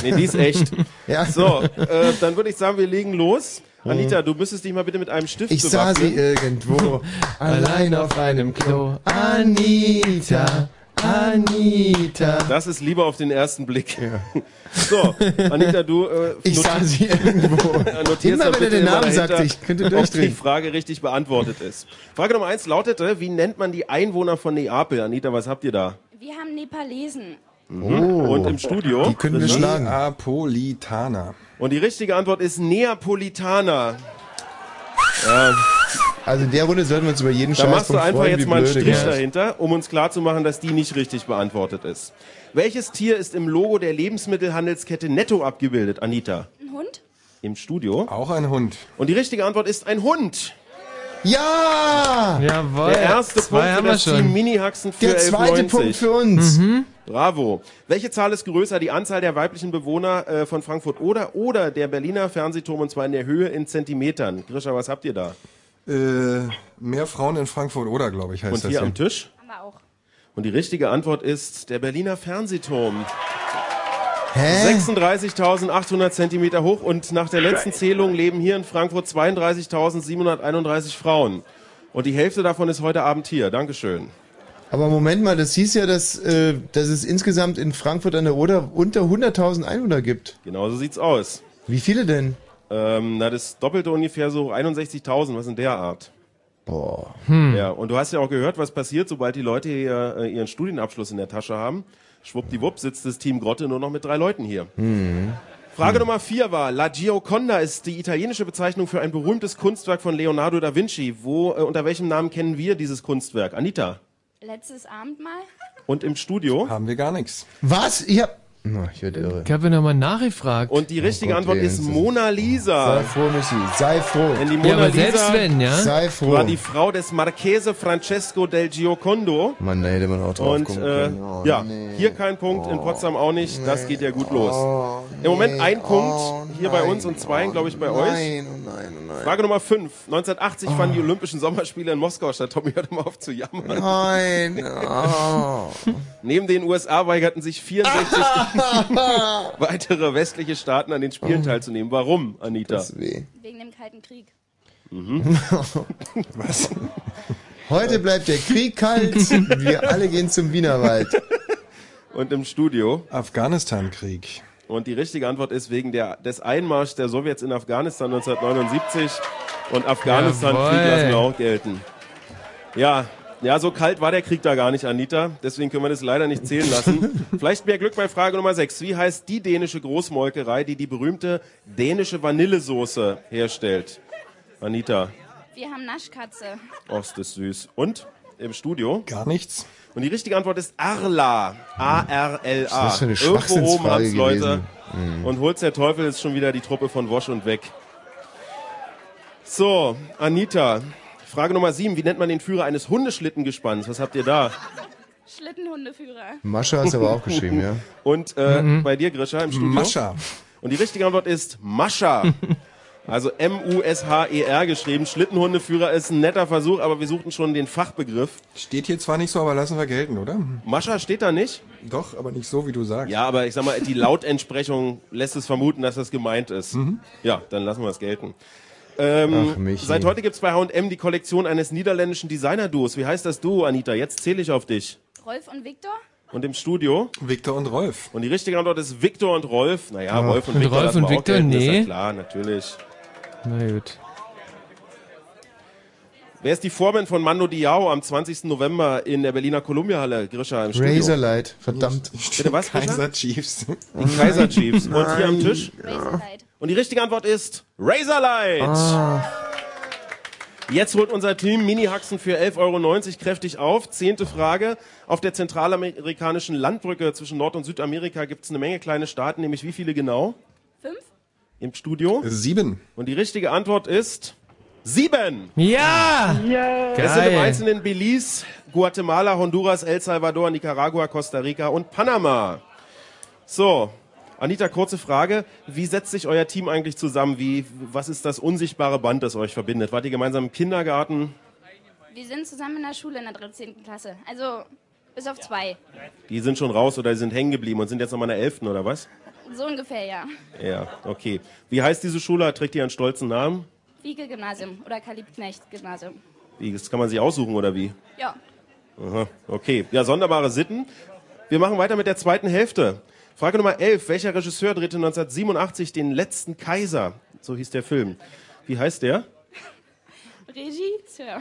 S5: Nee, die ist echt.
S3: [LAUGHS] ja. Oh.
S5: So, äh, dann würde ich sagen, wir legen los. Anita, du müsstest dich mal bitte mit einem Stift
S3: Ich sah sie
S5: bewaffnen.
S3: [LAUGHS] irgendwo, allein auf einem Klo.
S4: Anita, Anita.
S5: Das ist lieber auf den ersten Blick. [LAUGHS] So, Anita, du. Äh,
S3: Ich sah
S5: [LAUGHS]
S3: sie irgendwo.
S5: notierst
S3: Immer wenn
S5: dann
S3: er
S5: bitte
S3: den Namen
S5: dahinter,
S3: sagte, ich könnte
S5: [LAUGHS] ob die
S3: durchdrehen.
S5: Frage richtig beantwortet ist. Frage Nummer eins lautete: Wie nennt man die Einwohner von Neapel? Anita, was habt ihr da? Mhm.
S13: Wir haben Nepalesen.
S5: Hm?
S3: Oh.
S5: Und im Studio?
S16: Oh.
S5: Mhm. Hm?
S16: Die können wir
S5: Das ist-
S16: schlagen. Apolitaner.
S5: Und die richtige Antwort ist Neapolitaner. Ähm,
S3: Also in der Runde sollten wir uns über jeden
S5: Da machst du
S3: Scheißpunkt
S5: einfach
S3: freuen, wie
S5: jetzt mal einen
S3: blöde
S5: Strich
S3: das ist.
S5: dahinter, um uns klarzumachen, dass die nicht richtig beantwortet ist. Welches Tier ist im Logo der Lebensmittelhandelskette Netto abgebildet, Anita?
S13: Ein Hund?
S5: Im Studio.
S16: Auch ein Hund.
S5: Und die richtige Antwort ist ein Hund.
S3: Ja!
S4: Jawohl.
S5: Der erste
S4: Zwei
S5: Punkt für
S4: haben wir
S5: das
S4: schon. Mhm.
S5: Team Mini-Haxen für
S3: Der zweite
S5: 11,90.
S3: Punkt für uns.
S5: Bravo. Welche Zahl ist größer, die Anzahl der weiblichen Bewohner äh, von Frankfurt oder oder der Berliner Fernsehturm und zwar in der Höhe in Zentimetern? Grisha, was habt ihr da?
S16: Äh, mehr Frauen in Frankfurt oder, glaube ich, heißt
S5: Und
S16: das.
S5: hier am Tisch?
S13: Haben wir auch.
S5: Und die richtige Antwort ist der Berliner Fernsehturm.
S3: Hä?
S5: 36.800 Zentimeter hoch und nach der letzten Zählung leben hier in Frankfurt 32.731 Frauen. Und die Hälfte davon ist heute Abend hier. Dankeschön.
S3: Aber Moment mal, das hieß ja, dass, äh, dass es insgesamt in Frankfurt an der Oder unter 100.000 Einwohner gibt.
S5: Genau so sieht's aus.
S3: Wie viele denn?
S5: Ähm, na, das doppelte ungefähr so 61.000, was in der Art.
S3: Boah.
S16: Hm.
S5: Ja, und du hast ja auch gehört, was passiert, sobald die Leute hier äh, ihren Studienabschluss in der Tasche haben. Schwuppdiwupp sitzt das Team Grotte nur noch mit drei Leuten hier.
S3: Hm.
S5: Frage Nummer vier war, La Gioconda ist die italienische Bezeichnung für ein berühmtes Kunstwerk von Leonardo da Vinci. Wo, äh, unter welchem Namen kennen wir dieses Kunstwerk? Anita.
S13: Letztes Abendmahl?
S5: Und im Studio?
S16: Haben wir gar nichts.
S3: Was? Ich hab... Na, ich werde irre.
S4: Ich habe nochmal nachgefragt.
S5: Und die richtige
S3: Oh Gott,
S5: Antwort
S3: ey,
S5: ist
S3: das ist-
S5: Mona Lisa.
S3: Sei froh, Michi. Sei froh.
S5: Denn die
S4: Ja,
S5: Mona
S4: aber
S5: Lisa
S4: selbst wenn, ja?
S3: Sei froh.
S5: war die Frau des Marchese Francesco del Giocondo.
S3: Mann, da hätte man auch drauf
S5: Und
S3: gucken
S5: äh,
S3: können. Oh,
S5: ja,
S3: nee. Oh,
S5: hier kein Punkt, in Potsdam auch nicht. Das geht ja gut los. Im Moment ein Punkt hier bei uns und zwei, glaube ich, bei
S3: nein,
S5: euch.
S3: oh nein, oh nein.
S5: Frage Nummer 5. 1980 fanden die Olympischen Sommerspiele in Moskau statt. Tommy, hört mal auf zu jammern.
S3: Nein. Oh.
S5: [LAUGHS] Neben den USA weigerten sich
S3: [LAUGHS]
S5: 64 weitere westliche Staaten an den Spielen teilzunehmen. Warum, Anita?
S13: Wegen dem Kalten Krieg.
S3: [LAUGHS]
S5: Mhm.
S3: Was? Heute bleibt der Krieg kalt. Wir alle gehen zum Wienerwald.
S5: Und im Studio.
S16: Afghanistan-Krieg.
S5: Und die richtige Antwort ist wegen der, des Einmarschs der Sowjets in Afghanistan 1979 und Afghanistan-Krieg
S4: Jawohl.
S5: lassen wir auch gelten. Ja, ja, so kalt war der Krieg da gar nicht, Anita. Deswegen können wir das leider nicht zählen lassen. Vielleicht mehr Glück bei Frage Nummer 6. Wie heißt die dänische Großmolkerei, die die berühmte dänische Vanillesoße herstellt? Anita,
S13: Wir haben Naschkatze.
S5: oh, ist das süß. Und? Im Studio?
S16: Gar nichts.
S5: Und die richtige Antwort ist Arla. A-R-L-A.
S3: Was ist das für eine
S5: Irgendwo oben
S3: Schwachsinnsfrage
S5: hat's Leute.
S3: gewesen? Mhm.
S5: Und holt's der Teufel ist schon wieder die Truppe von Wosch und weg. So, Anita, Frage Nummer sieben. Wie nennt man den Führer eines Hundeschlittengespanns? Was habt ihr da?
S13: Schlittenhundeführer.
S3: Mascha hast du aber auch geschrieben, ja.
S5: Und äh, bei dir, Grisha, im Studio?
S16: Mhm. Mascha.
S5: Und die richtige Antwort ist Mascha.
S16: [LAUGHS]
S5: Also M-U-S-H-E-R E geschrieben. Schlittenhundeführer ist ein netter Versuch, aber wir suchten schon den Fachbegriff.
S16: Steht hier zwar nicht so, aber lassen wir gelten, oder?
S5: Mascha steht da nicht?
S16: Doch, aber nicht so, wie du sagst.
S5: Ja, aber ich sag mal, die Lautentsprechung lässt es vermuten, dass das gemeint ist.
S16: Mhm.
S5: Ja, dann lassen wir es gelten.
S3: Ach,
S5: Ähm,
S3: Michi.
S5: seit heute gibt's bei H&M die Kollektion eines niederländischen Designer-Duos. Wie heißt das Duo, Anita? Jetzt zähle ich auf dich.
S13: Rolf und Viktor?
S5: Und im Studio?
S16: Victor und Rolf.
S5: Und die richtige Antwort ist Victor und Rolf. Naja,
S4: Ah.
S5: Rolf und
S4: Und
S5: Victor.
S4: Rolf
S5: lassen wir
S4: und
S5: auch
S4: Victor,
S5: gelten, Ist ja
S4: nee.
S5: klar, natürlich.
S4: Na gut.
S5: Wer ist die Vorman von Mando Diao am 20. November in der Berliner Columbia-Halle? Grisha im Studio.
S3: Razorlight, verdammt.
S5: Bitte was, Grisha?
S16: Kaiser Chiefs.
S5: Die Kaiser Chiefs. Und hier am
S3: Nein.
S5: Tisch? Und die richtige Antwort ist Razorlight. Jetzt holt unser Team Mini-Haxen für 11,90 Euro kräftig auf. Zehnte Frage. Auf der zentralamerikanischen Landbrücke zwischen Nord- und Südamerika gibt es eine Menge kleine Staaten, nämlich wie viele genau?
S13: Fünf?
S5: Im Studio?
S16: Sieben.
S5: Und die richtige Antwort ist sieben.
S4: Ja!
S5: Es sind im
S4: Geil.
S5: Einzelnen Belize, Guatemala, Honduras, El Salvador, Nicaragua, Costa Rica und Panama. So, Anita, kurze Frage. Wie setzt sich euer Team eigentlich zusammen? Wie, was ist das unsichtbare Band, das euch verbindet? Wart ihr gemeinsam im Kindergarten?
S13: Wir sind zusammen in der Schule in der 13. Klasse. Also, bis auf zwei.
S5: Die sind schon raus oder die sind hängen geblieben und sind jetzt nochmal in der 11. oder was?
S13: So ungefähr, ja.
S5: Ja, okay. Wie heißt diese Schule? Trägt ihr einen stolzen Namen?
S13: Wiege Gymnasium oder Kalibknecht Gymnasium.
S5: Wie, das kann man sich aussuchen oder wie?
S13: Ja.
S5: Aha, okay. Ja, sonderbare Sitten. Wir machen weiter mit der zweiten Hälfte. Frage Nummer 11. Welcher Regisseur drehte 1987 den letzten Kaiser? So hieß der Film. Wie heißt der?
S13: Regie? Sir.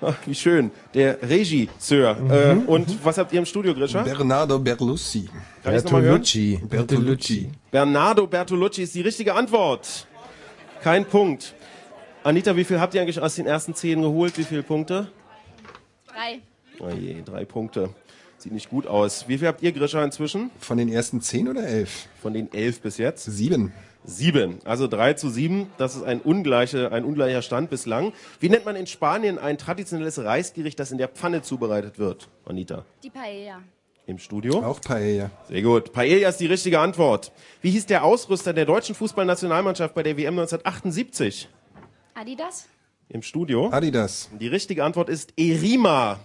S5: Ach, wie schön. Der Regisseur. Äh, und was habt ihr im Studio, Grisha?
S16: Mhm, Bernardo Berlussi.
S5: Kann ich's nochmal hören?
S16: Bertolucci. Bertolucci.
S5: Bernardo Bertolucci ist die richtige Antwort. Kein Punkt. Anita, wie viel habt ihr eigentlich aus den ersten zehn geholt? Wie viele Punkte?
S13: Drei.
S5: Oh je, drei Punkte. Sieht nicht gut aus. Wie viel habt ihr, Grisha, inzwischen?
S16: Von den ersten zehn oder elf?
S5: Von den elf bis jetzt?
S16: Sieben.
S5: Sieben. Also drei zu sieben. Das ist ein, ungleiche, ein ungleicher Stand bislang. Wie nennt man in Spanien ein traditionelles Reisgericht, das in der Pfanne zubereitet wird, Anita?
S13: Die Paella.
S5: Im Studio?
S16: Auch Paella.
S5: Sehr gut. Paella ist die richtige Antwort. Wie hieß der Ausrüster der deutschen Fußballnationalmannschaft bei der WM 1978?
S13: Adidas?
S5: Im Studio?
S16: Adidas.
S5: Die richtige Antwort ist Erima.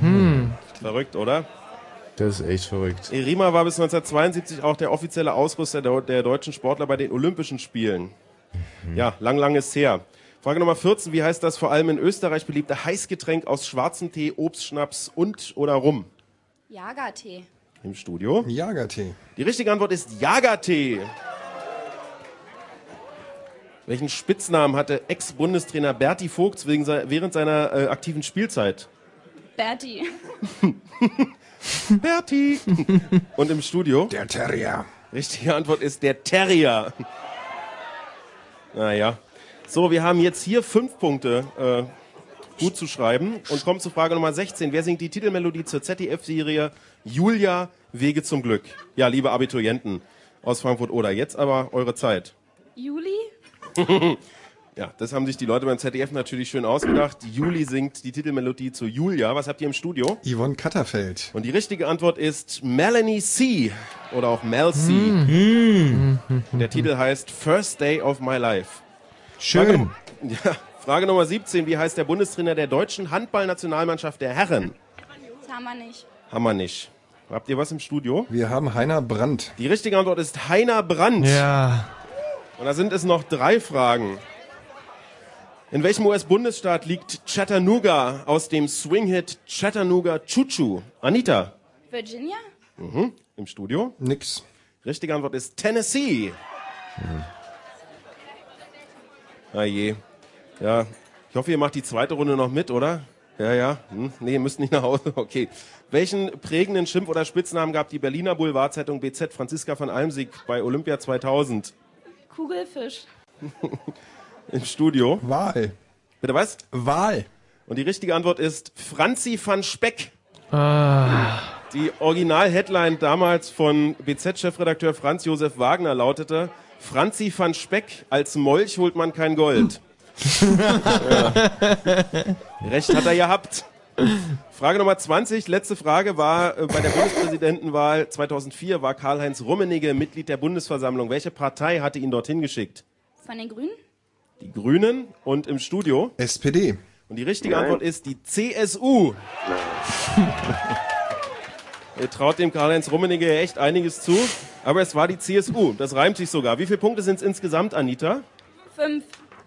S3: Hm.
S5: Verrückt, oder?
S3: Das ist echt verrückt.
S5: Erima war bis 1972 auch der offizielle Ausrüster der, der deutschen Sportler bei den Olympischen Spielen. Ja, lang, lang ist her. Frage Nummer 14. Wie heißt das vor allem in Österreich beliebte Heißgetränk aus schwarzem Tee, Obst, Schnaps und oder Rum?
S13: Jagertee.
S5: Im Studio?
S16: Jagertee.
S5: Die richtige Antwort ist Jagertee. Welchen Spitznamen hatte Ex-Bundestrainer Berti Vogts wegen se- während seiner äh, aktiven Spielzeit?
S4: [LAUGHS]
S13: Berti.
S5: Berti. Und im Studio? Der
S16: Terrier.
S5: Richtige Antwort ist der Terrier. Naja. So, wir haben jetzt hier fünf Punkte äh, gut zu schreiben und kommen zu Frage Nummer 16. Wer singt die Titelmelodie zur ZDF-Serie Julia Wege zum Glück? Ja, liebe Abiturienten aus Frankfurt oder jetzt aber eure Zeit. [LAUGHS]
S13: Juli?
S5: ja, das haben sich die Leute beim ZDF natürlich schön ausgedacht. Juli singt die Titelmelodie zu Julia. Was habt ihr im Studio?
S16: Yvonne Katterfeld.
S5: Und die richtige Antwort ist Melanie C. oder auch Mel C.
S4: Hm.
S16: Mhm.
S3: Hm.
S4: Mhm.
S5: Der Titel heißt First Day of My Life.
S3: Schön.
S5: Frage, [LAUGHS] ja, Frage Nummer 17. Wie heißt der Bundestrainer der deutschen Handballnationalmannschaft der Herren?
S13: Das haben wir nicht.
S5: Haben wir nicht. Habt ihr was im Studio?
S16: Wir haben Heiner Brandt.
S5: Die richtige Antwort ist Heiner Brandt.
S4: Ja.
S5: Und da sind es noch drei Fragen. In welchem US-Bundesstaat liegt Chattanooga aus dem Swing-Hit Chattanooga Chuchu? Anita,
S13: Virginia?
S5: Mhm. Im Studio?
S16: Nix. Hm.
S5: Richtige Antwort ist Tennessee. Ah je. Ja. Ich hoffe, ihr macht die zweite Runde noch mit, oder? Ja, ja. Hm. Nee, ihr müsst nicht nach Hause. [LAUGHS] Okay. Welchen prägenden Schimpf- oder Spitznamen gab die Berliner Boulevardzeitung BZ Franziska von Almsieg bei Olympia 2000?
S13: Kugelfisch.
S5: Im Studio?
S16: Wahl.
S5: Bitte was?
S16: Wahl.
S5: Und die richtige Antwort ist Franzi van Speck.
S4: Ah.
S5: Die Original-Headline damals von BZ-Chefredakteur Franz Josef Wagner lautete: Franzi van Speck, als Molch holt man kein Gold. Recht hat er gehabt. Frage Nummer 20, letzte Frage war, äh, bei der Bundespräsidentenwahl 2004 war Karl-Heinz Rummenigge Mitglied der Bundesversammlung. Welche Partei hatte ihn dorthin geschickt?
S13: Von den Grünen?
S5: Die Grünen und im Studio?
S16: SPD.
S5: Und die richtige
S16: Nein.
S5: Antwort ist die CSU. Ihr traut dem Karl-Heinz Rummenigge echt einiges zu, aber es war die CSU. Das reimt sich sogar. Wie viele Punkte sind es insgesamt, Anita?
S13: Fünf.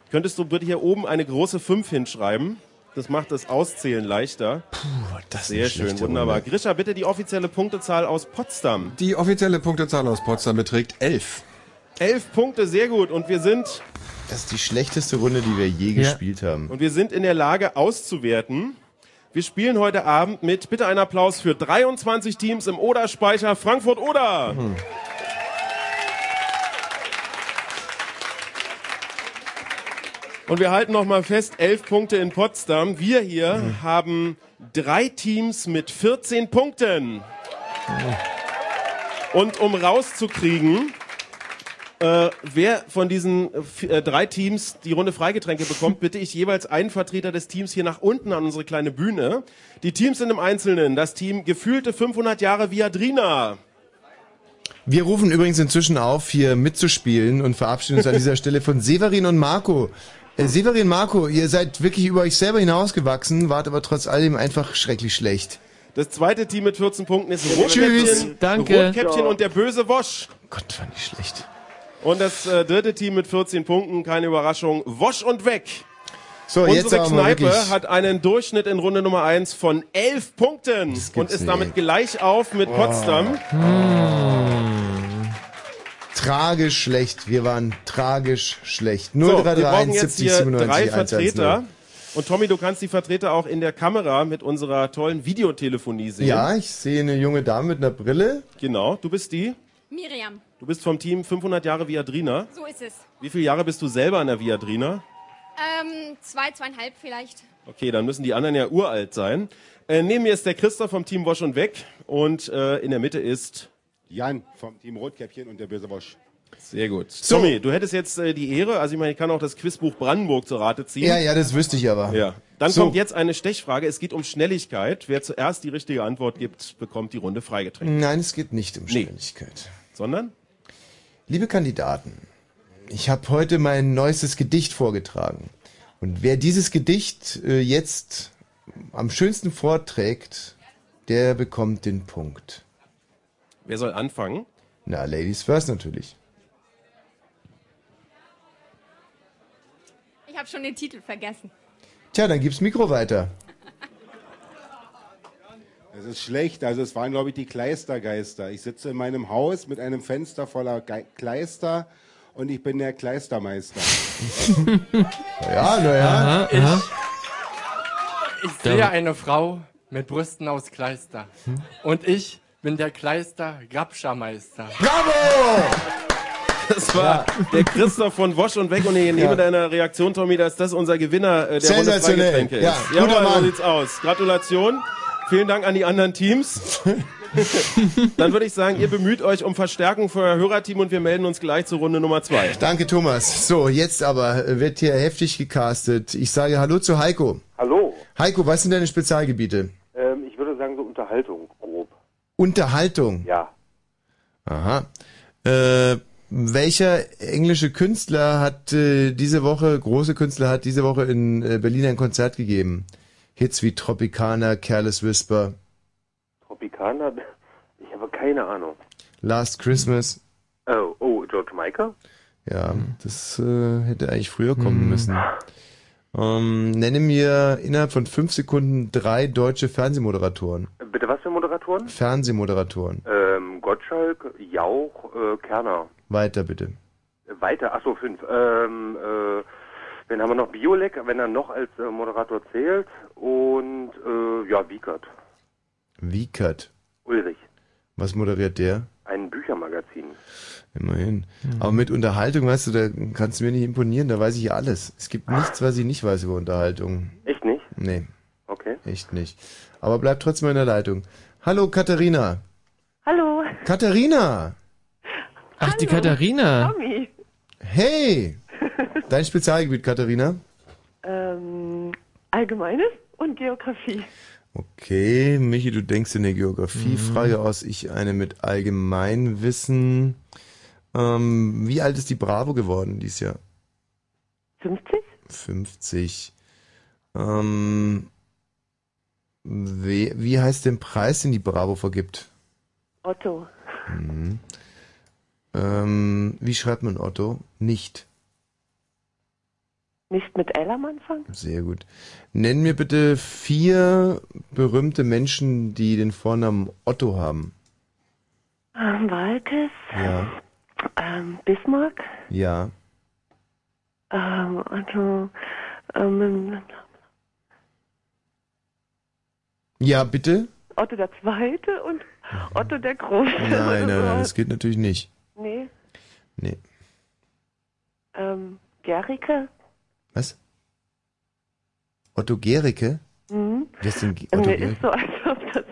S5: Könntest du bitte hier oben eine große 5 hinschreiben? Das macht das Auszählen leichter. Puh,
S16: das
S5: Sehr
S16: eine
S5: schön,
S16: schlechte
S5: wunderbar.
S16: Runde.
S5: Grisha, bitte die offizielle Punktezahl aus Potsdam.
S16: Die offizielle Punktezahl aus Potsdam beträgt elf.
S5: Elf Punkte, sehr gut. Und wir sind
S3: Das ist die schlechteste Runde, die wir je gespielt haben.
S5: Und wir sind in der Lage auszuwerten. Wir spielen heute Abend mit, bitte einen Applaus für 23 Teams im Oder-Speicher Frankfurt-Oder. Und wir halten nochmal fest, 11 Punkte in Potsdam. Wir hier haben drei Teams mit 14 Punkten. Und um rauszukriegen, äh, wer von diesen äh, vi- äh, drei Teams die Runde Freigetränke bekommt, bitte ich jeweils einen Vertreter des Teams hier nach unten an unsere kleine Bühne. Die Teams sind im Einzelnen. Das Team gefühlte 500 Jahre Viadrina.
S3: Wir rufen übrigens inzwischen auf, hier mitzuspielen und verabschieden uns an dieser Stelle von Severin und Marco. Äh, Severin, Marco, ihr seid wirklich über euch selber hinausgewachsen, wart aber trotz alledem einfach schrecklich schlecht.
S5: Das zweite Team mit 14 Punkten ist
S3: Tschüss.
S5: Rotkäppchen,
S3: Danke. Oh
S5: Rotkäppchen und der böse Wosch.
S3: Gott, war nicht schlecht.
S5: Und das äh, dritte Team mit 14 Punkten, keine Überraschung, Wosch und weg.
S3: So,
S5: Unsere
S3: jetzt aber mal
S5: Kneipe
S3: wirklich-
S5: hat einen Durchschnitt in Runde Nummer 1 von 11 Punkten und ist damit gleich auf mit Potsdam.
S3: Hm. Tragisch schlecht, wir waren tragisch schlecht.
S5: so, wir brauchen
S3: 0331
S5: jetzt
S3: 70
S5: hier
S3: 97
S5: drei
S3: 110.
S5: Vertreter. Und Tommy, du kannst die Vertreter auch in der Kamera mit unserer tollen Videotelefonie sehen.
S3: Ja, ich sehe eine junge Dame mit einer Brille.
S5: Genau, du bist die?
S17: Miriam,
S5: Du bist vom Team 500 Jahre Viadrina.
S17: so ist es.
S5: Wie viele Jahre bist du selber an der Viadrina?
S17: Ähm, zwei, zweieinhalb vielleicht.
S5: Okay, dann müssen die anderen ja uralt sein. Äh, neben mir ist der Christoph vom Team Wasch und Weg und äh, in der Mitte ist...
S18: Jan vom Team Rotkäppchen und der böse Wosch.
S5: Sehr gut. Tommy, du hättest jetzt äh, die Ehre, also ich meine, ich kann auch das Quizbuch Brandenburg zur Rate ziehen.
S3: Ja, ja, das wüsste ich aber.
S5: Ja. Dann
S3: So.
S5: kommt jetzt eine Stechfrage. Es geht um Schnelligkeit. Wer zuerst die richtige Antwort gibt, bekommt die Runde freigetränkt.
S3: Nein, es geht nicht um Schnelligkeit.
S5: Sondern?
S3: Liebe Kandidaten, ich habe heute mein neuestes Gedicht vorgetragen. Und wer dieses Gedicht äh, jetzt am schönsten vorträgt, der bekommt den Punkt.
S5: Wer soll anfangen?
S3: Na, Ladies first natürlich.
S17: Ich habe schon den Titel vergessen.
S3: Tja, dann gibt's Mikro weiter.
S18: Es ist schlecht, also es waren, glaube ich, die Kleistergeister. Ich sitze in meinem Haus mit einem Fenster voller Ge Kleister und ich bin der Kleistermeister.
S3: [LAUGHS] Ja, na ja.
S7: Ich, ich sehe
S18: Da-
S7: eine Frau mit Brüsten aus Kleister.
S4: Hm?
S7: Und ich bin der Kleister Grabschermeister.
S3: Bravo!
S5: Das war der Christoph von Wosch und Weg und ich nehme
S7: Ja.
S5: deiner Reaktion, Tommy, dass das unser Gewinner äh, der Runde
S3: Sensationell.
S5: Freigetränke ist.
S3: Ja, guter
S5: Jawohl, so
S3: Mann.
S5: sieht's aus. Gratulation. Vielen Dank an die
S3: [LAUGHS]
S5: anderen Teams. Dann würde ich sagen, ihr bemüht euch um Verstärkung für euer Hörerteam und wir melden uns gleich zur Runde Nummer zwei.
S3: Danke, Thomas. So, jetzt aber wird hier heftig gecastet. Ich sage Hallo zu Heiko.
S11: Hallo,
S3: Heiko, was sind deine Spezialgebiete?
S11: ähm, ich würde sagen so Unterhaltung, grob.
S3: Unterhaltung.
S11: Ja.
S3: Aha. Äh, welcher englische Künstler hat äh, diese Woche, große Künstler hat diese Woche in äh, Berlin ein Konzert gegeben? Hits wie Tropicana, Careless Whisper,
S11: Tropicana, ich habe keine Ahnung.
S3: Last Christmas.
S11: Oh, oh George Michael?
S3: Ja, das äh, hätte eigentlich früher kommen müssen. Ähm, nenne mir innerhalb von fünf Sekunden drei deutsche Fernsehmoderatoren.
S11: Bitte was für Moderatoren?
S3: Fernsehmoderatoren.
S11: Ähm, Gottschalk, Jauch, äh, Kerner.
S3: Weiter bitte.
S11: Weiter, achso, fünf. Ähm, äh, wen haben wir noch? Biolek, wenn er noch als äh, Moderator zählt. Und, äh, ja, Wiegert.
S3: Wiekert.
S11: Ulrich,
S3: Was moderiert der?
S11: ein Büchermagazin.
S3: Immerhin. Aber mit Unterhaltung, weißt du, da kannst du mir nicht imponieren, da weiß ich ja alles. Es gibt nichts, was ich nicht weiß über Unterhaltung.
S11: Echt nicht?
S3: Nee.
S11: Okay.
S3: Echt nicht. Aber bleib trotzdem in der Leitung. Hallo Katharina.
S19: Hallo,
S3: Katharina! Ach, die Katharina.
S19: Tommy.
S3: Hey! Dein Spezialgebiet, Katharina?
S19: Ähm, Allgemeines und Geografie.
S3: Okay, Michi, du denkst dir eine Geografiefrage
S19: Mhm.
S3: aus, ich eine mit Allgemeinwissen. Ähm, wie alt ist die Bravo geworden dieses Jahr?
S19: 50?
S3: 50. Ähm, wie, wie heißt der Preis, den die Bravo vergibt?
S19: Otto.
S3: Mhm. Ähm, wie schreibt man Otto? Nicht.
S19: Nicht mit L am Anfang?
S3: Sehr gut. Nenn mir bitte vier berühmte Menschen, die den Vornamen Otto haben.
S19: Ähm, Walkes,
S3: Ja,
S19: ähm, Bismarck,
S3: ja.
S19: ähm, Otto, ähm,
S3: Ja,
S19: [LAUGHS]
S3: bitte?
S19: Otto der Zweite und Otto der Große.
S3: Mhm. Nein, nein,
S19: oder
S3: nein, das
S19: so.
S3: geht natürlich nicht.
S19: [LAUGHS] Nee,
S3: Nee.
S19: ähm, Gericke.
S3: Was? Otto Gericke?
S19: Mhm.
S3: Wer ist denn Ge-
S19: Mir
S3: Otto
S19: ist
S3: Gericke? Hm.
S19: so, als ob das...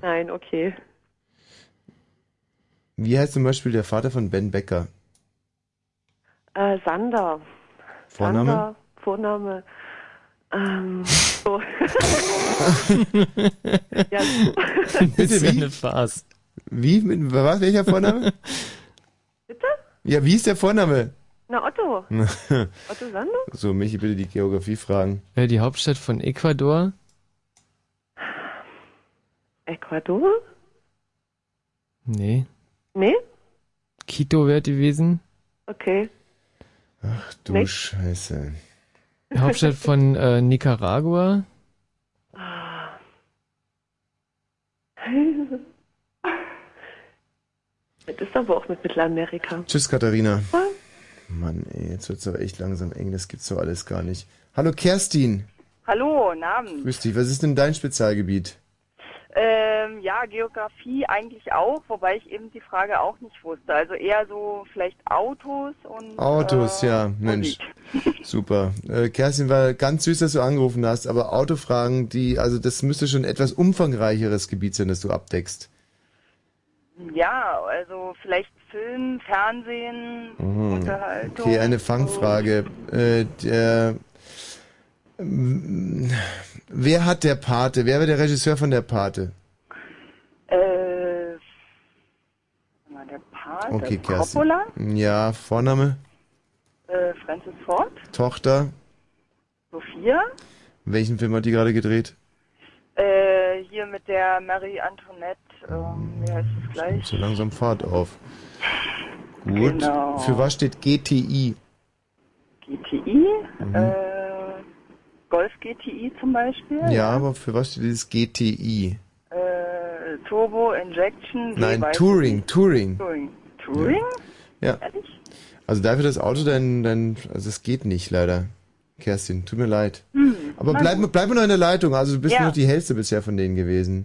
S19: Nein, okay.
S3: Wie heißt zum Beispiel der Vater von Ben
S19: [LAUGHS]
S3: Becker? [LAUGHS]
S19: Äh, Sander.
S3: Vorname?
S19: Sander, Vorname.
S3: [LAUGHS]
S19: Ähm, so. [LAUGHS] ja.
S4: ist ja eine Farce.
S3: Wie? Mit, was? Welcher Vorname?
S19: [LAUGHS] Bitte?
S3: Ja, wie ist der Vorname?
S19: Na,
S3: [LAUGHS]
S19: Otto.
S3: Ne.
S19: Otto Sander?
S3: so, Michi, bitte die Geografie fragen.
S4: Äh, die Hauptstadt von Ecuador?
S19: Ecuador?
S4: Nee.
S19: Nee?
S4: Quito wäre gewesen.
S19: Okay.
S3: Ach du
S19: Nicht?
S3: Scheiße.
S4: Hauptstadt von äh, Nicaragua?
S19: Das ist aber auch mit Mittelamerika.
S3: Tschüss, Katharina. Mann, ey, jetzt wird's aber echt langsam eng, das gibt's doch alles gar nicht. Hallo Kerstin,
S20: Hallo, Namen.
S3: grüß dich, was ist denn dein Spezialgebiet?
S20: Ähm, ja, Geografie eigentlich auch, wobei ich eben die Frage auch nicht wusste. Also eher so vielleicht Autos und
S3: Autos, ja, Mensch. Super. Äh, Kerstin, war ganz süß, dass du angerufen hast, aber Autofragen, die, also das müsste schon etwas umfangreicheres Gebiet sein, das du abdeckst.
S20: ähm, ja, also vielleicht Film, Fernsehen,
S3: Mhm.
S20: Unterhaltung.
S3: Okay, eine Fangfrage. Äh, der, ähm, wer hat der Pate? Wer war der Regisseur von der Pate?
S20: Äh, sag mal, der Part,
S3: Okay,
S20: also
S3: Kerstin.
S20: Coppola,
S3: Ja, Vorname,
S20: äh, Francis Ford,
S3: Tochter.
S20: Sophia,
S3: Welchen Film hat die gerade gedreht?
S20: äh, hier mit der Marie Antoinette, ähm, wie heißt das gleich?
S3: So langsam Fahrt auf. Gut.
S20: Genau.
S3: Für was steht GTI?
S20: GTI,
S3: Mhm.
S20: äh, Golf GTI zum Beispiel.
S3: Ja, aber für was steht dieses GTI?
S20: Äh, Turbo Injection. nee,
S3: Nein,
S20: weiß
S3: Touring,
S20: ich nicht.
S3: Touring.
S20: Touring. Touring?
S3: Ja. Also dafür das Auto dein, dein, also es geht nicht leider. Kerstin, tut mir leid.
S20: Hm,
S3: Aber
S20: na
S3: bleib,
S20: gut.
S3: bleib mal noch in der Leitung. Also du bist
S20: Ja. Mhm.
S3: nur noch die hellste bisher von denen gewesen.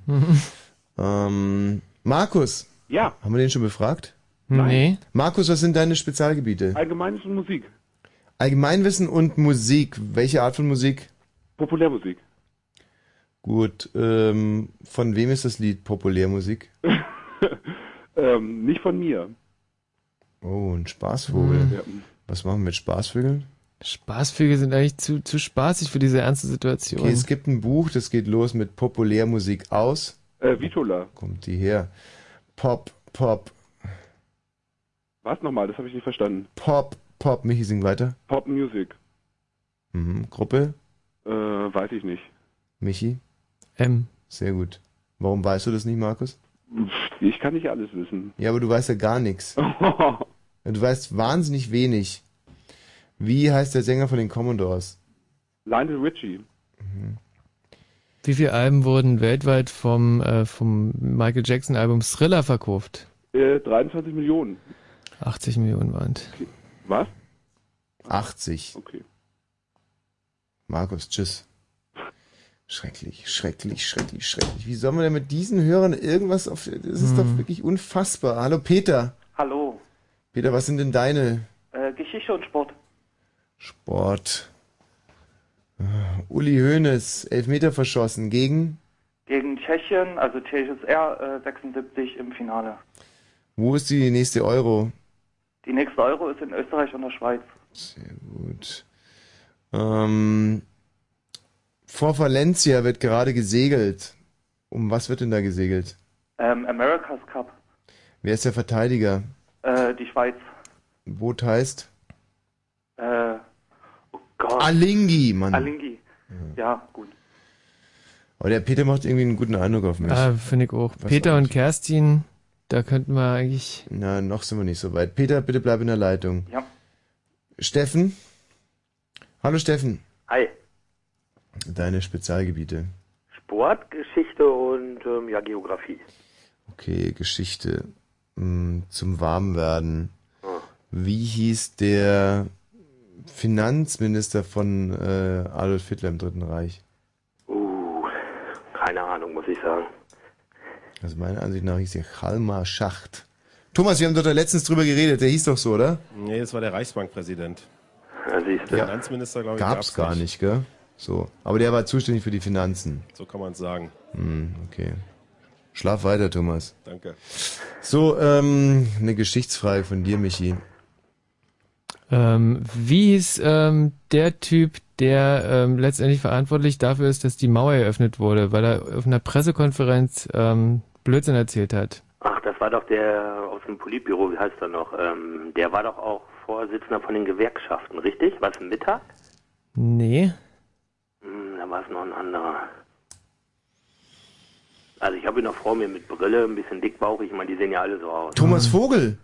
S3: ähm, Markus.
S21: Ja.
S3: Haben wir den schon befragt?
S21: Nein. Nee.
S3: Markus, was sind deine Spezialgebiete?
S21: Allgemeines und Musik.
S3: Allgemeinwissen und Musik. Welche Art von Musik?
S21: Populärmusik.
S3: Gut. Ähm, von wem ist das Lied Populärmusik?
S21: Ähm, nicht von mir.
S3: Oh, ein Spaßvogel.
S21: Mhm. Ja.
S3: Was machen wir mit Spaßvögeln?
S4: Spaßvögel sind eigentlich zu, zu spaßig für diese ernste Situation.
S3: Okay, es gibt ein Buch, das geht los mit Populärmusik aus.
S21: Äh, Vitola.
S3: Kommt die her. Pop, Pop,
S21: Was nochmal? Das habe ich nicht verstanden.
S3: Pop, Pop. Michi, sing weiter.
S21: Pop Music.
S3: Mhm. Gruppe,
S21: Äh, weiß ich nicht.
S3: Michi.
S4: M.
S3: Sehr gut. Warum weißt du das nicht, Markus?
S21: Ich kann nicht alles wissen.
S3: Ja, aber du weißt ja
S21: [LAUGHS]
S3: gar nichts. Du weißt wahnsinnig wenig. Wie heißt der Sänger von den Commodores?
S21: Lionel Richie.
S4: Wie viele Alben wurden weltweit vom, äh, vom Michael Jackson Album Thriller verkauft?
S21: Äh, 23 Millionen.
S4: 80 Millionen waren es.
S21: Was?
S3: 80.
S21: Okay.
S3: Markus, tschüss. Schrecklich, schrecklich, schrecklich, schrecklich. Wie sollen wir denn mit diesen Hörern irgendwas auf... Das ist doch wirklich unfassbar. Hallo, Peter.
S22: Hallo,
S3: Peter, was sind denn deine
S22: äh, Geschichte und Sport.
S3: Sport. Ah, Uli Hoeneß, Elfmeter verschossen gegen.
S22: Gegen Tschechien, also TSR äh, 76 im Finale.
S3: Wo ist die nächste Euro?
S22: Die nächste Euro ist in Österreich und der Schweiz.
S3: Sehr gut. Ähm, vor Valencia wird gerade gesegelt. Um was wird denn da gesegelt?
S22: Ähm, America's Cup,
S3: Wer ist der Verteidiger?
S22: äh, die Schweiz.
S3: Boot heißt?
S22: Äh,
S3: Alingi, Mann.
S22: Alinghi. Ja, gut.
S3: Aber der Peter macht irgendwie einen guten Eindruck auf mich.
S4: Ah, finde ich auch.
S3: Was
S4: Peter und Kerstin, da könnten wir eigentlich.
S3: Na, noch sind wir nicht so weit. Peter, bitte bleib in der Leitung.
S22: Ja.
S3: Steffen? Hallo Steffen.
S1: Hi,
S3: Deine Spezialgebiete.
S1: Sport, Geschichte und ähm, ja, Geografie.
S3: Okay, Geschichte. Hm, Zum Warmwerden. Wie hieß der Finanzminister von äh, Adolf Hitler im Dritten Reich?
S1: Uh, keine Ahnung, muss ich sagen.
S3: Also meiner Ansicht nach hieß der Chalmar Schacht. Thomas, wir haben doch da letztens drüber geredet. Der hieß doch so, oder?
S5: Nee, das war der Reichsbankpräsident. Finanzminister, glaube ich,
S3: Gab's gar nicht, gell? So. Aber der war zuständig für die Finanzen.
S5: So kann man es sagen.
S3: Hm, okay. Schlaf weiter, Thomas.
S5: Danke.
S3: So, ähm, eine Geschichtsfrage von dir, Michi.
S4: Ähm, wie hieß ähm, der Typ, der ähm, letztendlich verantwortlich dafür ist, dass die Mauer eröffnet wurde, weil er auf einer Pressekonferenz ähm, Blödsinn erzählt hat?
S1: Ach, das war doch der aus dem Politbüro, wie heißt er noch? Ähm, der war doch auch Vorsitzender von den Gewerkschaften, richtig? Was, Mittag?
S4: Nee.
S1: Hm, da war es noch ein anderer. Also ich habe ihn noch vor mir mit Brille, ein bisschen dickbauchig, ich meine, die sehen ja alle so [LAUGHS] aus.
S4: Hm.
S3: Thomas Vogel.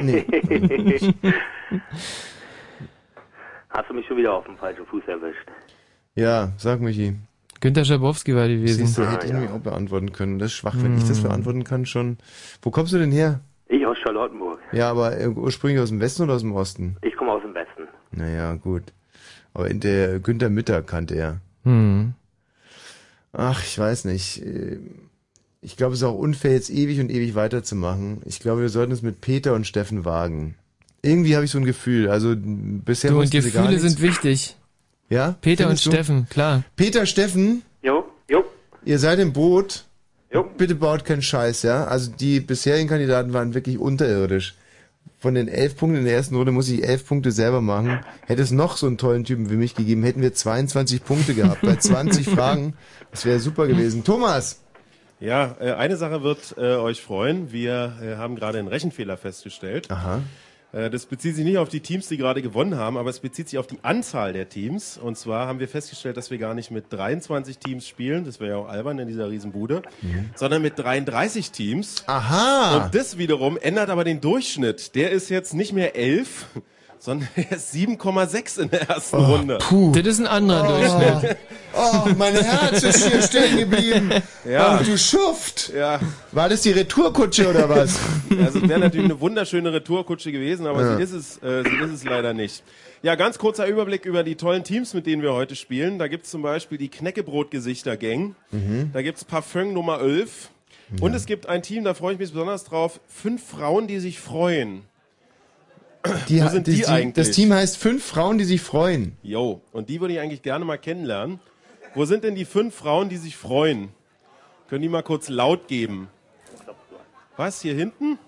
S3: Nee.
S1: Hast du mich schon wieder auf dem falschen Fuß erwischt?
S3: Ja, sag Michi.
S4: Günter Schabowski war Hm. gewesen.
S3: Siehst du, hätte ich nämlich auch beantworten können. Das ist schwach, wenn ich das beantworten kann schon. Wo kommst du denn her?
S1: Ich aus Charlottenburg.
S3: Ja, aber äh, ursprünglich aus dem Westen oder aus dem Osten?
S1: Ich komme aus dem Westen.
S3: Naja, gut. Aber in der Günter Mitter kannte er.
S4: Hm.
S3: Ach, ich weiß nicht. Äh, Ich glaube, es ist auch unfair, jetzt ewig und ewig weiterzumachen. Ich glaube, wir sollten es mit Peter und Steffen wagen. Irgendwie habe ich so ein Gefühl. Also m, bisher
S4: Du und
S3: wussten sie gar
S4: Gefühle
S3: nichts.
S4: sind wichtig.
S3: Ja?
S4: Peter und
S3: Findest du?
S4: Steffen, klar.
S3: Peter, Steffen.
S1: Jo, jo.
S3: Ihr seid im Boot. Jo. Bitte baut keinen Scheiß, ja? Also die bisherigen Kandidaten waren wirklich unterirdisch. Von den elf Punkten in der ersten Runde muss ich elf Punkte selber machen. Hätte es noch so einen tollen Typen wie mich gegeben, hätten wir 22 Punkte gehabt bei
S5: [LAUGHS]
S3: 20 Fragen. Das wäre super gewesen. Thomas!
S5: Ja, äh, eine Sache wird äh, euch freuen. Wir äh, haben gerade einen Rechenfehler festgestellt.
S3: Aha.
S5: Äh, Das bezieht sich nicht auf die Teams, die gerade gewonnen haben, aber es bezieht sich auf die Anzahl der Teams. Und zwar haben wir festgestellt, dass wir gar nicht mit 23 Teams spielen, das wäre ja auch albern in dieser Riesenbude, sondern mit 33 Teams.
S3: Aha.
S5: Und das wiederum ändert aber den Durchschnitt. Der ist jetzt nicht mehr 11, [LAUGHS] sondern er ist 7,6 in der ersten Runde.
S4: Das ist ein anderer Durchschnitt.
S3: Oh, mein Herz ist hier stehen geblieben.
S5: Ja.
S3: Ach, du Schuft.
S5: Ja.
S3: War das die Retourkutsche oder
S5: [LAUGHS]
S3: was?
S5: Also es wäre natürlich eine wunderschöne Retourkutsche gewesen, aber
S3: Ja.
S5: sie, ist es, äh, sie ist es leider nicht. Ja, ganz kurzer Überblick über die tollen Teams, mit denen wir heute spielen. Da gibt's zum Beispiel die Knäckebrotgesichter-Gang.
S6: Mhm.
S5: Da gibt's Parfum Nummer 11. Und es gibt ein Team, da freue ich mich besonders drauf, fünf Frauen, die sich freuen.
S3: Die,
S5: Wo sind die eigentlich?
S3: Das Team heißt fünf Frauen, die sich freuen.
S5: Jo, und die würde ich eigentlich gerne mal kennenlernen. Wo sind denn die fünf Frauen, die sich freuen? Können die mal kurz laut geben? Was, hier hinten?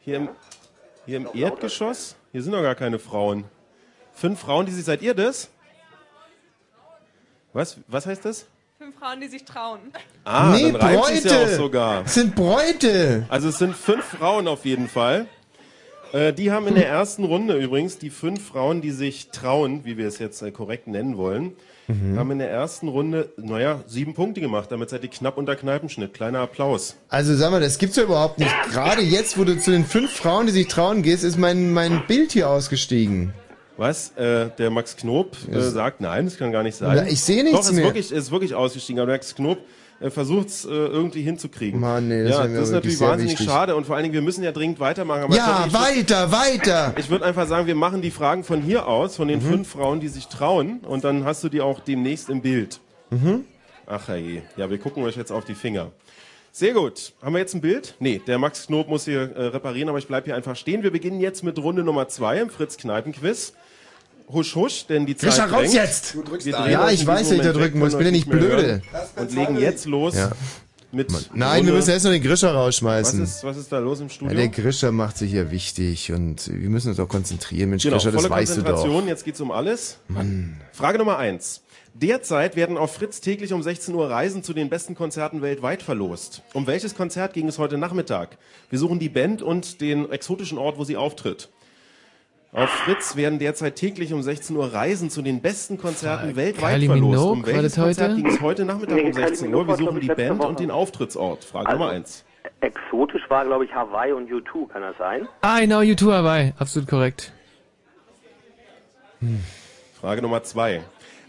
S5: Hier im, hier im Erdgeschoss? Hier sind doch gar keine Frauen. Fünf Frauen, die sich, seid ihr das? Was, was heißt das?
S23: Fünf Frauen, die sich trauen.
S5: Ah,
S3: nee,
S5: dann reimt sich's ja auch
S3: Bräute.
S5: sogar.
S3: Es sind Bräute.
S5: Also es sind fünf Frauen auf jeden Fall. Äh, die haben in der ersten Runde übrigens die fünf Frauen, die sich trauen, wie wir es jetzt äh, korrekt nennen wollen,
S3: Mhm.
S5: haben in der ersten Runde, naja, sieben Punkte gemacht. Damit seid ihr knapp unter Kneipenschnitt. Kleiner Applaus.
S3: Also sag mal, das gibt's ja überhaupt nicht. Gerade jetzt, wo du zu den fünf Frauen, die sich trauen, gehst, ist mein, mein Bild hier ausgestiegen.
S5: Was? Äh, der Max Knob äh, sagt, nein, das kann gar nicht
S3: Na,
S5: sein.
S3: ich sehe nichts
S5: Doch, ist
S3: mehr.
S5: Wirklich, ist wirklich ausgestiegen. Aber Max Knob äh, versucht es äh, irgendwie hinzukriegen.
S3: Mann, nee, das
S5: ja,
S3: wär mir
S5: das
S3: wirklich
S5: ist natürlich
S3: sehr
S5: wahnsinnig
S3: wichtig.
S5: schade. Und vor allen Dingen, wir müssen ja dringend weitermachen. Aber
S3: Ja,
S5: ich glaub, ich würd-
S3: weiter, weiter.
S5: [LAUGHS]
S3: Mhm.
S5: Ich würde einfach sagen, wir machen die Fragen von hier aus, von den fünf Frauen, die sich trauen. Und dann hast du die auch demnächst im Bild.
S3: Mhm.
S5: Ach herrje. Ja, wir gucken euch jetzt auf die Finger. Sehr gut. Haben wir jetzt ein Bild? Nee, der Max Knob muss hier äh, reparieren, aber ich bleibe hier einfach stehen. Wir beginnen jetzt mit Runde Nummer zwei im Fritz-Kneipen-Quiz. Husch, husch, denn die Zeit
S3: Fischer, raus
S5: drängt.
S3: jetzt! Du drückst
S5: Wir
S3: da.
S5: drehen
S3: Ja,
S5: uns
S3: ich
S5: in
S3: weiß,
S5: diesem
S3: dass ich da
S5: Moment
S3: drücken
S5: weg,
S3: muss. Ich bin
S5: können
S3: ja nicht
S5: euch mehr
S3: blöde.
S5: hören. Und legen jetzt los mit.
S3: Nein, wir
S5: Runde.
S3: müssen erst noch den Grischer
S5: was
S3: rausschmeißen.
S5: ist, was ist da los im
S3: ja,
S5: Studio?
S3: der Grischer macht sich ja wichtig und wir müssen uns auch konzentrieren. Mensch, Grischer, das
S5: Genau, volle
S3: weißt du doch.
S5: Konzentration, jetzt geht's um alles.
S3: Mann.
S5: Frage Nummer eins. Derzeit werden auf Fritz täglich um 16 Uhr Reisen zu den besten Konzerten weltweit verlost. Um welches Konzert ging es heute Nachmittag? Wir suchen die Band und den exotischen Ort, wo sie auftritt. Auf Fritz werden derzeit täglich um 16 Uhr Reisen zu den besten Konzerten weltweit
S4: Kylie
S5: verlost.
S4: Minogue,
S5: um
S4: war
S5: welches
S4: das heute?
S5: Konzert ging es heute Nachmittag
S1: Nee,
S5: um
S1: Kylie
S5: 16
S1: Minogue
S5: Uhr? Wir
S1: war, glaub
S5: suchen
S1: ich,
S5: die
S1: letzte
S5: Band
S1: Woche.
S5: und den Auftrittsort. Frage
S1: Also,
S5: Nummer eins.
S1: Exotisch war, glaube ich, Hawaii und U2, kann das sein?
S4: I know you too, Hawaii. Absolut korrekt.
S5: Frage Nummer zwei.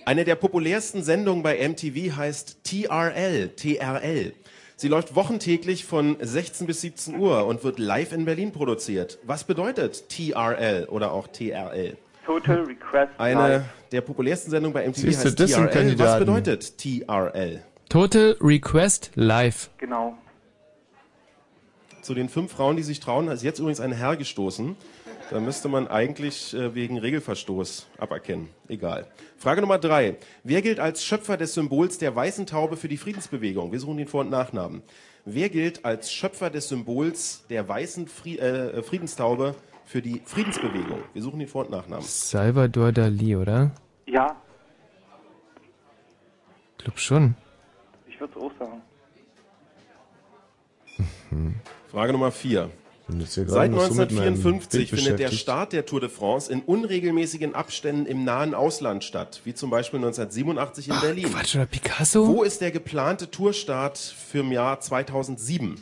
S5: Eine der populärsten Sendungen bei MTV heißt TRL, TRL. Sie läuft wochentäglich von 16 bis 17 Uhr und wird live in Berlin produziert. Was bedeutet TRL oder auch TRL?
S22: Total Request
S5: Eine
S22: Live.
S5: der populärsten Sendungen bei MTV
S3: Siehst du,
S5: heißt
S3: das sind
S5: TRL. Was
S3: Kandidaten.
S5: bedeutet TRL?
S4: Total Request Live.
S22: Genau.
S5: Zu den fünf Frauen, die sich trauen, ist jetzt übrigens ein Herr gestoßen. Da müsste man eigentlich äh, wegen Regelverstoß aberkennen. Egal. Frage Nummer drei. Wer gilt als Schöpfer des Symbols der weißen Taube für die Friedensbewegung? Wir suchen den Vor- und Nachnamen. Wer gilt als Schöpfer des Symbols der weißen Fri äh, Friedenstaube für die Friedensbewegung? Wir suchen den Vor- und Nachnamen.
S4: Salvador Dali, oder?
S22: Ja,
S4: Glaub schon.
S22: ich würde es auch sagen.
S5: Frage Nummer vier. Seit
S3: gerade noch so mit meinem
S5: 1954
S3: Bild
S5: findet der
S3: beschäftigt.
S5: Start der Tour de France in unregelmäßigen Abständen im nahen Ausland statt, wie zum Beispiel 1987 in Berlin.
S4: Quatsch, oder Picasso?
S5: Wo ist der geplante Tourstart für im Jahr 2007?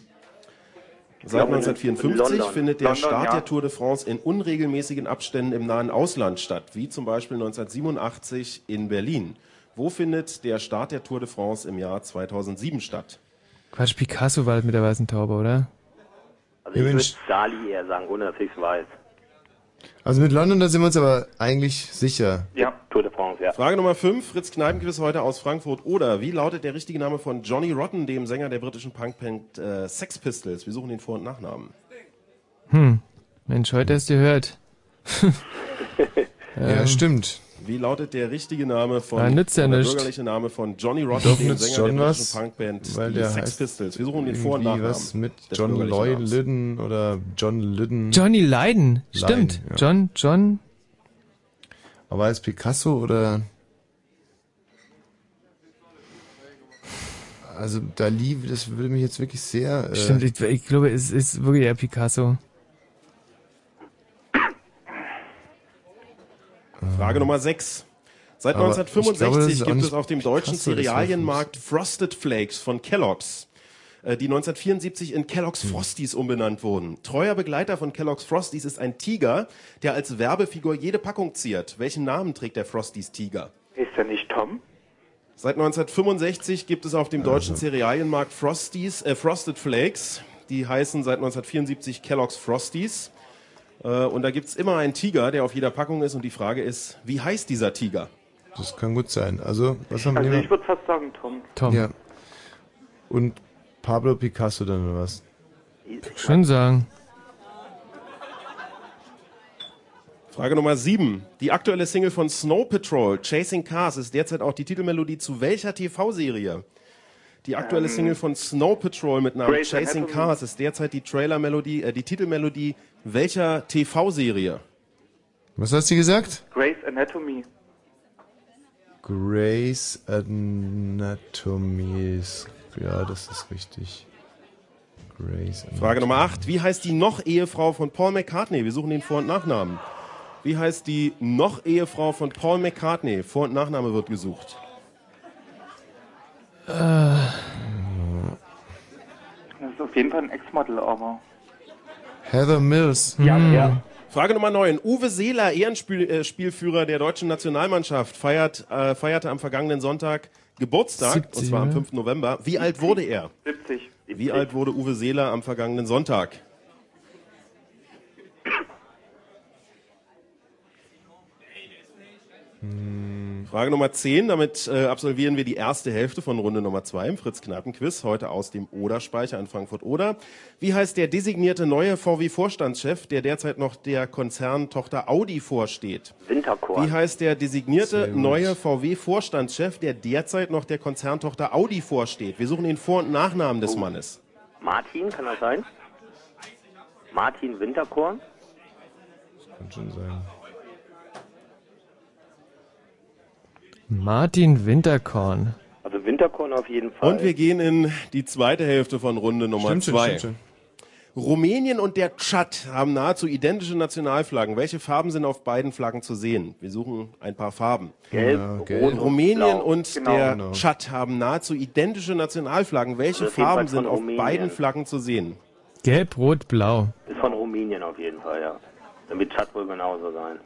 S5: Seit
S22: glaube, in
S5: 1954
S22: London.
S5: findet der
S22: London,
S5: Start
S22: ja.
S5: der Tour de France in unregelmäßigen Abständen im nahen Ausland statt, wie zum Beispiel 1987 in Berlin. Wo findet der Start der Tour de France im Jahr 2007 statt?
S4: Quatsch, Picasso war das mit der weißen Taube, oder?
S1: Also ich würde Sali eher sagen, ohne dass ich es weiß.
S3: Also mit London, da sind wir uns aber eigentlich sicher.
S1: Ja. Tour de France, ja.
S5: Frage Nummer 5, Fritz Kneipenquiz heute aus Frankfurt. Oder wie lautet der richtige Name von Johnny Rotten, dem Sänger der britischen Punkband äh, Sex Pistols? Wir suchen den Vor- und Nachnamen.
S4: Hm. Mensch, heute hast du gehört.
S3: [LAUGHS] Ja,
S4: Ähm,
S3: stimmt.
S5: Wie lautet der richtige Name von
S4: Na, nützt ja
S5: der
S4: nichts.
S5: bürgerliche Name von Johnny Rotten,
S3: Doch,
S5: dem
S3: nützt
S5: Sänger der
S3: schon
S5: britischen
S3: was,
S5: Punkband
S3: weil
S5: die
S3: der
S5: Sex
S3: heißt
S5: Pistols? Wir suchen den Vor- und
S3: irgendwie
S5: Nachnamen.
S3: was mit
S5: des
S3: John
S5: bürgerlichen
S3: Loy
S5: Namens.
S3: Lydon oder John Lydon.
S4: Johnny Lydon. Stimmt.
S3: Lydon, ja.
S4: John, John.
S3: Aber als Picasso oder... Also Dali, das würde mich jetzt wirklich sehr... Äh,
S4: Stimmt, ich, ich glaube, es ist wirklich der Picasso.
S5: Frage Nummer 6. Seit
S4: Aber ich glaube, das
S5: 1965
S4: ist auch
S5: gibt es
S4: nicht
S5: auf dem deutschen
S4: krass, so das
S5: Cerealienmarkt Frosted Flakes von Kellogg's, äh, die 1974 in Kellogg's
S4: Hm.
S5: Frosties umbenannt wurden. Treuer Begleiter von Kellogg's Frosties ist ein Tiger, der als Werbefigur jede Packung ziert. Welchen Namen trägt der Frosties Tiger?
S22: Ist er nicht Tom?
S5: Seit 1965 gibt es auf dem deutschen
S4: Also.
S5: Cerealienmarkt Frosties, äh, Frosted Flakes. Die heißen seit 1974 Kellogg's Frosties. Äh, und da gibt's immer einen Tiger, der auf jeder Packung ist. Und die Frage ist, wie heißt dieser Tiger?
S3: Das kann gut sein. Also, was haben wir
S22: Also
S3: lieber?
S22: ich würde fast sagen Tom.
S4: Tom.
S3: Ja. Und Pablo Picasso dann oder was?
S4: Schön sagen.
S5: Frage Nummer 7. Die aktuelle Single von Snow Patrol, Chasing Cars, ist derzeit auch die Titelmelodie zu welcher TV-Serie? Die aktuelle
S22: Ähm,
S5: Single von Snow Patrol mit Namen
S22: Grey's
S5: Chasing
S22: Anatomy.
S5: Cars ist derzeit die Trailermelodie, äh, die Titelmelodie welcher TV-Serie?
S3: Was hast du gesagt?
S22: Grey's Anatomy.
S3: Grace Anatomy. ist- Ja, das ist richtig. Grace Anatomy.
S5: Frage Nummer 8. Wie heißt die noch Ehefrau von Paul McCartney? Wir suchen den Vor- und Nachnamen. Wie heißt die noch Ehefrau von Paul McCartney? Vor- und Nachname wird gesucht.
S3: Äh.
S22: Das ist auf jeden Fall ein Ex-Model, aber.
S3: Heather Mills.
S5: Hm. Frage Nummer 9. Uwe Seeler, Ehrenspielführer äh, Spielführer der deutschen Nationalmannschaft, feiert, äh, feierte am vergangenen Sonntag Geburtstag,
S22: 70,
S5: und zwar am
S22: oder?
S5: 5. November. Wie alt wurde er?
S22: 70.
S5: Wie alt wurde Uwe Seeler am vergangenen Sonntag?
S3: Hm,
S5: Frage Nummer 10. Damit äh, absolvieren wir die erste Hälfte von Runde Nummer 2 im Fritz-Knappen-Quiz, heute aus dem Oder-Speicher in Frankfurt-Oder. Wie heißt der designierte neue VW-Vorstandschef, der derzeit noch der Konzerntochter Audi vorsteht?
S1: Winterkorn.
S5: Wie heißt der designierte neue VW-Vorstandschef, der derzeit noch der Konzerntochter Audi vorsteht? Wir suchen den Vor- und Nachnamen des Mannes.
S1: Martin, kann das sein? Martin Winterkorn?
S3: Kann schon sein.
S4: Martin Winterkorn.
S1: Also Winterkorn auf jeden Fall.
S5: Und wir gehen in die zweite Hälfte von Runde Nummer
S4: Stimmt schon,
S5: 2.
S4: stimmt schon.
S5: Rumänien und der Tschad haben nahezu identische Nationalflaggen. Welche Farben sind auf beiden Flaggen zu sehen? Wir suchen ein paar Farben.
S1: Gelb, Ja, gelb. rot und
S5: Rumänien
S1: blau.
S5: und
S1: Genau.
S5: der
S1: Genau.
S5: Tschad haben nahezu identische Nationalflaggen. Welche
S1: Also jedenfalls
S5: Farben
S1: von
S5: sind auf
S1: Rumänien.
S5: beiden Flaggen zu sehen?
S4: Gelb, Rot, Blau.
S1: Ist von Rumänien auf jeden Fall, ja. Dann wird Tschad wohl genauso sein.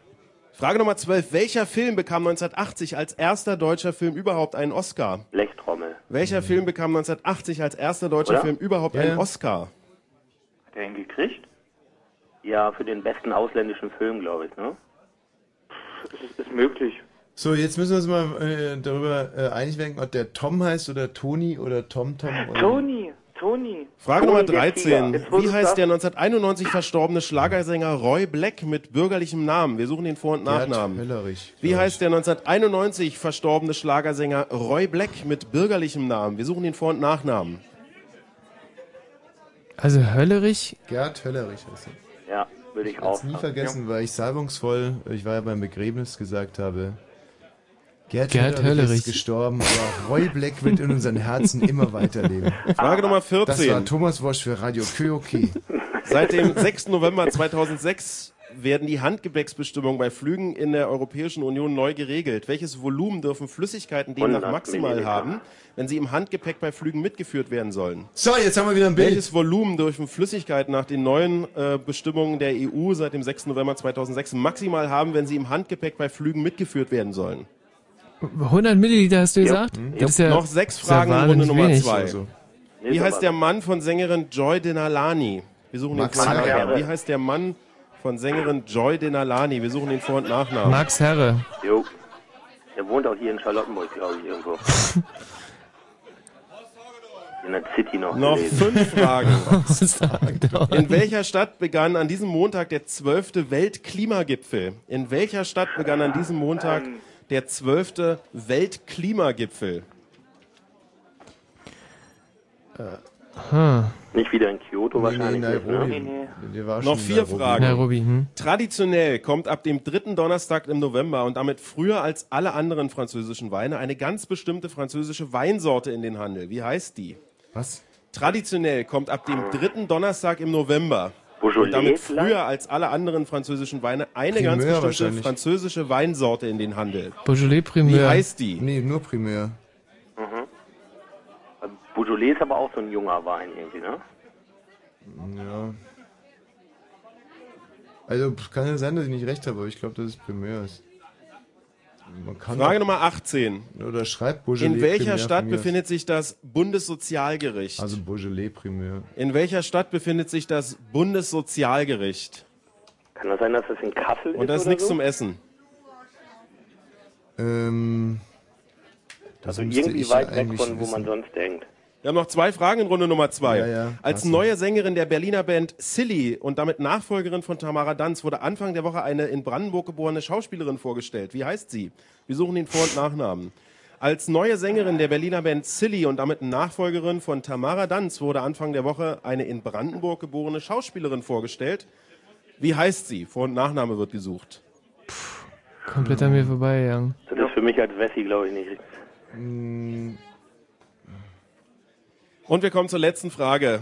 S5: Frage Nummer 12. Welcher Film bekam 1980 als erster deutscher Film überhaupt einen Oscar?
S1: Blechtrommel.
S5: Welcher Film bekam 1980 als erster deutscher
S1: Oder?
S5: Film überhaupt
S1: Ja,
S5: einen
S1: ja.
S5: Oscar?
S1: Hat er ihn gekriegt? Ja, für den besten ausländischen Film, glaube ich, ne? Ist, ist möglich.
S3: So, jetzt müssen wir uns mal äh, darüber äh, einig werden, ob der Tom heißt oder Toni oder Tom Tom. Oder
S21: Toni, Toni.
S5: Frage Nummer
S21: Toni, der Tiger.
S5: 13.
S21: Jetzt, wo
S5: Wie
S21: du's
S5: heißt
S21: sagst,
S5: der 1991 verstorbene Schlagersänger Roy Black mit bürgerlichem Namen? Wir suchen den Vor- und
S3: Gerd
S5: Nachnamen.
S3: Hellerich.
S5: Wie heißt der 1991 verstorbene Schlagersänger Roy Black mit bürgerlichem Namen? Wir suchen den Vor- und Nachnamen.
S4: Also Höllerich.
S3: Gerd Höllerich heißt er.
S1: Ja, würde ich,
S3: Ich werde
S1: auch
S3: es nie
S1: sagen.
S3: vergessen, weil ich salbungsvoll, ich war ja beim Begräbnis, gesagt habe, Gerd,
S4: Gerd Höllerich.
S3: ist gestorben, aber Roy Black wird in unseren Herzen immer weiterleben.
S5: [LAUGHS] Frage Nummer 14.
S3: Das war Thomas Wosch für Radio Kyoki.
S5: Seit dem 6. November 2006 werden die Handgepäcksbestimmungen bei Flügen in der Europäischen Union neu geregelt. Welches Volumen dürfen Flüssigkeiten demnach
S3: 100
S5: maximal
S3: Milliliter.
S5: haben, wenn sie im Handgepäck bei Flügen mitgeführt werden sollen?
S3: So, jetzt haben wir wieder ein Bild.
S5: Welches Volumen dürfen Flüssigkeiten nach den neuen äh, Bestimmungen der EU seit dem 6. November 2006 maximal haben, wenn sie im Handgepäck bei Flügen mitgeführt werden sollen?
S4: 100 Milliliter hast du gesagt?
S3: Mhm.
S4: Das ist ja
S5: Hm? Noch sechs
S4: das ist ja
S5: Fragen in Runde
S4: wahnsinnig
S5: Nummer
S4: wenig. Also.
S5: zwei.
S3: Also.
S5: Wie heißt der Mann von Sängerin Joy Denalani? Wir suchen
S4: Max
S5: den Vor- und
S4: Herre.
S5: Nachnamen. Wie heißt der Mann von Sängerin Joy Denalani? Wir suchen den Vor- und Nachnamen.
S4: Max Herre.
S1: Jo. Der wohnt auch hier in Charlottenburg, glaube ich, irgendwo. in der City noch.
S5: Noch
S1: gelesen. [LAUGHS]
S5: fünf Fragen. In welcher Stadt begann an diesem Montag der zwölfte Weltklimagipfel? In welcher Stadt begann an diesem Montag der zwölfte Weltklimagipfel?
S4: Hm.
S1: Nicht wieder in Kyoto wahrscheinlich.
S3: Nairobi.
S1: Ne?
S5: Noch vier Fragen.
S4: Nairobi, hm.
S5: Traditionell kommt ab dem dritten Donnerstag im November und damit früher als alle anderen französischen Weine eine ganz bestimmte französische Weinsorte in den Handel. Wie heißt die?
S3: Was?
S5: Traditionell kommt ab dem dritten Donnerstag im November und
S1: Beaujolais
S5: damit
S1: vielleicht?
S5: früher als alle anderen französischen Weine eine
S3: Primeur
S5: ganz bestimmte
S3: wahrscheinlich.
S5: französische Weinsorte in den Handel.
S4: Beaujolais Primeur.
S5: Wie heißt die?
S3: Nee, nur Primär.
S1: Mhm. Also, Beaujolais ist aber auch so ein junger Wein irgendwie, ne?
S3: Ja. Also pff, kann ja sein, dass ich nicht recht habe, aber ich glaube, dass es Primär ist. Man kann
S5: Frage
S3: doch-
S5: Nummer 18.
S3: Oder schreibt Beaujolais
S5: In welcher
S3: Primär von
S5: Stadt
S3: mir aus.
S5: befindet sich das Bundessozialgericht?
S3: Also Beaujolais Primär.
S5: In welcher Stadt befindet sich das Bundessozialgericht?
S1: Kann das sein, dass das in Kassel ist?
S5: Und das ist
S1: oder
S5: nichts
S1: so?
S5: zum Essen.
S3: Ähm, das
S1: Also
S3: müsste
S1: irgendwie
S3: ich ja
S1: weit weg
S3: eigentlich
S1: von, wo man
S3: wissen.
S1: sonst denkt.
S5: Wir haben noch zwei Fragen in Runde Nummer zwei.
S3: Ja, ja.
S5: Als
S3: Ach so.
S5: neue Sängerin der Berliner Band Silly und damit Nachfolgerin von Tamara Danz wurde Anfang der Woche eine in Brandenburg geborene Schauspielerin vorgestellt. Wie heißt sie? Wir suchen den Vor- und Nachnamen. Als neue Sängerin der Berliner Band Silly und damit Nachfolgerin von Tamara Danz wurde Anfang der Woche eine in Brandenburg geborene Schauspielerin vorgestellt. Wie heißt sie? Vor- und Nachname wird gesucht.
S4: Komplett
S3: Mhm.
S4: an mir vorbeigegangen.
S1: Das ist für mich als Wessi, glaube ich, nicht.
S5: Mm. Und wir kommen zur letzten Frage.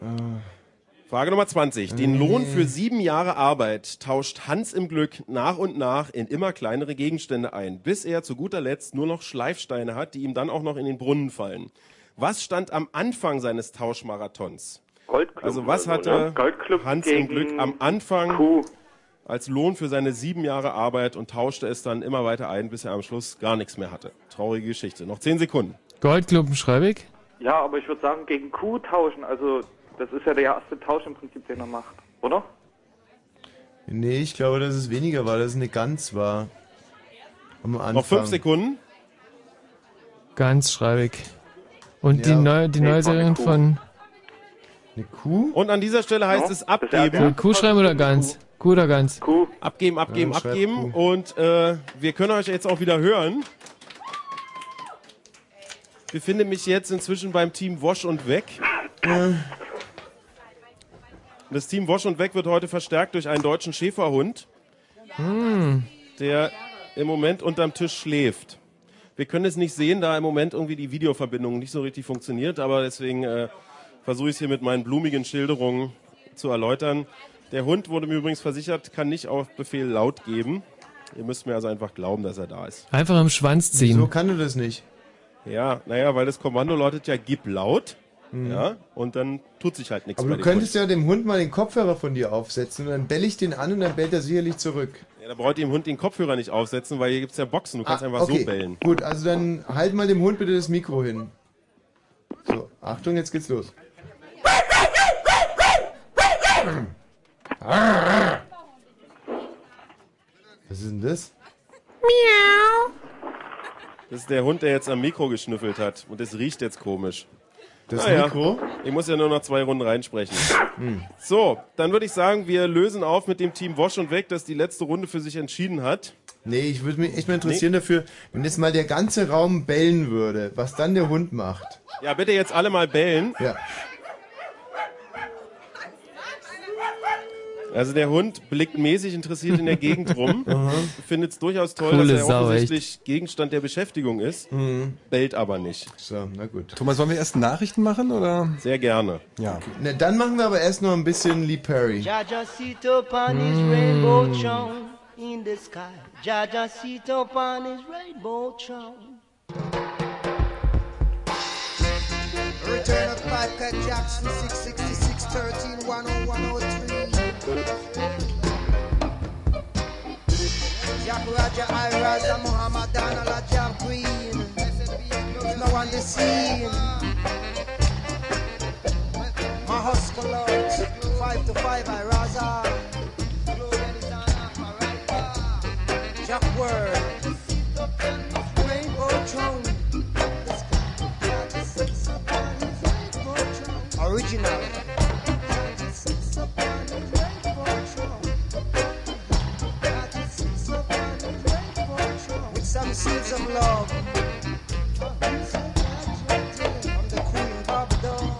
S5: Äh. Frage Nummer 20. Den Lohn für sieben Jahre Arbeit tauscht Hans im Glück nach und nach in immer kleinere Gegenstände ein, bis er zu guter Letzt nur noch Schleifsteine hat, die ihm dann auch noch in den Brunnen fallen. Was stand am Anfang seines Tauschmarathons?
S1: Goldclub
S5: Also was
S1: oder so,
S5: hatte
S1: ne? Goldclub
S5: Hans im
S1: gegen
S5: Glück am Anfang als Lohn für seine sieben Jahre Arbeit und tauschte es dann immer weiter ein, bis er am Schluss gar nichts mehr hatte? Traurige Geschichte. Noch zehn Sekunden.
S4: Goldklumpen schreibe ich.
S21: Ja, aber ich würde sagen, gegen Kuh tauschen. Also, das ist ja der erste Tausch im Prinzip, den er macht, oder?
S3: Nee, ich glaube, dass es weniger war, dass es eine Gans war. am Anfang.
S5: Noch fünf Sekunden.
S4: Ganz schreibig. Und
S5: Ja.
S4: die neue, die
S5: Nee,
S4: neue
S5: war eine
S4: Sendung
S5: Kuh.
S4: von.
S3: Eine Kuh?
S5: Und an dieser Stelle heißt es
S4: Will
S5: abgeben.
S4: Kuh schreiben oder ganz? Kuh oder ganz?
S5: Kuh. Abgeben, abgeben,
S4: Ja, schreibt
S5: abgeben. Und äh, wir können euch jetzt auch wieder hören. Ich befinde mich jetzt inzwischen beim Team Wasch und Weg. Das Team Wasch und Weg wird heute verstärkt durch einen deutschen Schäferhund,
S4: Hm.
S5: der im Moment unterm Tisch schläft. Wir können es nicht sehen, da im Moment irgendwie die Videoverbindung nicht so richtig funktioniert, aber deswegen äh, versuche ich es hier mit meinen blumigen Schilderungen zu erläutern. Der Hund wurde mir übrigens versichert, kann nicht auf Befehl laut geben. Ihr müsst mir also einfach glauben, dass er da ist.
S4: Einfach am Schwanz ziehen.
S5: Wieso
S3: kann du das nicht?
S5: Ja, naja, weil das Kommando lautet ja, gib laut. Ja, und dann tut sich halt nichts
S3: Mhm. Aber
S5: bei
S3: du
S5: dem
S3: könntest ja dem Hund mal den Kopfhörer von dir aufsetzen und dann bell ich den an und dann bellt er sicherlich zurück.
S5: Hund. Ja, da braucht ihr dem Hund den Kopfhörer nicht aufsetzen, weil hier gibt's ja Boxen. Du kannst
S3: Ah,
S5: einfach so bellen.
S3: Gut, also dann halt mal dem Hund bitte das Mikro hin. So, Achtung, jetzt geht's los. Was ist denn das?
S14: Miau.
S5: Das ist der Hund, der jetzt am Mikro geschnüffelt hat. Und das riecht jetzt komisch.
S3: Das
S5: Naja,
S3: Mikro?
S5: Ich muss ja nur noch zwei Runden reinsprechen.
S3: Hm.
S5: So, dann würde ich sagen, wir lösen auf mit dem Team Wasch und Weg, das die letzte Runde für sich entschieden hat.
S3: Nee, ich würde mich echt mal interessieren dafür, wenn jetzt mal der ganze Raum bellen würde, was dann der Hund macht.
S5: Ja, bitte jetzt alle mal bellen.
S3: Ja.
S5: Also der Hund blickt mäßig interessiert in der Gegend rum,
S3: [LAUGHS] Aha.
S5: findet es durchaus toll,
S4: Coole
S5: dass er
S4: Sau,
S5: offensichtlich Gegenstand der Beschäftigung ist, bellt aber nicht.
S3: Mhm. So, na gut.
S16: Thomas, wollen wir erst Nachrichten machen oder?
S5: Sehr gerne.
S16: Ja.
S3: Na, dann machen wir aber erst noch ein bisschen Lee Perry.
S14: Jaja sit upon his rainbow throne in the sky. Jaja sit upon his rainbow throne. Return of Michael Jackson 666 13 oh Jack Roger Iras and Muhammad Donald Jack Green There's no one to see My hustle lords, 5 to 5 I raza Jack Word Rainbow Throne Original with some seeds of love. From the Queen Babylon.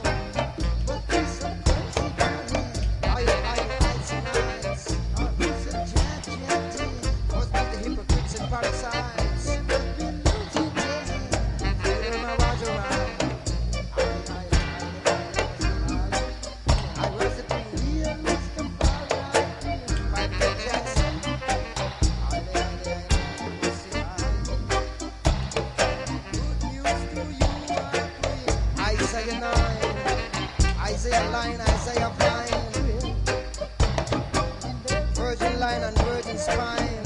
S14: I- I- I tonight. Must be the hypocrites and parasites. They don't know what's around. I was a queen. Michael Jackson. Isaiah 9, Isaiah line, Isaiah vine, virgin line and virgin spine,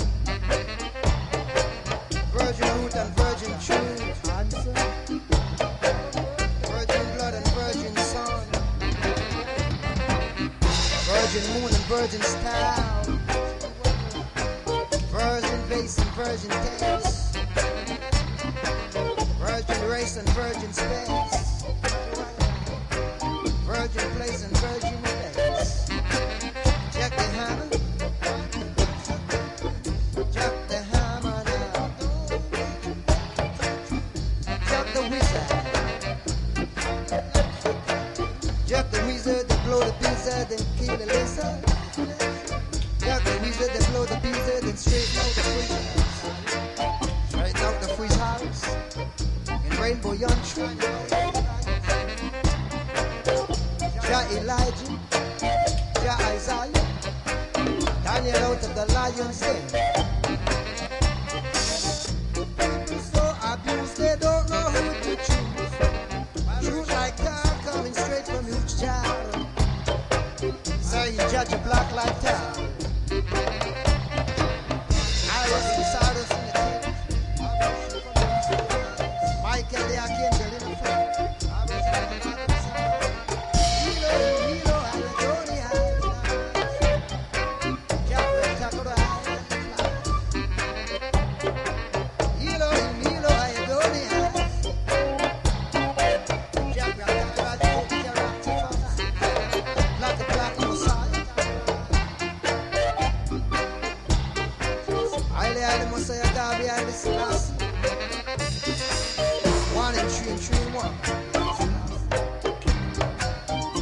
S14: virgin root and virgin truth, virgin blood and virgin sun, virgin moon and virgin style, virgin vase and virgin taste, virgin race and virgin space. Virgin place and virgin place. Check the hammer. Check the hammer now. Check the wizard. Check the wizard that blow the blizzard and kill the lizard. Check the wizard that blow the blizzard and straighten out the freezer. Straighten out the freeze house. In Rainbow Young Tree. Jah Elijah, Jah Isaiah, Daniel out of the lion's den. So abused, they don't know who to choose. Truth like that coming straight from huge jar. So you judge a block like that. I was in Sardis in the tent. Michael the archangel in the front. I was in the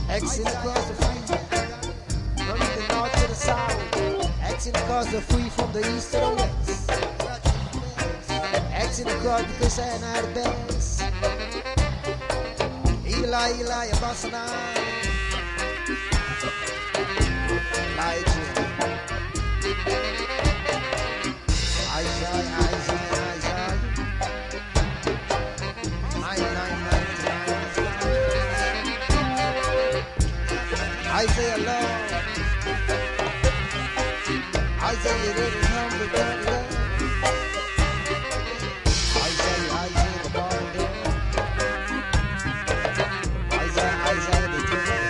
S14: Axing across the free, from the north to the south. Axing across the free from the east to the west. Axing across the cushion out of best. Eli, Eli, a boss and I. Elijah. Isaiah, Isaiah, Isaiah. Nine, nine, nine, nine. Isaiah, Lord. Isaiah, you didn't come with that love. Isaiah, Isaiah, the ball Isaiah, Isaiah, the king.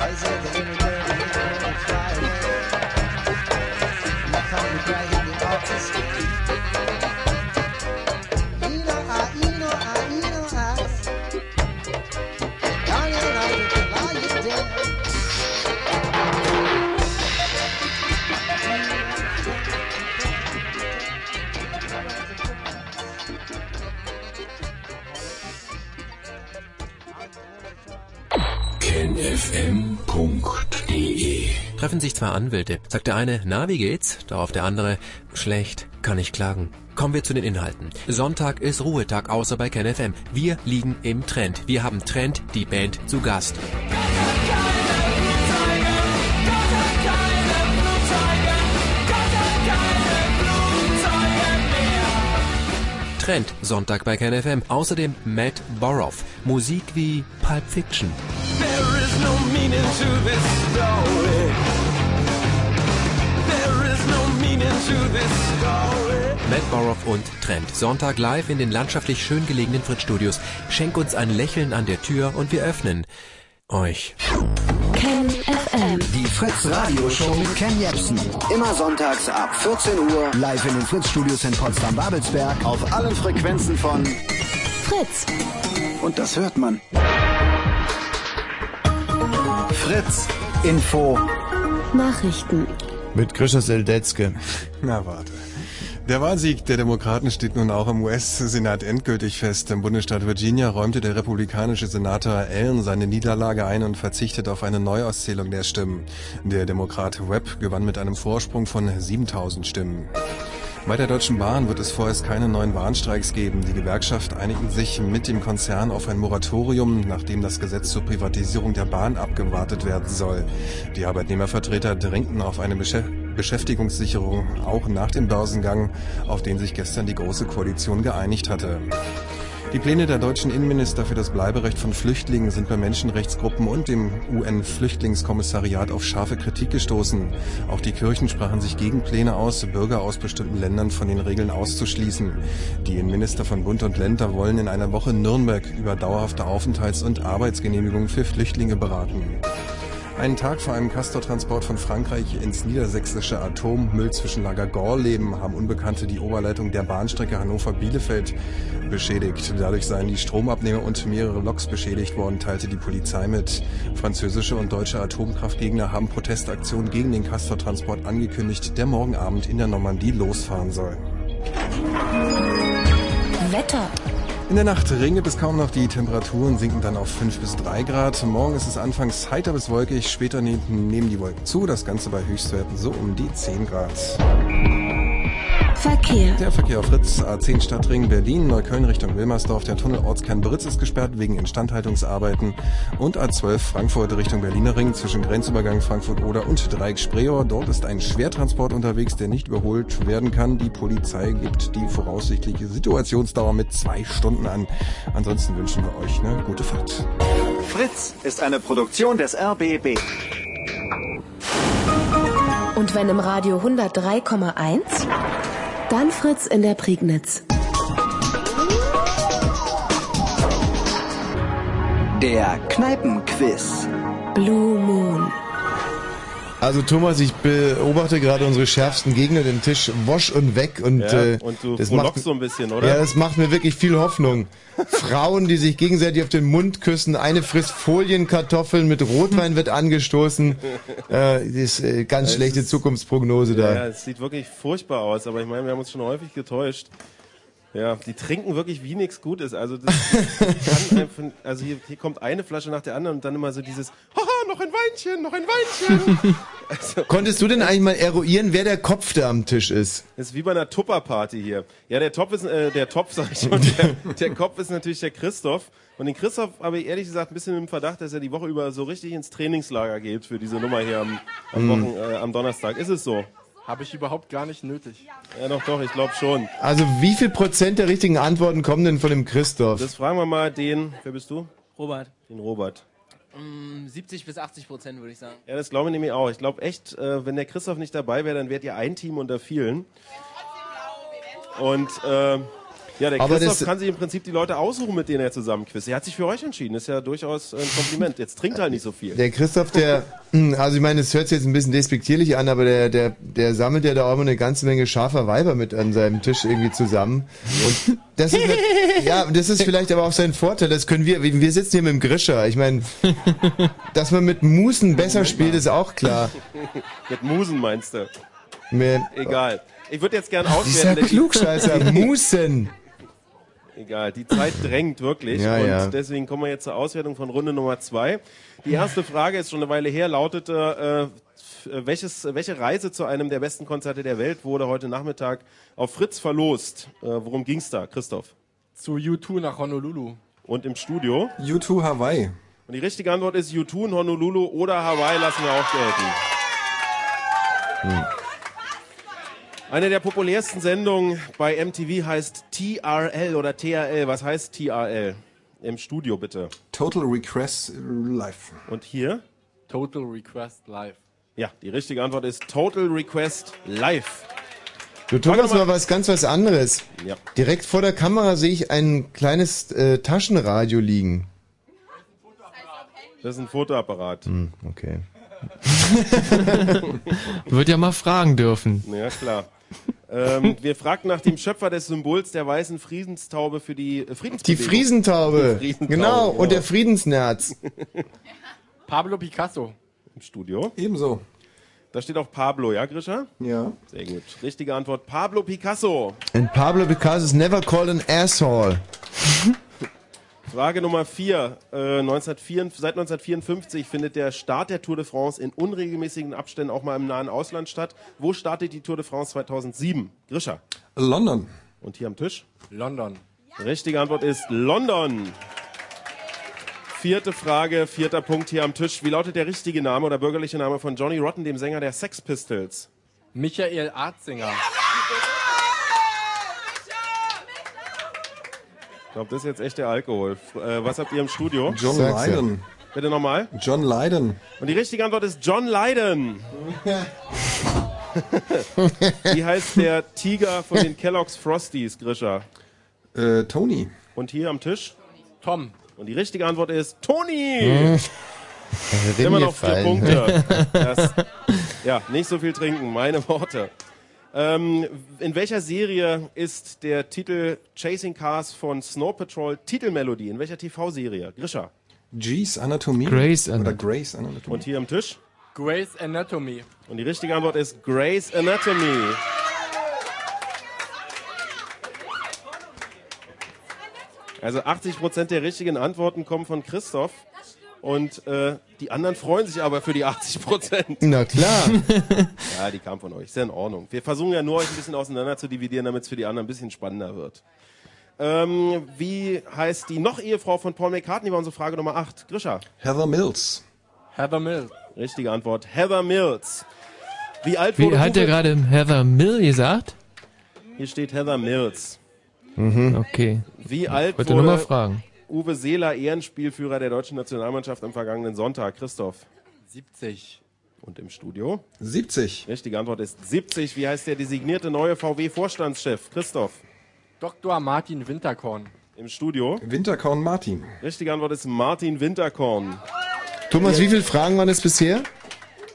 S14: Isaiah, the little girl, the little girl, fly away. You come to cry in the office. Eno, ah, Eno, ah, Eno, ah. Down in the night, you can lie, you're dead.
S6: KenFM.de
S8: Treffen sich zwei Anwälte. Sagt der eine, na, wie geht's? Darauf der andere, schlecht, kann ich klagen. Kommen wir zu den Inhalten. Sonntag ist Ruhetag, außer bei KenFM. Wir liegen im Trend. Wir haben Trend, die Band, zu Gast. Trend, Sonntag bei KenFM. Außerdem Matt Boroff. Musik wie Pulp Fiction.
S14: There is no meaning to this story. There is no meaning to this story.
S8: Matt Boroff und Trend. Sonntag live in den landschaftlich schön gelegenen Fritz-Studios. Schenk uns ein Lächeln an der Tür und wir öffnen euch.
S2: Ken FM.
S15: Die Fritz Radio Show mit Ken Jebsen. Immer sonntags ab 14 Uhr live in den Fritz Studios in Potsdam-Babelsberg auf allen Frequenzen von Fritz. Und das hört man. Fritz Info.
S2: Nachrichten.
S3: Mit Grisha Seldetzke.
S16: Na warte. Der Wahlsieg der Demokraten steht nun auch im US-Senat endgültig fest. Im Bundesstaat Virginia räumte der republikanische Senator Allen seine Niederlage ein und verzichtet auf eine Neuauszählung der Stimmen. Der Demokrat Webb gewann mit einem Vorsprung von 7000 Stimmen. Bei der Deutschen Bahn wird es vorerst keine neuen Warnstreiks geben. Die Gewerkschaft einigten sich mit dem Konzern auf ein Moratorium, nachdem das Gesetz zur Privatisierung der Bahn abgewartet werden soll. Die Arbeitnehmervertreter drängten auf eine Beschä- Beschäftigungssicherung auch nach dem Börsengang, auf den sich gestern die Große Koalition geeinigt hatte. Die Pläne der deutschen Innenminister für das Bleiberecht von Flüchtlingen sind bei Menschenrechtsgruppen und dem UN-Flüchtlingskommissariat auf scharfe Kritik gestoßen. Auch die Kirchen sprachen sich gegen Pläne aus, Bürger aus bestimmten Ländern von den Regeln auszuschließen. Die Innenminister von Bund und Länder wollen in einer Woche in Nürnberg über dauerhafte Aufenthalts- und Arbeitsgenehmigungen für Flüchtlinge beraten. Einen Tag vor einem Castortransport von Frankreich ins niedersächsische Atommüllzwischenlager Gorleben haben Unbekannte die Oberleitung der Bahnstrecke Hannover-Bielefeld beschädigt. Dadurch seien die Stromabnehmer und mehrere Loks beschädigt worden, teilte die Polizei mit. Französische und deutsche Atomkraftgegner haben Protestaktionen gegen den Castortransport angekündigt, der morgen Abend in der Normandie losfahren soll.
S2: Wetter.
S16: In der Nacht regnet es kaum noch, die Temperaturen sinken dann auf 5 bis 3 Grad. Morgen ist es anfangs heiter bis wolkig, später ne- nehmen die Wolken zu, das Ganze bei Höchstwerten so um die 10 Grad.
S2: Verkehr.
S16: Der Verkehr auf Fritz, A10 Stadtring, Berlin, Neukölln Richtung Wilmersdorf, der Tunnel Ortskern Britz ist gesperrt wegen Instandhaltungsarbeiten und A12 Frankfurt Richtung Berliner Ring zwischen Grenzübergang Frankfurt-Oder und Dreieck Spreeor. Dort ist ein Schwertransport unterwegs, der nicht überholt werden kann. Die Polizei gibt die voraussichtliche Situationsdauer mit zwei Stunden an. Ansonsten wünschen wir euch eine gute Fahrt.
S15: Fritz ist eine Produktion des RBB.
S2: Und wenn im Radio 103,1, dann Fritz in der Prignitz.
S15: Der Kneipenquiz.
S2: Blue Moon.
S3: Also Thomas, ich beobachte gerade unsere schärfsten Gegner, den Tisch Wosch und weg und,
S5: Ja,
S3: äh,
S5: und du
S3: das
S5: frohlockst
S3: macht,
S5: so ein bisschen, oder?
S3: Ja, das macht mir wirklich viel
S5: [LAUGHS]
S3: Hoffnung. Frauen, die sich gegenseitig auf den Mund küssen, eine frisst Folienkartoffeln, mit Rotwein wird angestoßen. Äh, das ist äh, ganz
S5: Es
S3: schlechte Zukunftsprognose
S5: Ja,
S3: da. [LAUGHS]
S5: ja, es sieht wirklich furchtbar aus, aber ich meine, wir haben uns schon häufig getäuscht. Ja, die trinken wirklich wie nichts Gutes.
S3: [LAUGHS]
S5: Also, das kann einfach, also hier, hier kommt eine Flasche nach der anderen und dann immer so dieses, haha, noch ein Weinchen, noch ein
S3: [LAUGHS]
S5: Weinchen. Also
S3: Konntest du denn eigentlich mal eruieren, wer der Kopf da am Tisch ist?
S5: Das ist wie bei einer Tupper-Party hier. Ja, der Topf ist, äh, der Topf, [LAUGHS] sag ich schon, der, der Kopf ist natürlich der Christoph. Und den Christoph habe ich ehrlich gesagt ein bisschen im Verdacht, dass er die Woche über so richtig ins Trainingslager geht für diese Nummer hier am, am,
S3: Mm.
S5: Wochen, äh, am Donnerstag. Ist es so?
S7: Mhm. Habe ich überhaupt gar nicht nötig.
S5: Ja, doch, doch, ich glaube schon.
S3: Also wie viel Prozent der richtigen Antworten kommen denn von dem Christoph?
S5: Das fragen wir mal den, wer bist du?
S6: Robert.
S5: Den Robert.
S6: Mm, 70 bis 80 Prozent würde ich sagen.
S5: Ja, das glaube ich nämlich auch. Ich glaube echt, äh, wenn der Christoph nicht dabei wäre, dann wärt ihr ein Team unter vielen. Und äh, ja, der
S3: Aber
S5: Christoph
S3: das-
S5: kann sich im Prinzip die Leute aussuchen, mit denen er zusammenquizt. Er hat sich für euch entschieden. Ist ja durchaus ein Kompliment. Jetzt trinkt er halt nicht so viel.
S3: Der Christoph, der, also ich meine, es hört sich jetzt ein bisschen despektierlich an, aber der, der, der sammelt ja da auch immer eine ganze Menge scharfer Weiber mit an seinem Tisch irgendwie zusammen. Und das ist, ja, das ist vielleicht aber auch sein Vorteil. Das können wir, wir sitzen hier mit dem Grischer. Ich meine, dass man mit Musen besser spielt, ist auch klar.
S5: [LAUGHS] mit Musen meinst du?
S3: Mir-
S5: Egal. Ich würde jetzt gern auswerten.
S3: Dieser
S5: denn die- [LAUGHS]
S3: Klugscheißer, Musen.
S5: Egal, die Zeit drängt wirklich.
S3: Ja,
S5: und
S3: ja.
S5: deswegen kommen wir jetzt zur Auswertung von Runde Nummer zwei. Die erste Frage ist schon eine Weile her, lautete, äh, f- welches, welche Reise zu einem der besten Konzerte der Welt wurde heute Nachmittag auf Fritz verlost? Äh, worum ging's da, Christoph?
S7: Zu U2 nach Honolulu.
S5: Und im Studio?
S16: U2 Hawaii.
S5: Und die richtige Antwort ist U2 in Honolulu oder Hawaii lassen wir auch gelten. Eine der populärsten Sendungen bei MTV heißt TRL oder TRL. Was heißt TRL? Im Studio bitte.
S16: Total Request Live.
S5: Und hier?
S7: Total Request Live.
S5: Ja, die richtige Antwort ist Total Request Live.
S3: Du Thomas mal was ganz was anderes.
S5: Ja.
S3: Direkt vor der Kamera sehe ich ein kleines äh, Taschenradio liegen.
S5: Das ist ein Fotoapparat.
S3: Hm, okay.
S4: Wird ja mal fragen dürfen.
S5: Ja, klar. [LAUGHS] ähm, wir fragten nach dem Schöpfer des Symbols der weißen Friesenstaube für die äh,
S3: Die
S5: Friedensbewegung.
S3: Friesentaube.
S5: Die Friesentaube,
S3: Genau,
S5: genau.
S3: und der Friedensnerz.
S7: Pablo Picasso.
S5: Im Studio.
S16: Ebenso.
S5: Da steht auch Pablo, ja, Grisha?
S16: Ja.
S5: Sehr gut. Richtige Antwort, Pablo Picasso.
S3: And Pablo Picasso's never called an asshole.
S5: Frage Nummer 4. Äh, 1904 seit 1954 findet der Start der Tour de France in unregelmäßigen Abständen auch mal im nahen Ausland statt. Wo startet die Tour de France 2007? Grisha.
S16: London.
S5: Und hier am Tisch?
S7: London.
S5: Richtige Antwort ist London. Vierte Frage, vierter Punkt hier am Tisch. Wie lautet der richtige Name oder bürgerliche Name von Johnny Rotten, dem Sänger der Sex Pistols?
S7: Michael Arzinger.
S5: Ich glaube, das ist jetzt echt der Alkohol. F- Äh, was habt ihr im Studio?
S16: John Sag's ja. Lydon.
S5: Bitte nochmal.
S16: John Lydon.
S5: Und die richtige Antwort ist John
S16: [LAUGHS]
S5: Lydon. Wie heißt der Tiger von den Kellogg's Frosties, Grisha?
S16: Äh, Tony.
S5: Und hier am Tisch?
S7: Tom.
S5: Und die richtige Antwort ist
S16: Hm.
S5: Toni. Immer noch vier
S3: Ringefallen.
S5: Punkte. Das, ja, nicht so viel trinken, meine Worte. Ähm, in welcher Serie ist der Titel Chasing Cars von Snow Patrol Titelmelodie? In welcher TV-Serie? Grisha.
S16: G's Anatomie.
S4: Grace
S16: Oder Grace Anatomie.
S5: Und hier am Tisch?
S7: Grey's Anatomy.
S5: Und die richtige Antwort ist Grey's Anatomy. Also 80% der richtigen Antworten kommen von Christoph. Und äh, die anderen freuen sich aber für die 80%.
S3: Na klar.
S5: [LAUGHS] ja, die kamen von euch. Ist ja in Ordnung. Wir versuchen ja nur, euch ein bisschen auseinander zu dividieren, damit es für die anderen ein bisschen spannender wird. Ähm, wie heißt die noch Ehefrau von Paul McCartney? War unsere Frage Nummer 8. Grisha.
S16: Heather Mills.
S7: Heather Mills.
S5: Richtige Antwort. Heather Mills. Wie alt wurde
S4: Wie hat der
S5: Uwe-
S4: gerade Heather Mill gesagt?
S5: Hier steht Heather Mills.
S4: Okay.
S5: Wie alt
S4: Wollte
S5: wurde
S4: nur mal fragen.
S5: Uwe Seeler, Ehrenspielführer der deutschen Nationalmannschaft am vergangenen Sonntag? Christoph.
S7: 70.
S5: Und im Studio?
S16: 70.
S5: Richtige Antwort ist 70. Wie heißt der designierte neue VW-Vorstandschef? Christoph.
S7: Dr. Martin Winterkorn.
S5: Im Studio?
S16: Winterkorn Martin.
S5: Richtige Antwort ist Martin Winterkorn.
S3: Thomas, wie viele Fragen waren es bisher?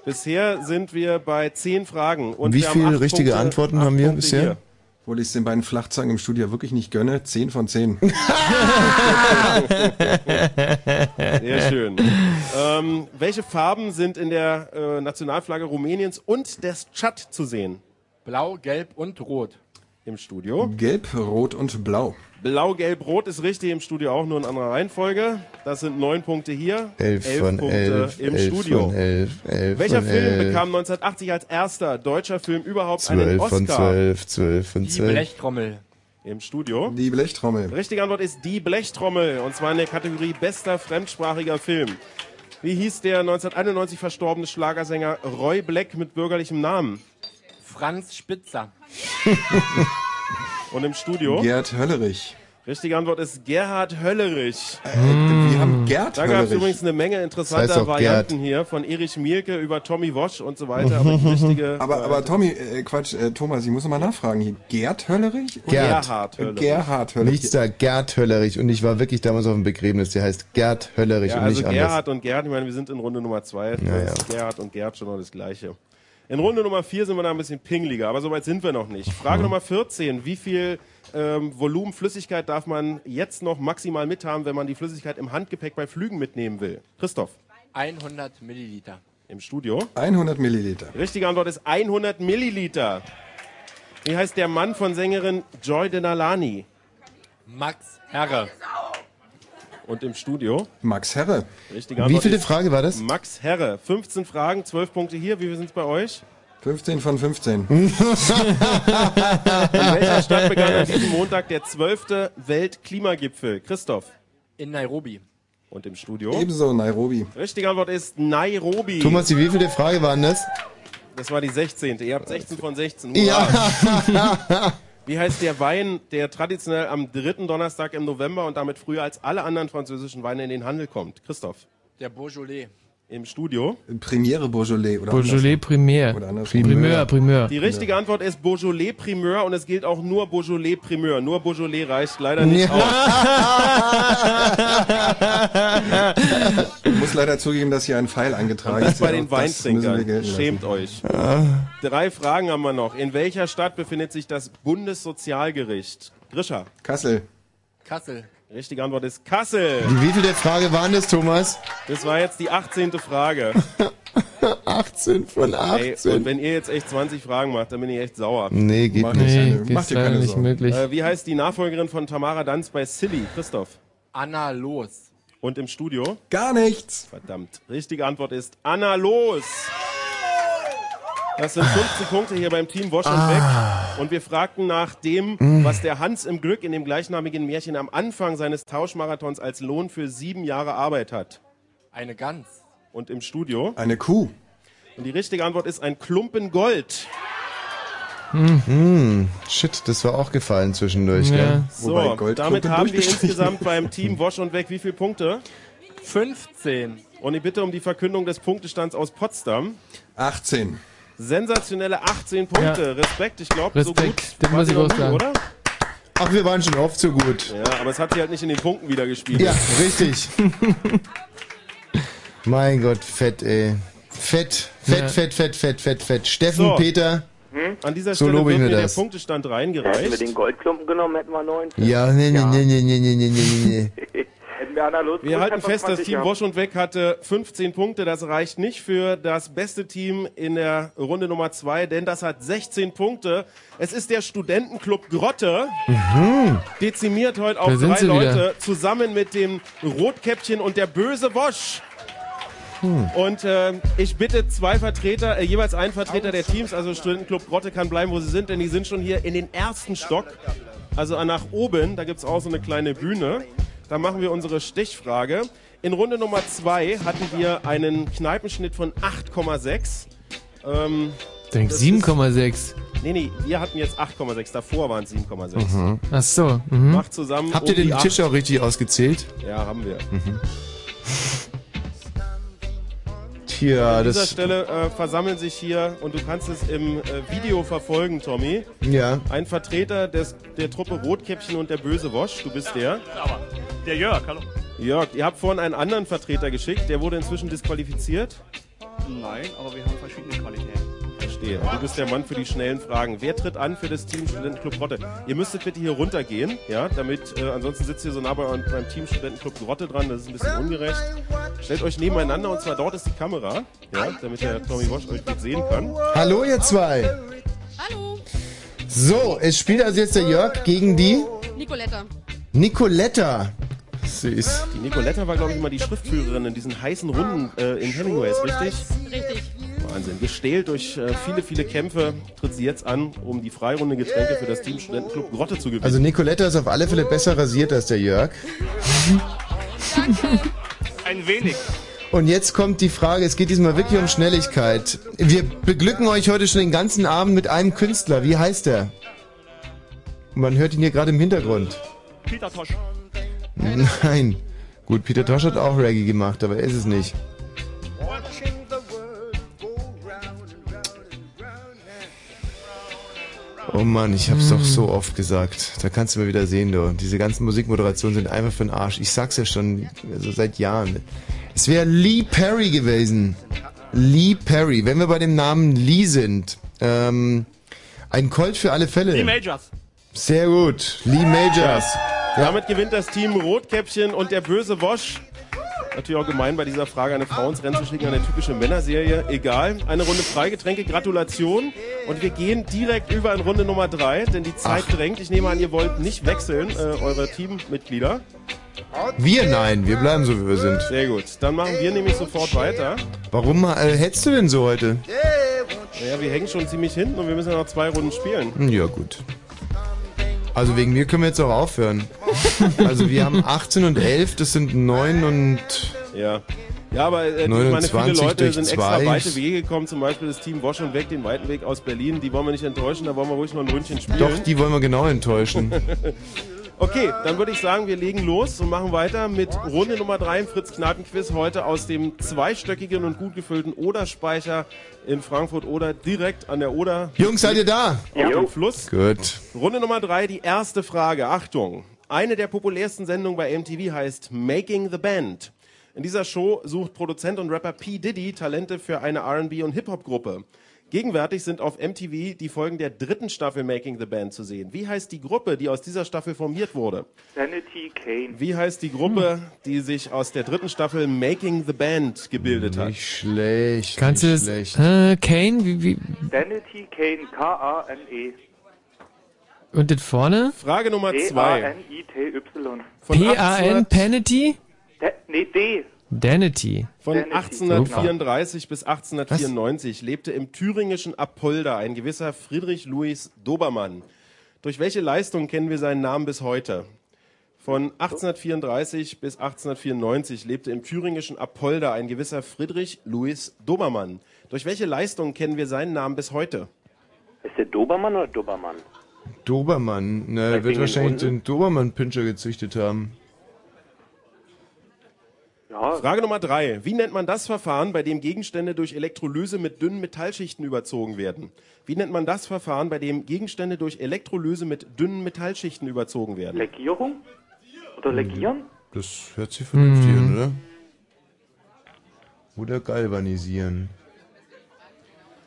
S5: Bisher sind wir bei 10 Fragen. Und
S3: wie
S5: wir haben acht
S3: viele richtige
S5: Punkte.
S3: Antworten haben wir bisher?
S16: Obwohl ich es den beiden Flachzangen im Studio wirklich nicht gönne. 10 von
S3: [LAUGHS]
S16: 10.
S5: [LAUGHS] Sehr schön. Ähm, welche Farben sind in der äh, Nationalflagge Rumäniens und des Tschad zu sehen?
S7: Blau, Gelb und Rot.
S5: im Studio.
S16: Gelb, Rot und Blau.
S5: Blau, Gelb, Rot ist richtig, im Studio auch nur in anderer Reihenfolge. Das sind neun Punkte hier,
S3: Elf von
S5: Punkte
S3: elf,
S5: im
S3: elf
S5: Studio.
S3: von elf, elf
S5: Welcher
S3: von
S5: Film
S3: elf.
S5: bekam 1980 als erster deutscher Film überhaupt einen
S3: 12
S5: Oscar?
S3: von 12, 12 von 12.
S5: Blechtrommel. Im Studio.
S16: Die Blechtrommel.
S5: Richtige Antwort ist die Blechtrommel. Und zwar in der Kategorie bester fremdsprachiger Film. Wie hieß der 1991 verstorbene Schlagersänger Roy Black mit bürgerlichem Namen?
S7: Franz Spitzer.
S5: Und im Studio?
S16: Gerd Höllerich.
S5: Richtige Antwort ist Gerhard Höllerich.
S16: Äh, Wir haben Gerd
S5: Da gab es
S16: Höllerich.
S5: übrigens eine Menge interessanter
S16: Das heißt auch Gerd.
S5: Varianten hier, von Erich Mielke über Tommy Wosch und so weiter. Aber die richtige
S16: [LAUGHS] aber, aber Tommy, äh, Quatsch, äh, Thomas, ich muss noch mal nachfragen hier. Gerd Höllerich?
S3: Gerd.
S5: Gerhard Höllerich.
S16: Gerhard Höllerich.
S3: Nichts da, Gerd Höllerich. Und ich war wirklich damals auf dem Begräbnis, der heißt Gerd Höllerich
S5: ja,
S3: und
S5: also
S3: nicht anders.
S5: Gerhard und Gerd, ich meine, wir sind in Runde Nummer zwei.
S3: Ja,
S5: Das ist Gerhard und Gerd schon noch das Gleiche. In Runde Nummer vier sind wir da ein bisschen pingliger, aber soweit sind wir noch nicht. Frage
S3: Mhm.
S5: Nummer 14. Wie viel ähm, Volumen Flüssigkeit darf man jetzt noch maximal mithaben, wenn man die Flüssigkeit im Handgepäck bei Flügen mitnehmen will? Christoph,
S7: 100 Milliliter.
S5: im Studio.
S16: 100 Milliliter.
S5: Richtige Antwort ist 100 Milliliter. Wie heißt der Mann von Sängerin Joy Denalani?
S7: Max Herre.
S5: Und im Studio?
S16: Max Herre.
S5: Richtige Antwort
S3: Wie viele
S5: ist
S3: Frage war das?
S5: Max Herre. 15 Fragen, 12 Punkte hier. Wie viel sind es
S3: [LAUGHS]
S5: bei euch?
S16: 15 von 15.
S5: In welcher Stadt begann an diesem Montag der 12. Weltklimagipfel? Christoph.
S7: In Nairobi.
S5: Und im Studio?
S16: Ebenso Nairobi.
S5: Richtige Antwort ist Nairobi.
S3: Thomas, wie viele Frage waren das?
S5: Das war die 16. Ihr habt 16 von 16.
S3: Ja.
S5: [LAUGHS] Wie heißt der Wein, der traditionell am dritten Donnerstag im November und damit früher als alle anderen französischen Weine in den Handel kommt? Christoph.
S7: Der Beaujolais.
S5: Im Studio.
S16: Premiere Beaujolais oder
S4: Beaujolais Primär. Primeur, Primeur.
S5: Die richtige Antwort ist Beaujolais Primeur und es gilt auch nur Beaujolais Primeur. Nur Beaujolais reicht leider nicht
S16: [LAUGHS]
S5: aus.
S16: Ich muss leider zugeben, dass hier ein Pfeil
S5: Und
S16: angetragen
S5: das
S16: ist.
S5: bei den
S16: Ja, das müssen wir
S5: Weintrinkern.
S16: gelten lassen.
S5: Schämt euch.
S3: Ah.
S5: Drei Fragen haben wir noch. In welcher Stadt befindet sich das Bundessozialgericht? Grisha.
S16: Kassel.
S7: Kassel.
S5: Richtige Antwort ist Kassel.
S3: Wie wie viele Frage waren das, Thomas?
S5: Das war jetzt die
S3: [LAUGHS]
S5: 18. Frage.
S3: 18 von
S5: Ey, und
S3: 18.
S5: wenn ihr jetzt echt 20 Fragen macht, dann bin ich echt sauer.
S3: nee, geht
S16: Mach
S3: nicht.
S16: dir keine- Nee, mach dir
S3: keine
S16: leider nicht
S3: Sorgen.
S4: möglich.
S5: Äh, wie heißt die Nachfolgerin von Tamara Danz bei Silly? Christoph.
S7: Anna Los.
S5: Und im Studio?
S16: Gar nichts.
S5: Verdammt. Richtige Antwort ist Anna Los. Das sind 15 Punkte hier beim Team Wash
S3: Ah.
S5: und Weg. Und wir fragten nach dem,
S4: Mm.
S5: was der Hans im Glück in dem gleichnamigen Märchen am Anfang seines Tauschmarathons als Lohn für sieben Jahre Arbeit hat.
S7: Eine Gans.
S5: Und im Studio?
S16: Eine Kuh.
S5: Und die richtige Antwort ist ein Klumpen Gold.
S3: Mhm. Shit, das war auch gefallen zwischendurch.
S4: Ja.
S3: Gell?
S5: So, damit haben wir insgesamt beim Team Wosch und Weg wie viele Punkte?
S7: 15.
S5: Und ich bitte um die Verkündung des Punktestands aus Potsdam.
S16: 18.
S5: Sensationelle 18 Punkte.
S3: Ja.
S5: Respekt, ich glaube, so
S4: Respekt,
S5: gut.
S4: das
S5: war
S4: muss
S5: sie
S4: ich
S5: noch
S4: auch
S5: nie,
S4: sagen.
S5: Oder?
S3: Ach, wir waren schon oft so gut.
S5: Ja, aber es hat sie halt nicht in den Punkten wieder gespielt.
S3: Ja,
S5: [LAUGHS]
S3: richtig. mein Gott, fett, ey. Fett, fett,
S5: Ja.
S3: fett, fett, fett, fett, fett. Steffen,
S5: So.
S3: Peter.
S5: An dieser
S3: So
S5: Stelle
S3: lobe ich
S5: wird mir
S3: mir
S5: der
S3: das.
S5: Punktestand
S1: Hm? Hätten wir
S5: reingereicht.
S1: den Goldklumpen genommen, hätten wir neun. [LAUGHS]
S3: Ja, nee, nee, nee, nee, nee, nee, nee, nee, nee.
S1: Hätten wir Anna Los
S5: Wir halten fest, das Team Wosch und Weg hatte 15 Punkte. Das reicht nicht für das beste Team in der Runde Nummer 2, denn das hat 16 Punkte. Es ist der Studentenclub Grotte.
S4: Mhm.
S5: dezimiert heute auf
S4: Da sind
S5: drei
S4: sie
S5: Leute
S4: wieder.
S5: zusammen mit dem Rotkäppchen und der böse Wosch. Und äh, ich bitte zwei Vertreter, äh, jeweils einen Vertreter der Teams, also Studentenclub Grotte kann bleiben, wo sie sind, denn die sind schon hier in den ersten Stock, also nach oben, da gibt's auch so eine kleine Bühne. Da machen wir unsere Stichfrage. In Runde Nummer zwei hatten wir einen Kneipenschnitt von 8,6. Ähm,
S4: Denk 7,6.
S5: nee, nee, wir hatten jetzt 8,6, davor waren es [LAUGHS] 7,6.
S3: Mhm.
S4: Ach so. Mhm.
S5: Macht zusammen
S3: Habt ihr
S5: um die
S3: den
S5: acht.
S3: Tisch auch richtig ausgezählt? Mhm.
S5: Ja, haben wir.
S3: Tja,
S5: An dieser
S3: das.
S5: Stelle äh, versammeln sich hier, und du kannst es im äh, Video verfolgen, Tommy,
S3: Ja.
S5: ein Vertreter des, der Truppe Rotkäppchen und der böse Wosch, du bist der.
S9: Aber der Jörg, hallo.
S5: Jörg, ihr habt vorhin einen anderen Vertreter geschickt, der wurde inzwischen disqualifiziert.
S9: Nein, aber wir haben verschiedene Qualitäten.
S5: Verstehe. Du bist der Mann für die schnellen Fragen. Wer tritt an für das Team Studentenclub Grotte? Ihr müsstet bitte hier runtergehen, ja, damit, äh, ansonsten sitzt ihr so nah bei eurem- beim Team Studentenclub Grotte dran, das ist ein bisschen ungerecht. Stellt euch nebeneinander und zwar dort ist die Kamera, ja, damit der Tommy Wosch euch gut sehen kann.
S3: Hallo, ihr zwei. Hallo. So, es spielt also jetzt der Jörg gegen die
S17: Nicoletta.
S3: Nicoletta. Süß.
S5: Die Nicoletta war, glaube ich, immer die Schriftführerin in diesen heißen Runden äh, in Hemingways, richtig?
S17: Richtig.
S5: Wahnsinn. Gestählt durch äh, viele, viele Kämpfe tritt sie jetzt an, um die Freirunde Getränke für das Team Studentenclub Grotte zu gewinnen.
S3: Also Nicoletta ist auf alle Fälle besser rasiert als der Jörg.
S9: Ein wenig.
S3: Und jetzt kommt die Frage, es geht diesmal wirklich um Schnelligkeit. Wir beglücken euch heute schon den ganzen Abend mit einem Künstler. Wie heißt der? Man hört ihn hier gerade im Hintergrund.
S9: Peter Tosch.
S3: [LAUGHS] Nein. Gut, Peter Tosh hat auch Reggae gemacht, aber er ist es nicht. Oh Mann, ich hab's
S4: Hm.
S3: doch so oft gesagt. Da kannst du mal wieder sehen, du. Diese ganzen Musikmoderationen sind einfach für den Arsch. Ich sag's ja schon also seit Jahren. Es wäre Lee Perry gewesen. Lee Perry. Wenn wir bei dem Namen Lee sind. Ähm, ein Colt für alle Fälle.
S5: Lee Majors.
S3: Sehr gut. Lee Majors.
S5: Damit gewinnt das Team Rotkäppchen und der böse Wosch. Natürlich auch gemein, bei dieser Frage eine Frau ins Rennen zu schicken, eine typische Männerserie. Egal. Eine Runde Freigetränke, Gratulation. Und wir gehen direkt über in Runde Nummer drei, denn die Zeit drängt. Ich nehme an, ihr wollt nicht wechseln, äh, eure Teammitglieder.
S3: Wir nein, wir bleiben so, wie wir sind.
S5: Sehr gut. Dann machen wir nämlich sofort weiter.
S3: Warum äh, hättest du denn so heute?
S5: Naja, wir hängen schon ziemlich hinten und wir müssen ja noch zwei Runden spielen.
S3: Hm, Ja, gut. Also wegen mir können wir jetzt auch
S4: [LAUGHS]
S3: aufhören. also wir haben 18 und 11, das sind 9 und...
S5: Ja. Ja, aber äh, ich meine,
S3: 29
S5: viele Leute
S3: durch
S5: sind
S3: zwei.
S5: extra weite Wege gekommen, zum Beispiel das Team Wosch und Weg, den weiten Weg aus Berlin. Die wollen wir nicht enttäuschen, da wollen wir ruhig noch ein Ründchen spielen.
S3: Doch, die wollen wir genau enttäuschen.
S5: [LAUGHS] Okay, dann würde ich sagen, wir legen los und machen weiter mit Runde Nummer 3 im Fritz-Knaten-Quiz. Heute aus dem zweistöckigen und gut gefüllten Oderspeicher in Frankfurt oder direkt an der Oder.
S3: Jungs, seid ihr da?
S5: Auf dem Fluss.
S3: Gut.
S5: Runde Nummer 3, die erste Frage. Achtung. Eine der populärsten Sendungen bei MTV heißt Making the Band. In dieser Show sucht Produzent und Rapper P. Diddy Talente für eine R&B- und Hip-Hop-Gruppe. Gegenwärtig sind auf MTV die Folgen der dritten Staffel Making the Band zu sehen. Wie heißt die Gruppe, die aus dieser Staffel formiert wurde?
S22: Sanity Kane.
S5: Wie heißt die Gruppe, die sich aus der dritten Staffel Making the Band gebildet hat?
S3: Nicht schlecht.
S4: Kannst du das? Äh, Kane? Wie, wie,
S22: Sanity Kane, K-A-N-E.
S4: und das vorne?
S5: Frage Nummer zwei.
S22: D-A-N-I-T-Y.
S4: P-A-N, Panity?
S22: D- Nee, D.
S4: Danity.
S5: Von 1834 bis 1894 lebte im thüringischen Apolda ein gewisser Friedrich Louis Dobermann. Durch welche Leistung kennen wir seinen Namen bis heute? Von 1834 bis 1894 lebte im thüringischen Apolda ein gewisser Friedrich Louis Dobermann. Durch welche Leistung kennen wir seinen Namen bis heute?
S1: Ist der Dobermann oder Dobermann?
S3: Dobermann. Ne, der
S1: Vielleicht
S3: wird
S1: wegen
S3: wahrscheinlich
S1: den
S3: den Dobermann-Pinscher gezüchtet haben.
S5: Frage Nummer drei. Wie nennt man das Verfahren, bei dem Gegenstände durch Elektrolyse mit dünnen Metallschichten überzogen werden? Wie nennt man das Verfahren, bei dem Gegenstände durch Elektrolyse mit dünnen Metallschichten überzogen werden? Hm.
S22: Legierung? Oder legieren?
S3: Das hört sich
S4: Mhm.
S3: vernünftig an, oder? Oder galvanisieren.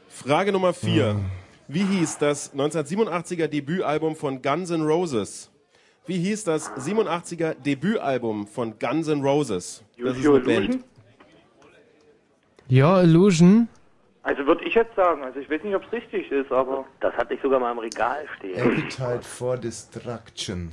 S5: Frage Nummer vier. Wie hieß das 1987er Debütalbum von Guns N' Roses? Wie hieß das 87er Debütalbum von Guns N' Roses? Das ist eine Band.
S4: Your Illusion?
S22: Also würde ich jetzt sagen, also ich weiß nicht, ob es richtig ist, aber...
S1: Das hatte ich sogar mal im Regal stehen.
S3: Appetite for Destruction.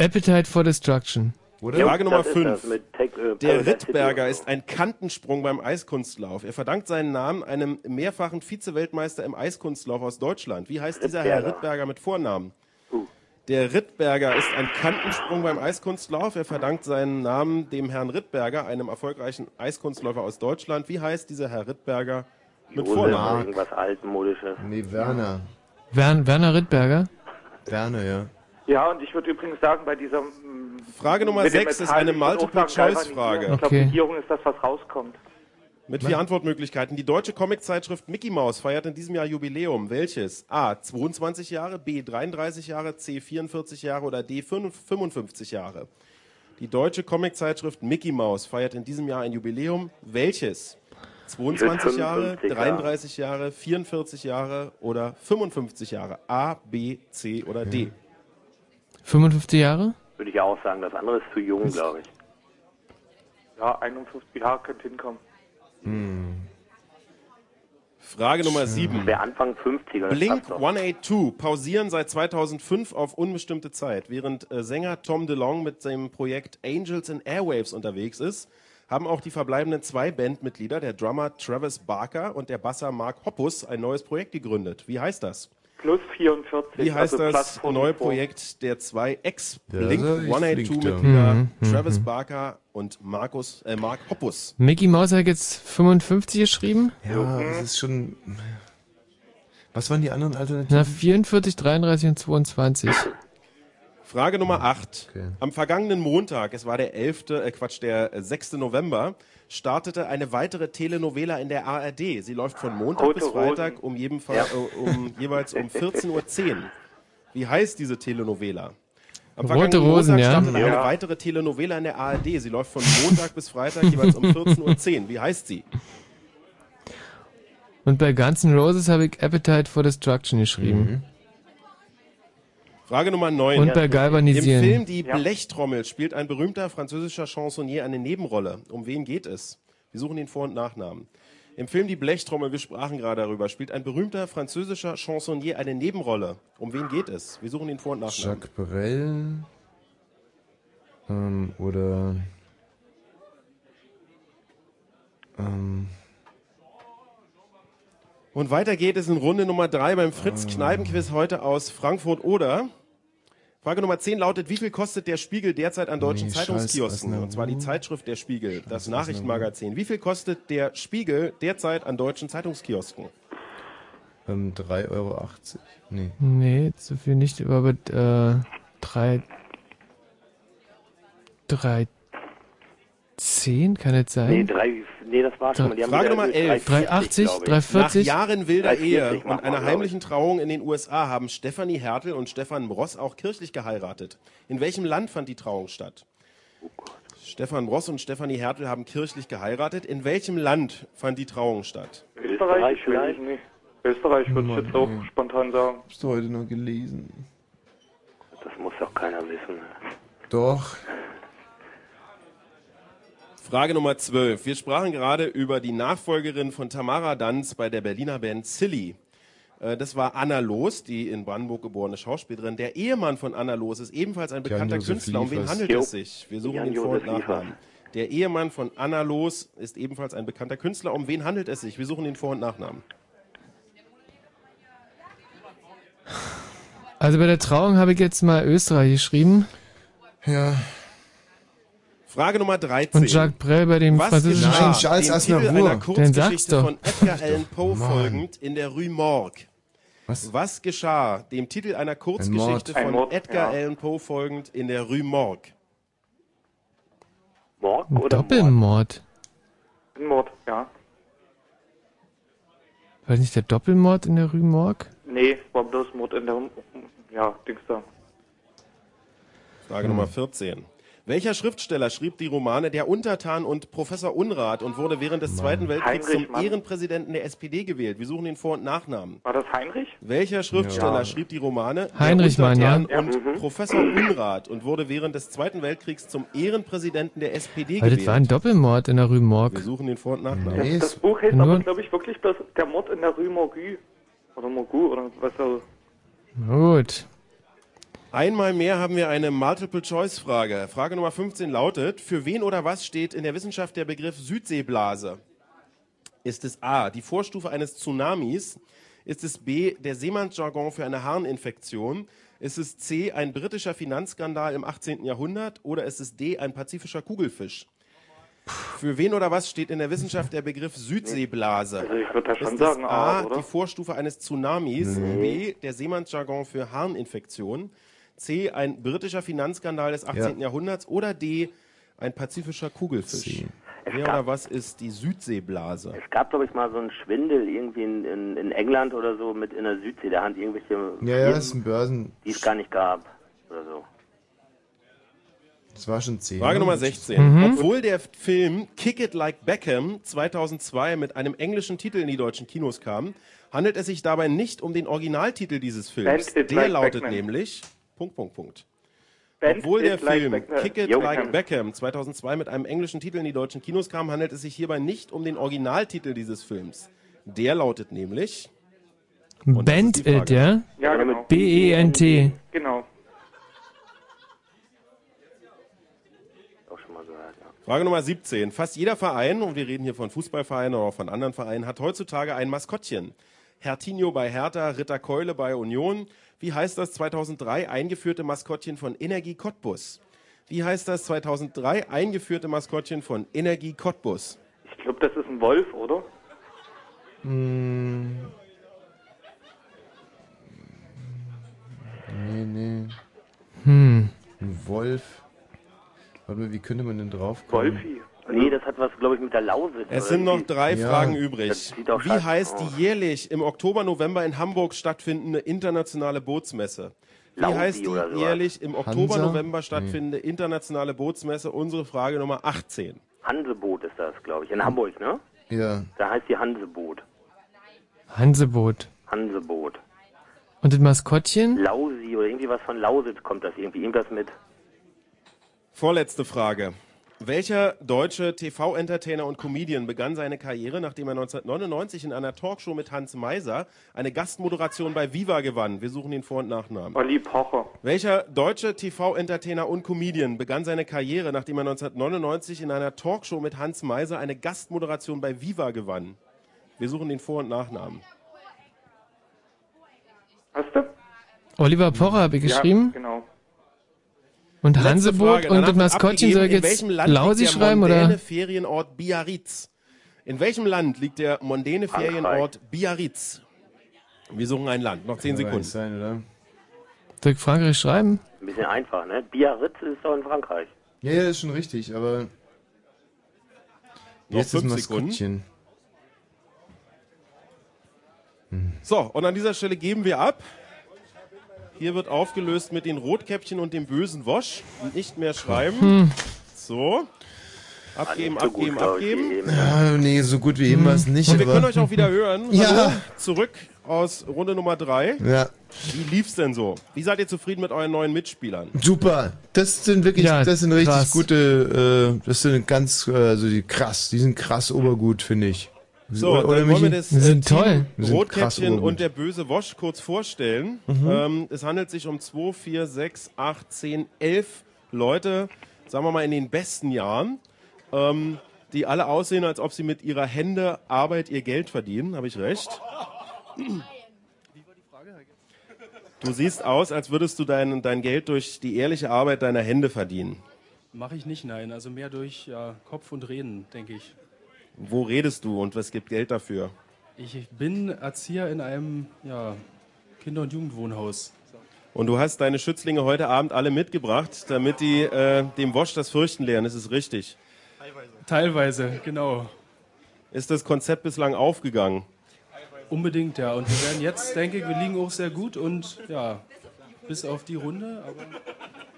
S4: Appetite for Destruction.
S5: Frage Nummer
S1: das ist das
S5: 5.
S1: mit Tech- äh,
S5: Der
S1: Paradise
S5: Rittberger ist ein Kantensprung beim Eiskunstlauf. Er verdankt seinen Namen einem mehrfachen Vize-Weltmeister im Eiskunstlauf aus Deutschland. Wie heißt dieser Herr
S22: Rittberger.
S5: Rittberger mit Vornamen?
S1: Uh.
S5: Der Rittberger ist ein Kantensprung beim Eiskunstlauf. Er verdankt seinen Namen dem Herrn Rittberger, einem erfolgreichen Eiskunstläufer aus Deutschland. Wie heißt dieser Herr Rittberger mit
S1: Josef,
S5: Vornamen?
S1: Irgendwas altmodisches.
S3: Nee, Werner.
S4: Wern, Werner Rittberger?
S3: Werner, ja.
S22: Ja, und ich würde übrigens sagen, bei dieser... mm,
S5: Frage Nummer
S22: mit dem
S5: sechs ist
S22: Metall-
S5: eine
S22: ich würd auch sagen,
S5: Multiple-Choice-Frage.
S22: galvanisieren. Ich glaube,
S5: Okay.
S22: Legierung ist das, was rauskommt.
S5: Mit vier Antwortmöglichkeiten. Die deutsche Comiczeitschrift Mickey Mouse feiert in diesem Jahr Jubiläum. Welches? A. 22 Jahre, B. 33 Jahre, C. 44 Jahre oder D. 55 Jahre. Die deutsche Comiczeitschrift Mickey Mouse feiert in diesem Jahr ein Jubiläum. Welches? 22 Jahre,
S1: 55 Jahre.
S5: 33 Jahre, 44 Jahre oder 55 Jahre? A, B, C oder D?
S4: 55 Jahre?
S1: Würde ich ja auch sagen, das andere ist zu jung, glaube ich.
S22: Ja, 51 Jahre könnte hinkommen.
S5: Hm. Frage Nummer 7.
S1: Hm. Wer Anfang 50er
S5: Blink
S1: das doch.
S5: 182 pausieren seit 2005 auf unbestimmte Zeit. Während äh, Sänger Tom DeLong mit seinem Projekt Angels and Airwaves unterwegs ist, haben auch die verbleibenden zwei Bandmitglieder, der Drummer Travis Barker und der Basser Mark Hoppus, ein neues Projekt gegründet. Wie heißt das?
S22: Plus 44.
S5: Wie heißt
S22: also
S5: das
S22: Plus
S5: neue
S22: 44.
S5: Projekt der zwei Ex-Blink
S3: Ja, also ich fliegt da.
S5: 182-Mitglieder
S3: Mhm, mhm.
S5: Travis Barker und Markus, äh, Mark Hoppus?
S4: Mickey Mouse hat jetzt 55 geschrieben?
S3: Ja, das
S1: Mhm.
S3: ist schon. Was waren die anderen Alternativen?
S4: Na, 44, 33 und 22.
S5: Frage Nummer 8. Am vergangenen Montag, es war der 11., äh Quatsch, der äh, 6. November, startete eine weitere Telenovela in der ARD. Sie läuft von Montag
S22: Rote
S5: bis Freitag um, jedem Fall,
S22: Ja.
S5: äh,
S22: [LAUGHS]
S5: um jeweils um 14.10 Uhr. Wie heißt diese Telenovela? Am
S4: Rote
S5: vergangenen
S4: Rosen,
S5: Montag
S4: ja.
S5: startete
S4: Ja.
S5: eine weitere Telenovela in der ARD. Sie läuft von Montag bis Freitag jeweils um 14.10 Uhr. Wie heißt sie?
S4: Und bei Guns N' Roses habe ich Appetite for Destruction geschrieben.
S5: Frage Nummer 9.
S4: Und bei Galvanisieren.
S5: Im Film Die
S4: Ja.
S5: Blechtrommel spielt ein berühmter französischer Chansonnier eine Nebenrolle. Um wen geht es? Wir suchen den Vor- und Nachnamen. Im Film Die Blechtrommel, wir sprachen gerade darüber, spielt ein berühmter französischer Chansonnier eine Nebenrolle. Um wen geht es? Wir suchen den Vor- und Nachnamen.
S3: Jacques Brel. Ähm, oder. Ähm,
S5: Und weiter geht es in Runde Nummer 3 beim Fritz
S3: Ah.
S5: Kneipenquiz heute aus Frankfurt oder. Frage Nummer 10 lautet, wie viel kostet der Spiegel derzeit an deutschen
S3: Nee, scheiß ne?
S5: Zeitungskiosken?
S3: Osnabrück.
S5: Und zwar die Zeitschrift der Spiegel, das
S3: ne?
S5: Nachrichtenmagazin. Wie viel kostet der Spiegel derzeit an deutschen Zeitungskiosken?
S3: ähm, 3,80 Euro. Mhm. Nee.
S4: Nee, so viel nicht, aber äh, drei, drei, zehn kann es sein?
S1: Nee, drei, nee, das war schon mal. Die haben
S5: Frage
S1: wieder
S5: Nummer 11.
S4: 380, glaube ich. 340.
S5: Nach Jahren wilder
S4: 340
S5: Ehe
S4: machen
S5: und
S4: wir,
S5: einer
S4: glaube ich.
S5: heimlichen Trauung in den USA haben Stefanie Hertel und Stefan Bross auch kirchlich geheiratet. In welchem Land fand die Trauung statt?
S1: Oh
S5: Stefan Bross und Stefanie Hertel haben kirchlich geheiratet. In welchem Land fand die Trauung statt?
S22: Österreich vielleicht? Nicht. Österreich würde ich jetzt auch spontan sagen.
S3: Hab's doch heute noch gelesen.
S1: Das muss doch keiner wissen.
S3: Doch.
S5: Frage Nummer 12. Wir sprachen gerade über die Nachfolgerin von Tamara Danz bei der Berliner Band Silly. Äh, Das war Anna Los, die in Brandenburg geborene Schauspielerin. Der Ehemann von Anna Los ist ebenfalls ein bekannter
S3: Jan-Josef
S5: Künstler. Um wen
S3: Liefers.
S5: handelt
S3: Jo.
S5: es sich? Wir suchen den
S3: Jan-Josef
S5: Vor- und Nachnamen.
S3: Liefers.
S5: Der Ehemann von Anna Los ist ebenfalls ein bekannter Künstler. Um wen handelt es sich? Wir suchen den Vor- und Nachnamen.
S4: Also bei der Trauung habe ich jetzt mal Österreich geschrieben.
S3: Ja.
S5: Frage Nummer 13.
S4: Und Jacques Brel bei dem
S5: Was
S4: französischen
S5: geschah
S4: Mensch, Charles
S5: dem Titel
S4: Aznavour.
S5: einer
S4: Den sag's
S5: Kurzgeschichte
S4: doch.
S5: von Edgar Allan Poe
S4: Mann.
S5: folgend in der Rue Morgue. Was? geschah dem Titel einer Kurzgeschichte
S3: Ein
S5: von
S3: Mord,
S5: Edgar
S3: ja.
S5: Allan Poe folgend in der Rue Morgue?
S1: Morg
S4: Ein
S1: oder
S4: Doppelmord.
S22: Mord, ja.
S4: War nicht der Doppelmord in der Rue Morgue?
S22: Nee, war bloß Mord in der. Ja, Dings da.
S5: Frage Nummer 14. Welcher Schriftsteller schrieb die Romane Der Untertan und Professor Unrat und wurde während des Zweiten Weltkriegs
S22: Heinrich
S5: zum
S22: Mann.
S5: Ehrenpräsidenten der SPD gewählt? Wir suchen den Vor- und Nachnamen.
S22: War das Heinrich?
S5: Welcher Schriftsteller
S22: Ja.
S5: schrieb die Romane
S4: Heinrich
S5: Der
S4: Mann, ja.
S5: Untertan und
S22: mhm.
S5: Professor Unrat und wurde während des Zweiten Weltkriegs zum Ehrenpräsidenten der SPD
S4: Weil das
S5: gewählt?
S4: war ein Doppelmord in der Rue Morgue.
S5: Wir suchen den Vor- und Nachnamen.
S4: Nee,
S22: Das Buch heißt
S4: Nur-
S22: aber, glaube ich, wirklich bloß Der Mord in der Rue Morgue. Oder Morgue, oder was soll.
S4: Na gut.
S5: Einmal mehr haben wir eine Multiple-Choice-Frage. Frage Nummer 15 lautet, für wen oder was steht in der Wissenschaft der Begriff Südseeblase? Ist es A, die Vorstufe eines Tsunamis? Ist es B, der Seemannsjargon für eine Harninfektion? Ist es C, ein britischer Finanzskandal im 18. Jahrhundert? Oder ist es D, ein pazifischer Kugelfisch? Für wen oder was steht in der Wissenschaft der Begriff Südseeblase?
S22: Also ich würd da schon
S5: ist
S22: sagen
S5: es
S22: A,
S5: A,
S22: oder?
S5: die Vorstufe eines Tsunamis,
S22: Nee.
S5: B, der Seemannsjargon für Harninfektion, C, ein britischer Finanzskandal des 18. Jahrhunderts oder D, ein pazifischer Kugelfisch. Wer oder was ist die Südseeblase?
S1: Es gab, glaube ich, mal so einen Schwindel irgendwie in, in, in England oder so mit in der Südsee. Da haben die irgendwelche
S3: Ja, ja, das ist ein Börsen.
S1: die es gar nicht gab oder so.
S3: Das war schon Hm. 10.
S5: Frage Nummer 16.
S3: Mhm.
S5: Obwohl der Film Kick It Like Beckham 2002 mit einem englischen Titel in die deutschen Kinos kam, handelt es sich dabei nicht um den Originaltitel dieses Films.
S22: Bend It
S5: Der
S22: Like
S5: lautet
S22: Beckman.
S5: nämlich Punkt Punkt Punkt.
S22: Bend
S5: Obwohl
S22: It
S5: der
S22: Like
S5: Film
S22: Beckham.
S5: Kick It
S22: Jo.
S5: Like Beckham 2002 mit einem englischen Titel in die deutschen Kinos kam, handelt es sich hierbei nicht um den Originaltitel dieses Films. Der lautet nämlich.
S4: Bend
S5: die
S4: it,
S5: Frage.
S4: ja?
S5: Ja, genau.
S4: E B-E-N-T.
S21: Genau.
S1: Auch schon mal gehört, ja.
S5: Frage Nummer 17. Fast jeder Verein, und wir reden hier von Fußballvereinen oder auch von anderen Vereinen, hat heutzutage ein Maskottchen. Hertinho bei Hertha, Ritter Keule bei Union. Wie heißt das 2003 eingeführte Maskottchen von Energie Cottbus? Wie heißt das 2003 eingeführte Maskottchen von Energie Cottbus?
S21: Ich glaube, das ist ein Wolf, oder?
S3: Hm. Nee, nee.
S4: Hm.
S3: Ein Wolf. Warte mal, wie könnte man denn drauf
S1: Wolfi. Nee, das hat was, glaube ich, mit der Lausitz.
S5: also Es
S1: oder?
S5: sind noch
S1: Die-
S5: drei
S1: Ja.
S5: Fragen
S1: Das
S5: übrig.
S1: sieht doch
S5: Wie
S1: scheiße
S5: heißt
S1: aus.
S5: die jährlich im Oktober, November in Hamburg stattfindende internationale Bootsmesse? Wie
S1: Laudi
S5: heißt die
S1: oder sowas.
S5: jährlich im Oktober,
S1: Hansa?
S5: November stattfindende internationale Bootsmesse? Unsere Frage Nummer 18.
S1: Hanseboot ist das, glaube ich, in Hamburg, ne?
S3: Ja.
S1: Da heißt die Hanseboot.
S4: Hanseboot.
S1: Hanseboot.
S4: Und das Maskottchen?
S1: Lausi oder irgendwie was von Lausitz kommt das irgendwie. Irgendwas mit.
S5: Vorletzte Frage. Welcher deutsche TV-Entertainer und Comedian begann seine Karriere, nachdem er 1999 in einer Talkshow mit Hans Meiser eine Gastmoderation bei Viva gewann? Wir suchen den Vor- und Nachnamen.
S21: Olli Pocher.
S5: Welcher deutsche TV-Entertainer und Comedian begann seine Karriere, nachdem er 1999 in einer Talkshow mit Hans Meiser eine Gastmoderation bei Viva gewann? Wir suchen den Vor- und Nachnamen.
S4: Oliver Pocher habe ich geschrieben.
S21: genau.
S4: Und
S5: Letzte
S4: Hanseboot
S5: Frage,
S4: und
S5: danach
S4: das
S5: wird
S4: Maskottchen soll ich
S5: abgegeben, in
S4: jetzt
S5: welchem Land liegt
S4: Lausi
S5: der
S4: schreiben,
S5: mondäne
S4: oder?
S5: Ferienort Biarritz. In welchem Land liegt der mondäne Ferienort Biarritz? Wir suchen ein Land. Noch zehn
S3: aber
S5: Sekunden.
S3: nicht sein, oder?
S4: Soll ich Frankreich schreiben?
S5: Äh,
S1: Ein bisschen einfach, ne? Biarritz ist doch in Frankreich.
S3: Ja, ja, ist schon richtig, aber.
S5: Noch
S3: Jetzt ist
S5: fünf Sekunden.
S3: Maskottchen.
S5: So, und an dieser Stelle geben wir ab. Hier wird aufgelöst mit den Rotkäppchen und dem bösen Wosch. Und nicht mehr schreiben.
S4: Hm.
S5: So. Abgeben, abgeben, abgeben.
S3: Ja, nee, so gut wie eben war es nicht.
S5: Und wir
S3: aber
S5: können euch auch wieder hören.
S3: Ja.
S5: Hallo, zurück aus Runde Nummer drei.
S3: Ja.
S5: Wie lief's denn so? Wie seid ihr zufrieden mit euren neuen Mitspielern?
S3: Super. Das sind wirklich,
S5: Ja,
S3: das sind richtig
S5: krass.
S3: gute, äh, das sind ganz, äh, also die krass, die sind krass obergut, finde ich.
S5: So, dann wollen wir das äh, Team
S3: Die sind krass
S5: Rotkäppchen
S3: obergut.
S5: und der böse Wosch kurz vorstellen.
S3: Mhm.
S5: Ähm, es handelt sich um 2, 4, 6, 8, 10, 11 Leute, sagen wir mal in den besten Jahren, ähm, die alle aussehen, als ob sie mit ihrer Hände Arbeit ihr Geld verdienen. Habe ich recht? Du siehst aus, als würdest du dein, dein Geld durch die ehrliche Arbeit deiner Hände verdienen.
S10: Mache ich nicht, nein. Also mehr durch ja, Kopf und Reden, denke ich.
S5: Wo redest du und was gibt Geld dafür?
S10: Ich bin Erzieher in einem ja, Kinder- und Jugendwohnhaus.
S5: Und du hast deine Schützlinge heute Abend alle mitgebracht, damit die äh, dem Wosch das Fürchten lernen. Das ist richtig.
S10: Teilweise, genau.
S5: Ist das Konzept bislang aufgegangen?
S10: Unbedingt, ja. Und wir werden jetzt, denke ich, wir liegen auch sehr gut und ja, bis auf die Runde. Aber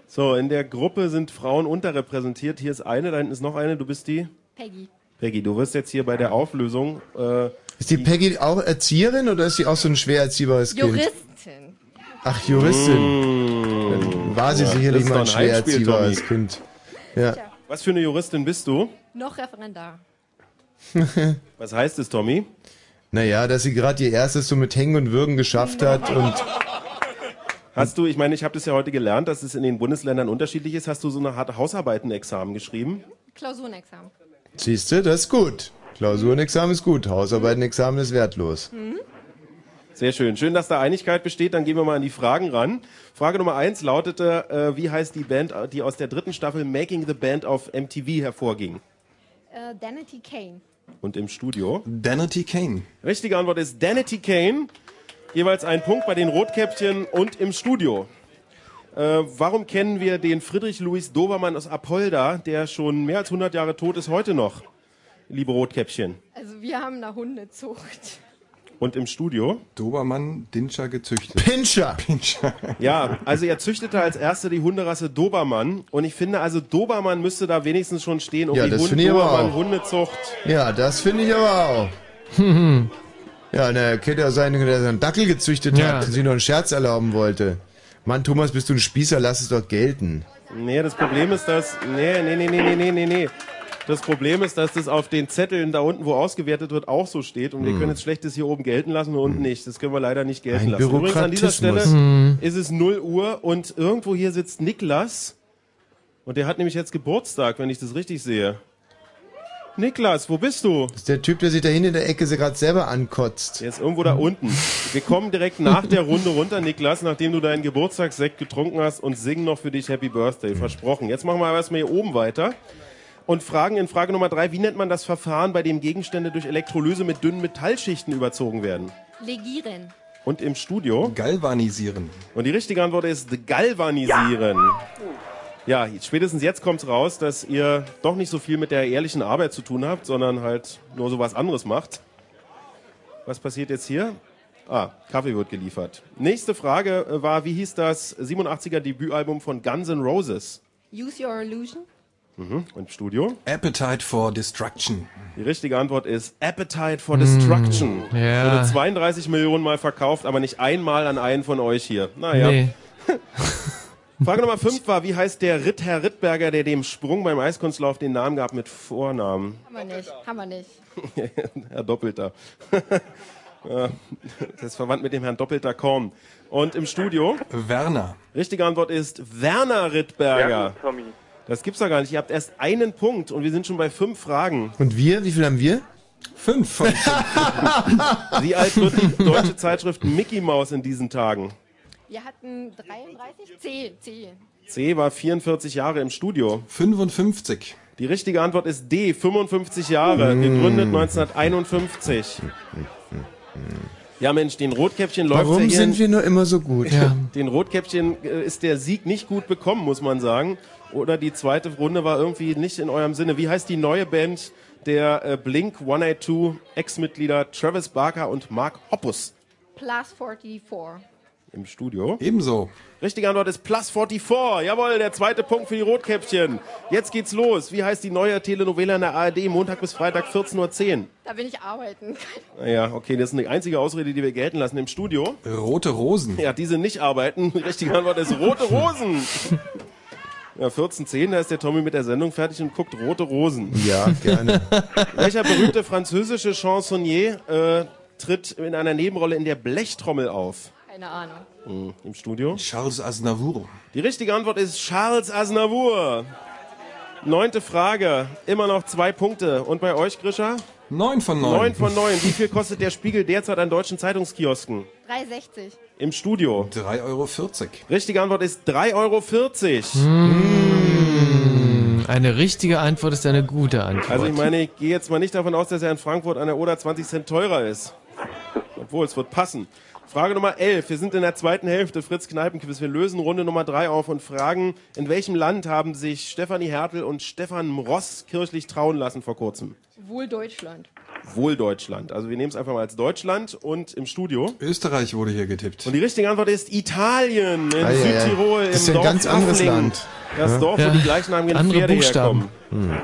S5: So, in der Gruppe sind Frauen unterrepräsentiert. Hier ist eine, da hinten ist noch eine. Du bist die?
S12: Peggy.
S5: Peggy, du wirst jetzt hier bei der Auflösung. Äh,
S3: Ist die Peggy auch Erzieherin oder ist sie auch so ein schwer erziehbares Kind?
S12: Juristin.
S3: Ach,
S5: Mm.
S3: Juristin. Dann war sie
S5: Ja, das
S3: sicherlich
S5: ist
S3: mal ein
S5: doch ein
S3: schwer
S5: Heimspiel,
S3: erziehbares
S5: Tommy.
S3: Kind. Ja.
S5: was für eine Juristin bist du?
S12: Noch Referendar.
S5: Was heißt es, Tommy?
S3: Naja, dass sie gerade ihr erstes so mit Hängen und Würgen geschafft hat und Hm.
S5: Hast du, ich meine, ich habe das ja heute gelernt, dass es in den Bundesländern unterschiedlich ist. Hast du so eine harte Hausarbeiten-Examen geschrieben?
S12: Klausurenexamen.
S3: siehst du, das ist gut. Klausurenexamen ist gut, Hausarbeitenexamen ist wertlos.
S5: Sehr schön. Schön, dass da Einigkeit besteht. Dann gehen wir mal an die Fragen ran. Frage Nummer eins lautete, äh, wie heißt die Band, äh, die aus der dritten Staffel Making the Band auf MTV hervorging?
S12: Äh, Danity Kane.
S5: Und im Studio?
S16: Danity Kane.
S5: Richtige Antwort ist Danity Kane. Jeweils ein Punkt bei den Rotkäppchen und im Studio. Äh, warum kennen wir den Friedrich Louis Dobermann aus Apolda, der schon mehr als 100 Jahre tot ist, heute noch? Liebe Rotkäppchen.
S12: Also wir haben eine Hundezucht.
S5: Und im Studio?
S16: Dobermann, Dinscher gezüchtet.
S3: Pinscher!
S16: Pinscher.
S5: Ja, also er züchtete als erster die Hunderasse Dobermann und ich finde also Dobermann müsste da wenigstens schon stehen, um
S3: Ja,
S5: die
S3: das
S5: Hund-
S3: finde ich aber
S5: Dobermann
S3: auch.
S5: Hundezucht.
S3: Ja, das finde ich aber auch. [LAUGHS] ja, na, kennt ja sein, der seinen Dackel gezüchtet
S5: Ja.
S3: hat und sich noch einen Scherz erlauben wollte. Mann, Thomas, bist du ein Spießer, lass es doch gelten.
S5: Nee, das Problem ist, dass nee, nee, nee, nee, nee, nee, nee, nee. Das Problem ist, dass das auf den Zetteln da unten, wo ausgewertet wird, auch so steht. Und wir
S16: Hm.
S5: können jetzt Schlechtes hier oben gelten lassen und unten nicht. Das können wir leider nicht gelten
S16: Ein
S5: lassen. Übrigens an dieser Stelle
S16: Bürokratismus. Hm.
S5: ist es 0 Uhr und irgendwo hier sitzt Niklas. Und der hat nämlich jetzt Geburtstag, wenn ich das richtig sehe. Niklas, wo bist du?
S3: Das ist der Typ, der sich da hinten in der Ecke sie gerade selber ankotzt.
S5: Jetzt irgendwo da unten. Wir kommen direkt nach der Runde runter, Niklas, nachdem du deinen Geburtstagssekt getrunken hast und singen noch für dich Happy Birthday. Versprochen. Jetzt machen wir aber erstmal hier oben weiter. Und fragen in Frage Nummer drei, wie nennt man das Verfahren, bei dem Gegenstände durch Elektrolyse mit dünnen Metallschichten überzogen werden?
S17: Legieren.
S5: Und im Studio?
S16: Galvanisieren.
S5: Und die richtige Antwort ist galvanisieren. Ja, spätestens jetzt kommt's raus, dass ihr doch nicht so viel mit der ehrlichen Arbeit zu tun habt, sondern halt nur so was anderes macht. Was passiert jetzt hier? Ah, Kaffee wird geliefert. Nächste Frage äh, war, wie hieß das 87er Debütalbum von Guns N' Roses?
S12: Use your illusion.
S5: Mhm. Und Studio?
S16: Appetite for Destruction.
S5: Die richtige Antwort ist Appetite for Destruction.
S16: Mm, ja.
S5: Wurde 32 Millionen Mal verkauft, aber nicht einmal an einen von euch hier. Naja.
S4: Nee.
S5: [LAUGHS] Frage Nummer 5 war, wie heißt der Ritt Herr Rittberger, der dem Sprung beim Eiskunstlauf den Namen gab mit Vornamen?
S12: Haben wir nicht. Haben wir nicht.
S5: [LAUGHS] Herr Doppelter. Ja, das ist verwandt mit dem Herrn Doppelter Korn. Und im Studio?
S16: Werner.
S5: Richtige Antwort ist Werner Rittberger.
S21: Ja, gut, Tommy.
S5: Das gibt's doch gar nicht. Ihr habt erst einen Punkt und wir sind schon bei
S3: [LAUGHS]
S5: fünf Fragen.
S3: Und wir? Wie viel haben wir?
S16: Fünf von
S5: Wie alt wird die deutsche Zeitschrift Mickey Mouse in diesen Tagen?
S12: Wir hatten 33. C. C.
S5: C war 44 Jahre im Studio.
S16: 55.
S5: Die richtige Antwort ist D, 55 Jahre,
S16: Mm.
S5: gegründet 1951. Ja Mensch, den Rotkäppchen läuft ja
S3: Warum
S5: hier
S3: sind wir nur immer so gut?
S5: [LAUGHS] Den Rotkäppchen äh, ist der Sieg nicht gut bekommen, muss man sagen. Oder die zweite Runde war irgendwie nicht in eurem Sinne. Wie heißt die neue Band der äh, Blink 182 Ex-Mitglieder Travis Barker und Mark Hoppus
S12: Plus 44.
S5: im Studio?
S16: Ebenso.
S5: Richtige Antwort ist Plus 44. Jawohl, der zweite Punkt für die Rotkäppchen. Jetzt geht's los. Wie heißt die neue Telenovela in der ARD? Montag bis Freitag 14.10 Uhr.
S12: Da bin ich arbeiten. [LAUGHS]
S5: Ja, okay, das ist die einzige Ausrede, die wir gelten lassen im Studio.
S16: Rote Rosen.
S5: Ja, diese nicht arbeiten. Die richtige Antwort ist rote Rosen. Ja, 14.10, da ist der Tommy mit der Sendung fertig und guckt rote Rosen.
S3: Ja, gerne.
S5: [LAUGHS] Welcher berühmte französische Chansonnier äh, tritt in einer Nebenrolle in der Blechtrommel auf?
S12: Keine Ahnung.
S5: Hm, Im Studio?
S16: Charles Aznavour.
S5: Die richtige Antwort ist Charles Aznavour. Neunte Frage. Immer noch zwei Punkte. Und bei euch, Grisha?
S16: Neun von neun.
S5: Neun von neun. Wie viel kostet der Spiegel derzeit an deutschen Zeitungskiosken?
S12: 360.
S5: Im Studio.
S16: 3,40 Euro.
S5: Richtige Antwort ist 3,40 Euro.
S16: Hm.
S4: Hm, Eine richtige Antwort ist eine gute Antwort.
S5: Also ich meine, ich gehe jetzt mal nicht davon aus, dass er in Frankfurt an der Oder 20 Cent teurer ist. Obwohl, es wird passen. Frage Nummer 11. Wir sind in der zweiten Hälfte. Fritz Kneipenquiz. Wir lösen Runde Nummer 3 auf und fragen, in welchem Land haben sich Stefanie Hertel und Stefan Ross kirchlich trauen lassen vor kurzem?
S12: Wohl Deutschland.
S5: Wohl Deutschland. Also wir nehmen es einfach mal als Deutschland und im Studio.
S16: Österreich wurde hier getippt.
S5: Und die richtige Antwort ist Italien in
S16: Ei, ei, ei.
S5: Südtirol im
S16: Das ist ja ein
S5: Dorf
S16: ganz anderes
S5: Afflingen.
S16: Land.
S5: Das
S16: Ja.
S5: Dorf,
S16: Ja.
S5: wo die gleichnamigen
S16: Andere
S5: Pferde
S16: Buchstaben.
S5: herkommen.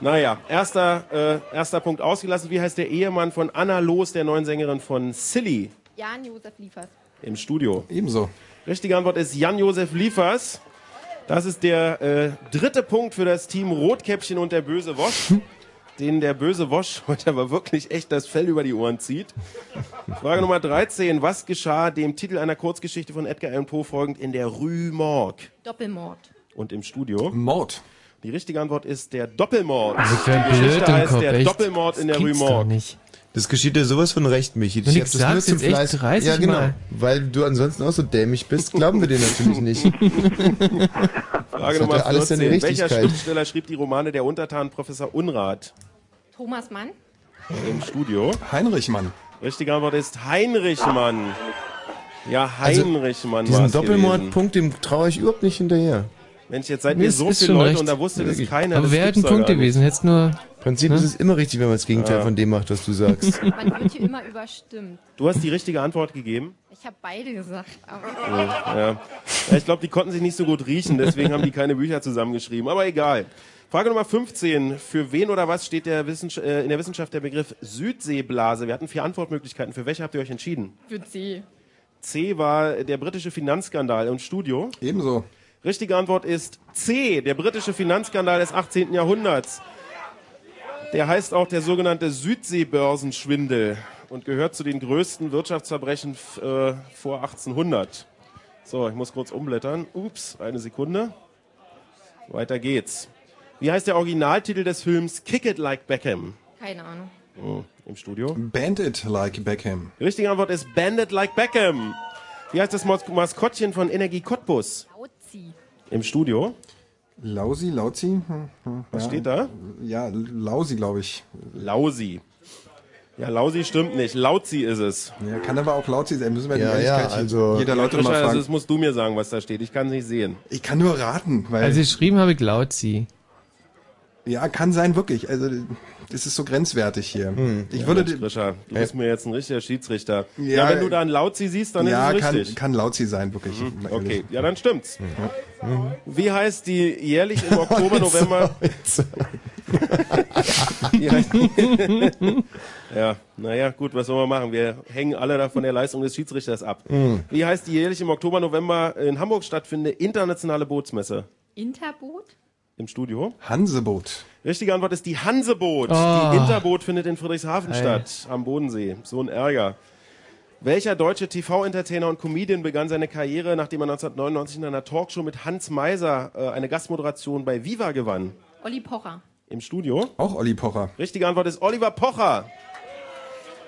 S5: Naja, erster, äh, erster Punkt ausgelassen. Wie heißt der Ehemann von Anna Loos, der neuen Sängerin von Silly
S12: Jan Josef Liefers.
S5: im Studio?
S16: Ebenso.
S5: Richtige Antwort ist Jan-Josef Liefers. Das ist der äh, dritte Punkt für das Team Rotkäppchen und der böse Wosch. Den der böse Wosch heute aber wirklich echt das Fell über die Ohren zieht. Frage Nummer 13. Was geschah dem Titel einer Kurzgeschichte von Edgar Allan Poe folgend in der Rue Morgue?
S12: Doppelmord.
S5: Und im Studio?
S16: Mord.
S5: Die richtige Antwort ist der Doppelmord.
S3: Ich wär
S5: Die Geschichte
S3: blöd im
S5: heißt
S3: Kopf,
S5: der
S3: echt.
S5: Doppelmord in
S3: Das
S5: der Rue
S3: gibt's doch
S5: Morgue.
S3: Das geschieht dir sowas von recht, Michi.
S4: Und ich
S3: hab das
S4: sag's
S3: nur zum
S4: jetzt echt
S3: Fleiß-
S4: 30
S3: Ja, genau.
S4: Mal.
S3: Weil du ansonsten auch so dämlich bist, glauben wir dir natürlich
S5: [LAUGHS]
S3: nicht.
S5: Frage
S3: Das hat
S5: Nummer
S3: ja alles seine
S5: 14. Welcher
S3: Richtigkeit.
S5: Schriftsteller schrieb die Romane Der Untertan Professor Unrat?
S12: Thomas Mann.
S5: Im Studio.
S16: Heinrich Mann.
S5: Richtige Antwort ist Heinrich Mann. Ja, Heinrich Mann war
S3: Also Diesen
S5: es gewesen.
S3: Doppelmordpunkt, dem traue ich überhaupt nicht hinterher.
S5: Mensch, jetzt seid
S4: Nee,
S5: ihr
S4: es
S5: so
S4: ist
S5: viele
S4: schon
S5: Leute
S4: recht.
S5: und da wusste das
S4: Wirklich.
S5: keiner.
S4: Aber
S5: das
S4: wer hätte einen
S5: gibt's doch
S4: Punkt
S5: gar nicht.
S4: gewesen? Hättest nur.
S3: Im Prinzip
S4: ne?
S3: ist es immer richtig, wenn man das Gegenteil
S5: Ah.
S3: von dem macht, was du sagst.
S12: Man wird hier immer überstimmt.
S5: Du hast die richtige Antwort gegeben.
S12: Ich habe beide gesagt. Aber
S5: Ja. Ja, Ich glaube, die konnten sich nicht so gut riechen, deswegen haben die keine Bücher zusammengeschrieben. Aber egal. Frage Nummer 15. Für wen oder was steht der Wissenschaft, äh, in der Wissenschaft der Begriff Südseeblase? Wir hatten vier Antwortmöglichkeiten. Für welche habt ihr euch entschieden?
S12: für C.
S5: C war der britische Finanzskandal im Studio.
S16: Ebenso.
S5: Richtige Antwort ist C, der britische Finanzskandal des 18. Jahrhunderts. Der heißt auch der sogenannte Südseebörsenschwindel und gehört zu den größten Wirtschaftsverbrechen f- äh, vor 1800. So, ich muss kurz umblättern. Ups, eine Sekunde. Weiter geht's. Wie heißt der Originaltitel des Films Kick It Like Beckham?
S12: Keine Ahnung.
S5: Oh, Im Studio.
S16: Bandit like Beckham.
S5: Die richtige Antwort ist Bandit Like Beckham. Wie heißt das Mas Maskottchen von Energie Cottbus?
S12: Lauzi.
S5: Im Studio.
S16: Lausi, Lauzi? Hm, hm,
S5: Was
S16: ja.
S5: steht da?
S16: Ja, Lausi, glaube ich.
S5: Lausi. Ja, Lausi stimmt nicht. Lauzi ist es.
S16: Ja, kann aber auch Lauzi sein. Müssen wir die
S5: Ja,
S16: Ehrlichkeit
S5: ja,
S16: hier-
S5: also-
S16: jeder Leute
S5: Michael,
S16: mal
S5: also
S16: fragen.
S5: das musst du mir sagen, was da steht. Ich kann es nicht sehen.
S16: Ich kann nur raten, weil
S4: Also geschrieben habe ich Lauzi.
S16: ja, kann sein wirklich. Also es ist so grenzwertig hier.
S5: Hm.
S16: Ich würde
S5: Mensch, Grisha, du bist mir jetzt ein richtiger Schiedsrichter. Ja,
S16: Ja,
S5: wenn du da einen Lauzi siehst, dann
S16: ja,
S5: ist es
S16: kann,
S5: richtig.
S16: kann Lauzi sein, wirklich.
S5: Mhm,
S16: Mal
S5: Okay,
S16: ehrlich.
S5: ja, dann stimmt's. Wie heißt die jährlich im Oktober, November? Wie heißt- ja, naja, gut, was wollen wir machen? Wir hängen alle da von der Leistung des Schiedsrichters ab.
S11: Mhm.
S5: Wie heißt die jährlich im Oktober, November in Hamburg stattfindende internationale Bootsmesse?
S12: Interboot?
S5: Im Studio?
S16: Hanseboot.
S5: Richtige Antwort ist die Hanseboot.
S16: Oh.
S5: Die Interboot findet in Friedrichshafen
S16: Hey.
S5: statt, am Bodensee. So ein Ärger. Welcher deutsche TV-Entertainer und Comedian begann seine Karriere, nachdem er 1999 in einer Talkshow mit Hans Meiser äh, eine Gastmoderation bei Viva gewann?
S12: Olli Pocher.
S5: Im Studio?
S16: Auch Olli Pocher.
S5: Richtige Antwort ist Oliver Pocher.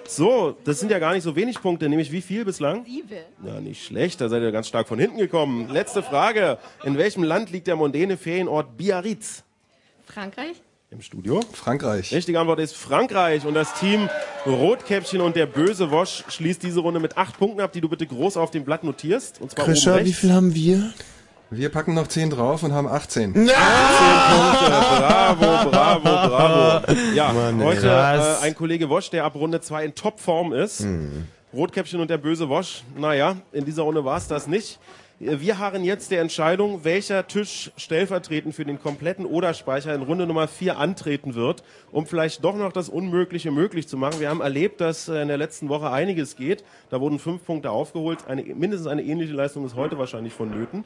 S5: So, das sind ja gar nicht so wenig Punkte, nämlich wie viel bislang?
S12: Siebe.
S5: Na, nicht schlecht, da seid ihr ganz stark von hinten gekommen. Letzte Frage. In welchem Land liegt der mondäne Ferienort Biarritz?
S12: Frankreich?
S5: Im Studio?
S16: Frankreich.
S5: Richtige Antwort ist Frankreich. Und das Team Rotkäppchen und der böse Wosch schließt diese Runde mit acht Punkten ab, die du bitte groß auf dem Blatt notierst. Und zwar oben
S16: Krischer, wie
S5: rechts.
S16: viel haben wir? Wir packen noch 10 drauf und haben 18.
S5: Bravo, bravo,
S16: [LAUGHS]
S5: bravo. Ja,
S16: Mann,
S5: heute
S16: krass.
S5: äh, ein Kollege Wosch, der ab Runde 2 in Topform ist. Rotkäppchen und der böse Wosch. Naja, in dieser Runde war es das nicht. Äh, Wir harren jetzt der Entscheidung, welcher Tisch stellvertretend für den kompletten Oder-Speicher in Runde Nummer 4 antreten wird, um vielleicht doch noch das Unmögliche möglich zu machen. Wir haben erlebt, dass äh, in der letzten Woche einiges geht. Da wurden fünf Punkte aufgeholt. Eine, mindestens eine ähnliche Leistung ist heute wahrscheinlich vonnöten,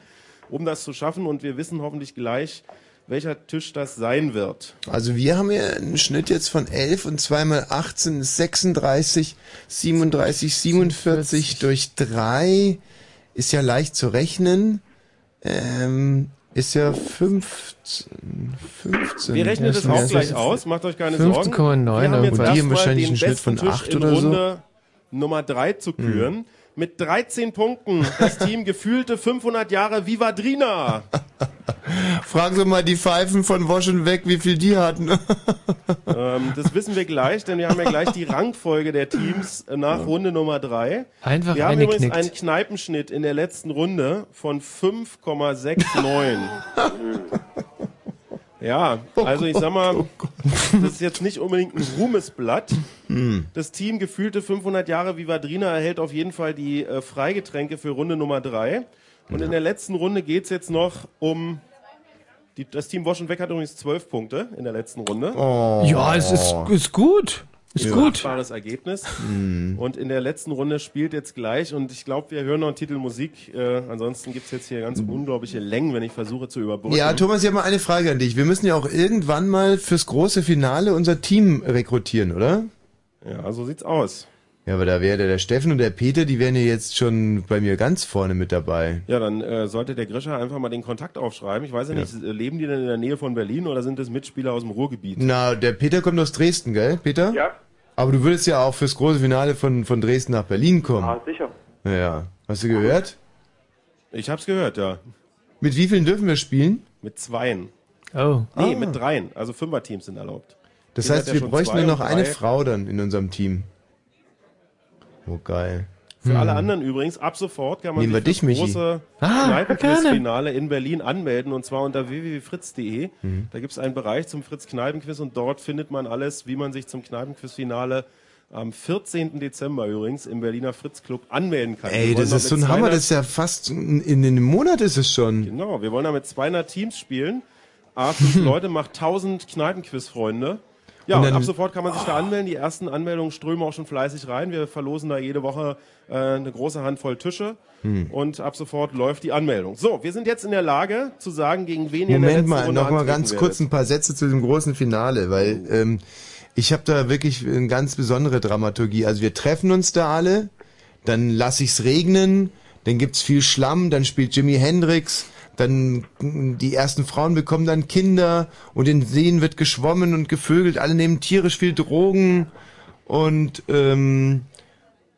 S5: um das zu schaffen. Und wir wissen hoffentlich gleich, welcher Tisch das sein wird.
S3: Also wir haben hier einen Schnitt jetzt von 11 und 2 mal 18 ist 36, 37, 47 durch 3 ist ja leicht zu rechnen. Ähm, ist ja 15, 15.
S5: Wir rechnen das auch gleich aus, macht euch keine Sorgen. Wir haben
S3: Und
S5: jetzt
S3: die haben
S5: erstmal
S3: wahrscheinlich
S5: den
S3: einen Schnitt
S5: besten
S3: von
S5: Tisch
S3: 8
S5: in
S3: oder so. Hm.
S5: Runde Nummer 3 zu küren. Mit 13 Punkten das Team gefühlte 500 Jahre Vivadrina.
S3: [LAUGHS] Fragen Sie mal die Pfeifen von Waschen weg, wie viel die hatten. [LAUGHS]
S5: ähm, das wissen wir gleich, denn wir haben
S3: [LAUGHS]
S5: ja gleich die Rangfolge der Teams nach Runde Nummer 3.
S4: Einfach
S5: wir haben übrigens
S4: eingeknickt.
S5: einen Kneipenschnitt in der letzten Runde von 5,69.
S3: [LAUGHS]
S5: ja, also ich sag mal, das ist jetzt nicht unbedingt ein Ruhmesblatt.
S16: Hm.
S5: Das Team gefühlte 500 Jahre Vivadrina erhält auf jeden Fall die äh, Freigetränke für Runde Nummer 3. Und in der letzten Runde geht's jetzt noch um... Die, das Team Wash und Weg hat übrigens 12 Punkte in der letzten Runde.
S4: Oh. Ja, es ist- ist gut. Ist gut.
S5: Machbares Ergebnis. Und in der letzten Runde spielt jetzt gleich und ich glaube, wir hören noch einen Titel Musik. Äh, ansonsten gibt's jetzt hier ganz unglaubliche Längen, wenn ich versuche zu überbrücken.
S3: Ja, Thomas, ich habe mal eine Frage an dich. Wir müssen ja auch irgendwann mal fürs große Finale unser Team rekrutieren, oder?
S5: Ja, so sieht's aus.
S3: Ja, aber da wäre der, der Steffen und der Peter, die wären ja jetzt schon bei mir ganz vorne mit dabei.
S5: Ja, dann äh, sollte der Grischer einfach mal den Kontakt aufschreiben. Ich weiß ja
S3: Ja.
S5: nicht, äh, leben die denn in der Nähe von Berlin oder sind das Mitspieler aus dem Ruhrgebiet?
S3: Na, der Peter kommt aus Dresden, gell, Peter? Ja. Aber du würdest ja auch fürs große Finale von, von Dresden nach Berlin kommen.
S5: Ah, sicher.
S3: Ja. Hast du gehört?
S5: Ich hab's gehört, ja.
S3: Mit wie vielen dürfen wir spielen?
S5: Mit zweien.
S4: Oh.
S5: Nee,
S3: Ah.
S5: mit dreien. Also Fünferteams sind erlaubt.
S3: Das
S5: Ihr seid
S3: heißt,
S5: ja
S3: wir
S5: schon
S3: bräuchten
S5: zwei
S3: nur noch
S5: und
S3: eine
S5: drei.
S3: Frau dann in unserem Team. Oh, geil.
S5: Für alle
S3: Hm.
S5: anderen übrigens, ab sofort kann man
S3: Nehmen wir
S5: sich
S3: dich,
S5: für das
S3: Michi.
S5: große
S3: Ah,
S5: Kneipenquiz-Finale in Berlin anmelden und zwar unter www.fritz.de.
S3: Mhm.
S5: Da gibt es einen Bereich zum Fritz-Kneipenquiz und dort findet man alles, wie man sich zum Kneipenquiz-Finale am 14. Dezember übrigens im Berliner Fritz-Club anmelden kann. Wir
S3: Ey,
S5: wollen
S3: das
S5: da
S3: ist so
S5: mit
S3: ein Hammer,
S5: 200
S3: das ist ja fast in, in einem Monat ist es schon.
S5: Genau, wir wollen da mit 200 Teams spielen.
S3: [LAUGHS]
S5: A5 Leute macht 1000 Kneipenquiz-Freunde. Ja,
S3: Und
S5: und,
S3: dann- Oh.
S5: ab sofort kann man sich da anmelden. Die ersten Anmeldungen strömen auch schon fleißig rein. Wir verlosen da jede Woche äh, eine große Handvoll Tische.
S3: Hm.
S5: Und ab sofort läuft die Anmeldung. So, wir sind jetzt in der Lage zu sagen, gegen wen ihr in der
S3: Moment
S5: letzten
S3: mal,
S5: Runde
S3: noch mal
S5: antreten
S3: ganz
S5: werdet. Oh.
S3: kurz ein paar Sätze zu dem großen Finale, weil ähm, Ich habe da wirklich eine ganz besondere Dramaturgie. Also wir treffen uns da alle, dann lass ich's regnen, dann gibt's viel Schlamm, dann spielt Jimi Hendrix, dann mm, die ersten Frauen bekommen dann Kinder und in Seen wird geschwommen und gevögelt, alle nehmen tierisch viel Drogen und ähm,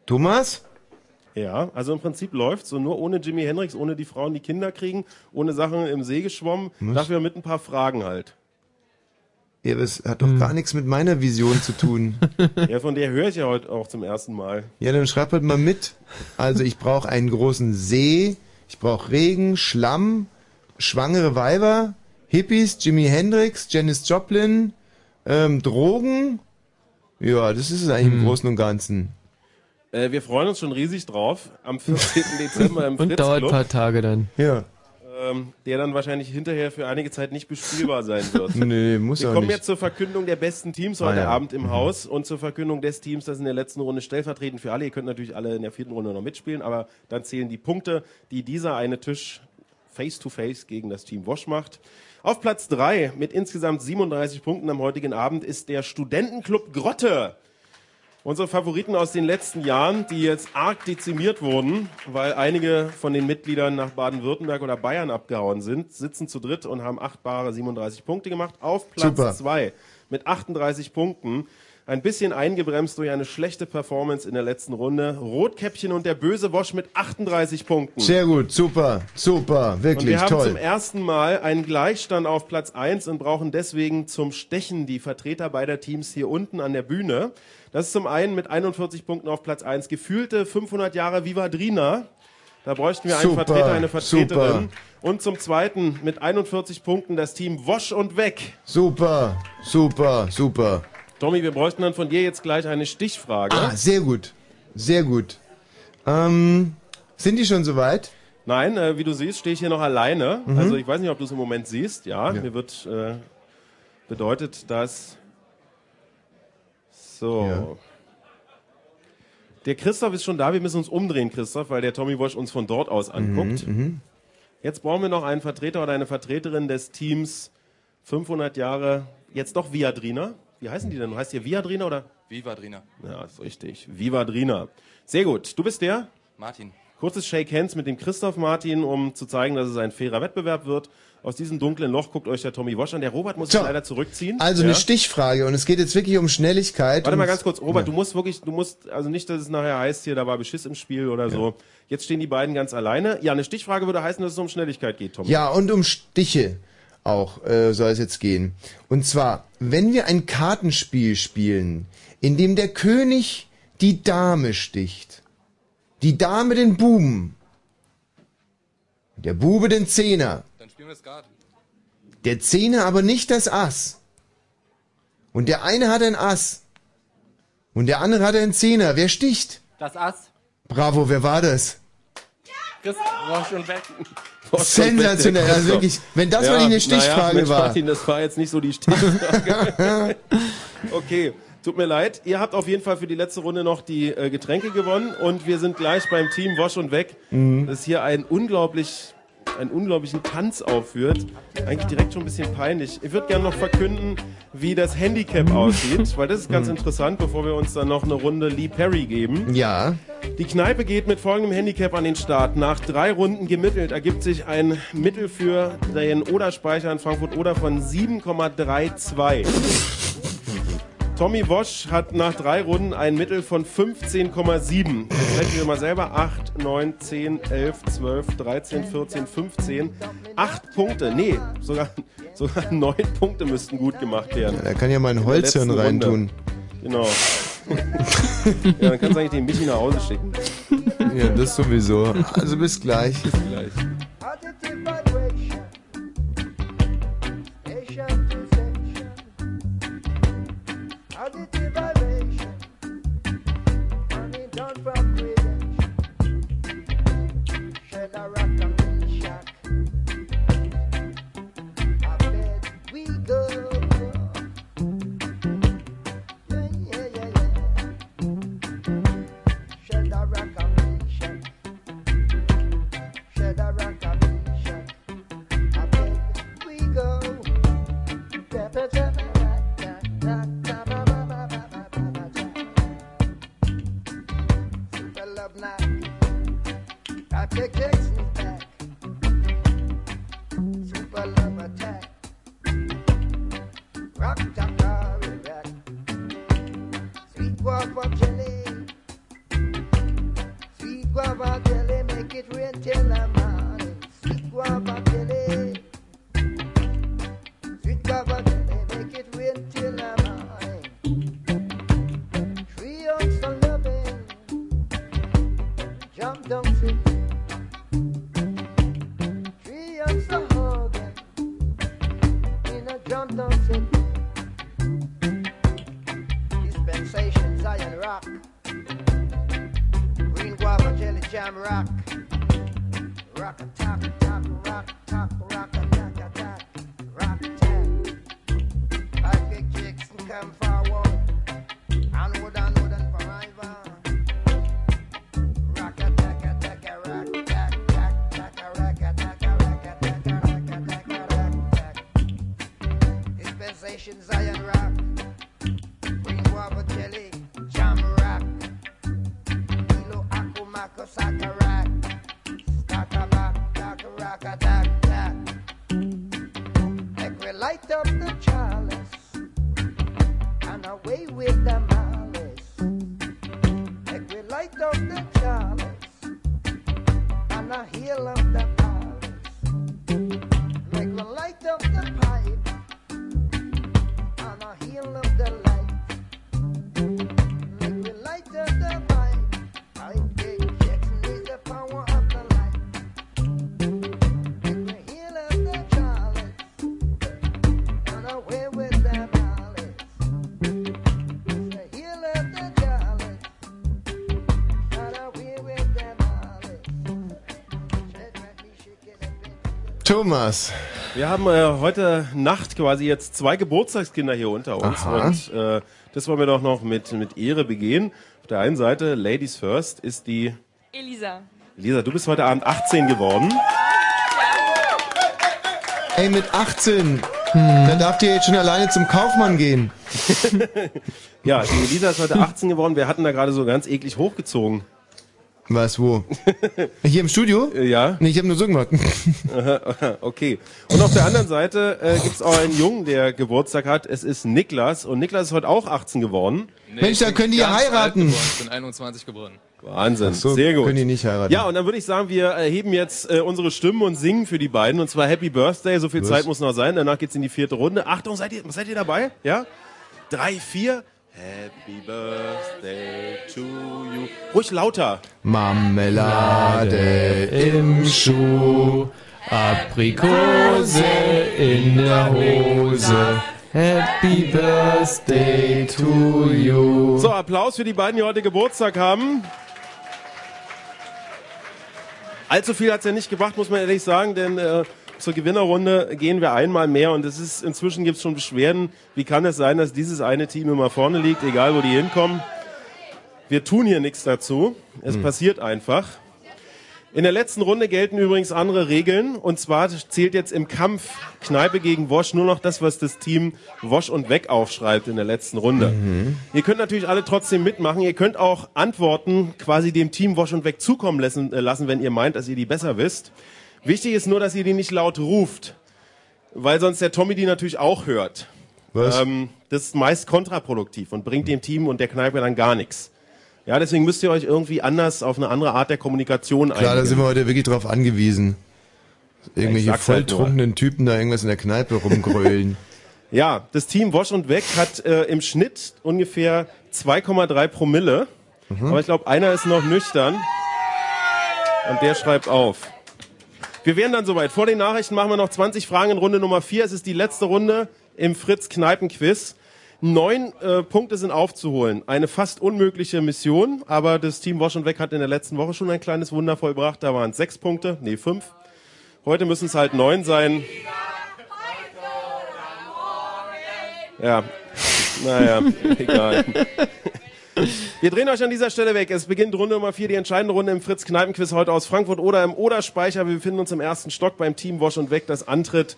S3: Thomas?
S5: Ja, also im Prinzip läuft's und nur ohne Jimi Hendrix, ohne die Frauen, die Kinder kriegen, ohne Sachen im See geschwommen,
S3: Was?
S5: dafür mit ein paar
S3: [LAUGHS]
S5: Fragen halt.
S3: Ja, das hat doch
S4: Hm.
S3: gar nichts mit meiner Vision zu
S4: [LAUGHS]
S3: tun.
S5: ja, von der höre ich ja heute auch zum ersten Mal.
S3: Ja, dann schreib halt mal mit. Also ich brauche einen großen See, ich brauche Regen, Schlamm, schwangere Weiber, Hippies, Jimi Hendrix, Janis Joplin, ähm, Drogen. Ja, das ist es eigentlich
S4: Hm.
S3: im Großen und Ganzen.
S5: Äh, wir freuen uns schon riesig drauf. Am 14.
S3: [LAUGHS]
S5: Dezember im Fritz
S4: Und dauert ein
S5: Club,
S4: paar Tage dann.
S3: Ja.
S5: ähm, der dann wahrscheinlich hinterher für einige Zeit nicht bespielbar sein
S3: [LAUGHS]
S5: wird.
S3: Nee, muss
S5: wir
S3: auch
S5: kommen
S3: nicht.
S5: jetzt zur Verkündung der besten Teams
S3: Ah,
S5: heute
S3: ja.
S5: Abend im
S3: Mhm.
S5: Haus und zur Verkündung des Teams, das in der letzten Runde stellvertretend für alle. Ihr könnt natürlich alle in der vierten Runde noch mitspielen, aber dann zählen die Punkte, die dieser eine Tisch face to face gegen das Team Wosch macht. Auf Platz drei mit insgesamt 37 Punkten am heutigen Abend ist der Studentenclub Grotte. Unsere Favoriten aus den letzten Jahren, die jetzt arg dezimiert wurden, weil einige von den Mitgliedern nach Baden-Württemberg oder Bayern abgehauen sind, sitzen zu dritt und haben acht bare 37 Punkte gemacht. Auf
S3: Super.
S5: Platz zwei mit 38 Punkten. Ein bisschen eingebremst durch eine schlechte Performance in der letzten Runde. Rotkäppchen und der böse Wosch mit 38 Punkten.
S3: Sehr gut, super, super,
S5: Und
S3: wirklich
S5: wir haben
S3: toll.
S5: zum ersten Mal einen Gleichstand auf Platz 1 und brauchen deswegen zum Stechen die Vertreter beider Teams hier unten an der Bühne. Das ist zum einen mit 41 Punkten auf Platz 1 gefühlte 500 Jahre Vivadrina. Da bräuchten wir einen
S3: Super,
S5: Vertreter, eine
S3: super.
S5: Vertreterin. Und zum zweiten mit 41 Punkten das Team Wosch und Weg.
S3: Super, super, super.
S5: Tommy, wir bräuchten dann von dir jetzt gleich eine Stichfrage.
S3: Ah, sehr gut, sehr gut. Ähm, sind die schon soweit?
S5: Nein, äh, wie du siehst, stehe ich hier noch alleine.
S3: Mhm.
S5: Also ich weiß nicht, ob du es im Moment siehst. Ja, mir wird äh, bedeutet, dass so. Der Christoph ist schon da. Wir müssen uns umdrehen, Christoph, weil der Tommy Walsh uns von dort aus anguckt.
S3: Mhm,
S5: Jetzt brauchen wir noch einen Vertreter oder eine Vertreterin des Teams 500 Jahre. Jetzt doch Viadrina. Wie heißen die denn? Heißt ihr Viadrina oder?
S7: Vivadrina.
S5: Ja, ist richtig. Vivadrina. Sehr gut. Du bist der?
S7: Martin.
S5: Kurzes Shake Hands mit dem Christoph Martin, um zu zeigen, dass es ein fairer Wettbewerb wird. Aus diesem dunklen Loch guckt euch der Tommy Wosch an. Der Robert muss sich leider zurückziehen.
S3: Also
S5: ja.
S3: eine Stichfrage und es geht jetzt wirklich um Schnelligkeit.
S5: Warte mal
S3: und-
S5: ganz kurz, Robert,
S3: Ja.
S5: du musst wirklich, du musst, also nicht, dass es nachher heißt, hier, da war Beschiss im Spiel oder so. Jetzt stehen die beiden ganz alleine. Ja, eine Stichfrage würde heißen, dass es um Schnelligkeit geht, Tommy.
S3: Ja, und um Stiche auch äh, soll es jetzt gehen. Und zwar, wenn wir ein Kartenspiel spielen, in dem der König die Dame sticht, die Dame den Buben, der Bube den Zehner,
S7: Dann spielen wir Skat.
S3: der Zehner aber nicht das Ass. Und der eine hat ein Ass. Und der andere hat ein Zehner. Wer sticht?
S7: Das Ass.
S3: Bravo, wer war das?
S7: Chris, Rosch und Weg.
S3: Sensationell, also wirklich, wenn das mal nicht eine Stichfrage
S5: Mensch,
S3: war.
S5: Martin, das war jetzt nicht so
S3: [LAUGHS]
S5: die Stichfrage. okay, tut mir leid. Ihr habt auf jeden Fall für die letzte Runde noch die äh, Getränke gewonnen und wir sind gleich beim Team Wasch und Weg,
S3: Mhm.
S5: das hier einen unglaublich einen unglaublichen Tanz aufführt. Eigentlich direkt schon ein bisschen peinlich. Ich würde gerne noch verkünden, wie das Handicap aussieht, weil das ist ganz interessant, bevor wir uns dann noch eine Runde Lee Perry geben.
S3: Ja.
S5: Die Kneipe geht mit folgendem Handicap an den Start. Nach drei Runden gemittelt ergibt sich ein Mittel für den Oder-Speicher in Frankfurt-Oder von 7,32. Tommy Bosch hat nach drei Runden ein Mittel von 15,7. Jetzt rechnen wir mal selber. 8, 9, 10, 11, 12, 13, 14, 15. Acht Punkte, nee, sogar, sogar [LAUGHS] neun Punkte müssten gut gemacht werden.
S3: Da kann ja mal ein
S5: In der
S3: Holzhirn
S5: letzten Runde.
S3: reintun.
S5: Genau. [LAUGHS] ja, dann kannst du eigentlich den Michi nach Hause schicken.
S3: Ja, das sowieso. Also bis gleich.
S5: gleich.
S14: We go. Da, da, da, da, da, da, da, da, da, da. Lion Rock. Green guava jelly jam rock. Rock attack, attack, rock, attack, rock, attack, attack, rock attack. Five big chicks come forward. Onward, onward, and forever. Rock attack, attack, a rock attack, attack, attack, a rock attack, a rock attack, a rock attack, a rock attack. Dispensation Zion rock. Green guava jelly jam rock. Kilo aku mako saka rock. Staka back, taka rock attack, attack. Like we light up the chalice and away with the malice. Like we light up the chalice and a heal of the palace. Like we light up the pipe and a heal of the light. Like we light up the pipe. I get checks need the power of the light. Like we heal of the chalice and away with the malice.
S3: Thomas.
S5: Wir haben äh, heute Nacht quasi jetzt zwei Geburtstagskinder hier unter uns.
S3: Aha.
S5: Und äh, das wollen wir doch noch mit, mit Ehre begehen. Auf der einen Seite, Ladies First, ist die...
S23: Elisa.
S5: Lisa, du bist heute Abend 18 geworden. [LAUGHS]
S3: Ey, mit 18. Da darf ihr jetzt schon alleine zum Kaufmann [LAUGHS] gehen.
S5: Ja, die Elisa ist heute 18 geworden. Wir hatten da gerade so ganz eklig hochgezogen. Äh,
S3: Was, wo? Hier im Studio?
S5: Ja. [LAUGHS]
S3: Nee, ich habe nur so gemacht.
S5: Aha, okay. Und auf der anderen Seite äh, gibt's auch einen Jungen, der Geburtstag hat. Es ist Niklas. Und Niklas ist heute auch 18 geworden.
S11: Nee, ich bin ganz Alt geworden. Ich bin 21 geboren.
S5: Wahnsinn.
S3: Ach so,
S5: Sehr gut.
S3: können die nicht heiraten.
S5: Ja, und dann würde ich sagen, wir erheben jetzt äh, unsere Stimmen und singen für die beiden. Und zwar Happy Birthday. So viel
S3: Was?
S5: Zeit muss noch sein. Danach geht's in die vierte Runde. Achtung, seid ihr, seid ihr dabei? Ja? Drei, vier. Happy Birthday to you. Ruhig lauter.
S3: [LAUGHS] Marmelade im Schuh,
S4: Aprikose in der Hose. Happy Birthday to you.
S5: So, Applaus für die beiden, die heute Geburtstag haben. Allzu viel hat's ja nicht gebracht, muss man ehrlich sagen, denn äh, zur Gewinnerrunde gehen wir einmal mehr und es ist inzwischen gibt's schon Beschwerden. Wie kann es sein, dass dieses eine Team immer vorne liegt, egal wo die hinkommen? Wir tun hier nichts dazu. Es
S13: Hm.
S5: passiert einfach. In der letzten Runde gelten übrigens andere Regeln. Und zwar zählt jetzt im Kampf Kneipe gegen Wosch nur noch das, was das Team Wosch und Weg aufschreibt in der letzten Runde. Ihr könnt natürlich alle trotzdem mitmachen. Ihr könnt auch Antworten quasi dem Team Wosch und Weg zukommen lassen, äh, lassen, wenn ihr meint, dass ihr die besser wisst. Wichtig ist nur, dass ihr die nicht laut ruft, weil sonst der Tommy die natürlich auch hört.
S3: Was?
S5: Ähm, das ist meist kontraproduktiv und bringt dem Team und der Kneipe dann gar nichts. Ja, deswegen müsst ihr euch irgendwie anders auf eine andere Art der Kommunikation
S3: Klar, da
S5: einigen.
S3: sind wir heute wirklich drauf angewiesen. Irgendwelche
S5: Ja, ich sag's halt
S3: volltrunkenen Typen da irgendwas in der Kneipe rumgrölen.
S5: Ja, das Team Wosch und Weg hat äh, im Schnitt ungefähr 2,3 Promille.
S3: Mhm.
S5: Aber ich glaube, einer ist noch nüchtern. Und der schreibt auf. Wir wären dann soweit. Vor den Nachrichten machen wir noch 20 Fragen in Runde Nummer 4. Es ist die letzte Runde im Fritz-Kneipen-Quiz. Neun äh, Punkte sind aufzuholen. Eine fast unmögliche Mission, aber das Team Wosch und Weg hat in der letzten Woche schon ein kleines Wunder vollbracht. Da waren es sechs Punkte, nee, fünf. Heute müssen es halt neun sein. Ja, naja, [LAUGHS] egal. Wir drehen euch an dieser Stelle weg. Es beginnt Runde Nummer 4, die entscheidende Runde im Fritz-Kneipen-Quiz heute aus Frankfurt oder im Oderspeicher. Wir befinden uns im ersten Stock beim Team Wosch und Weg. Das Antritt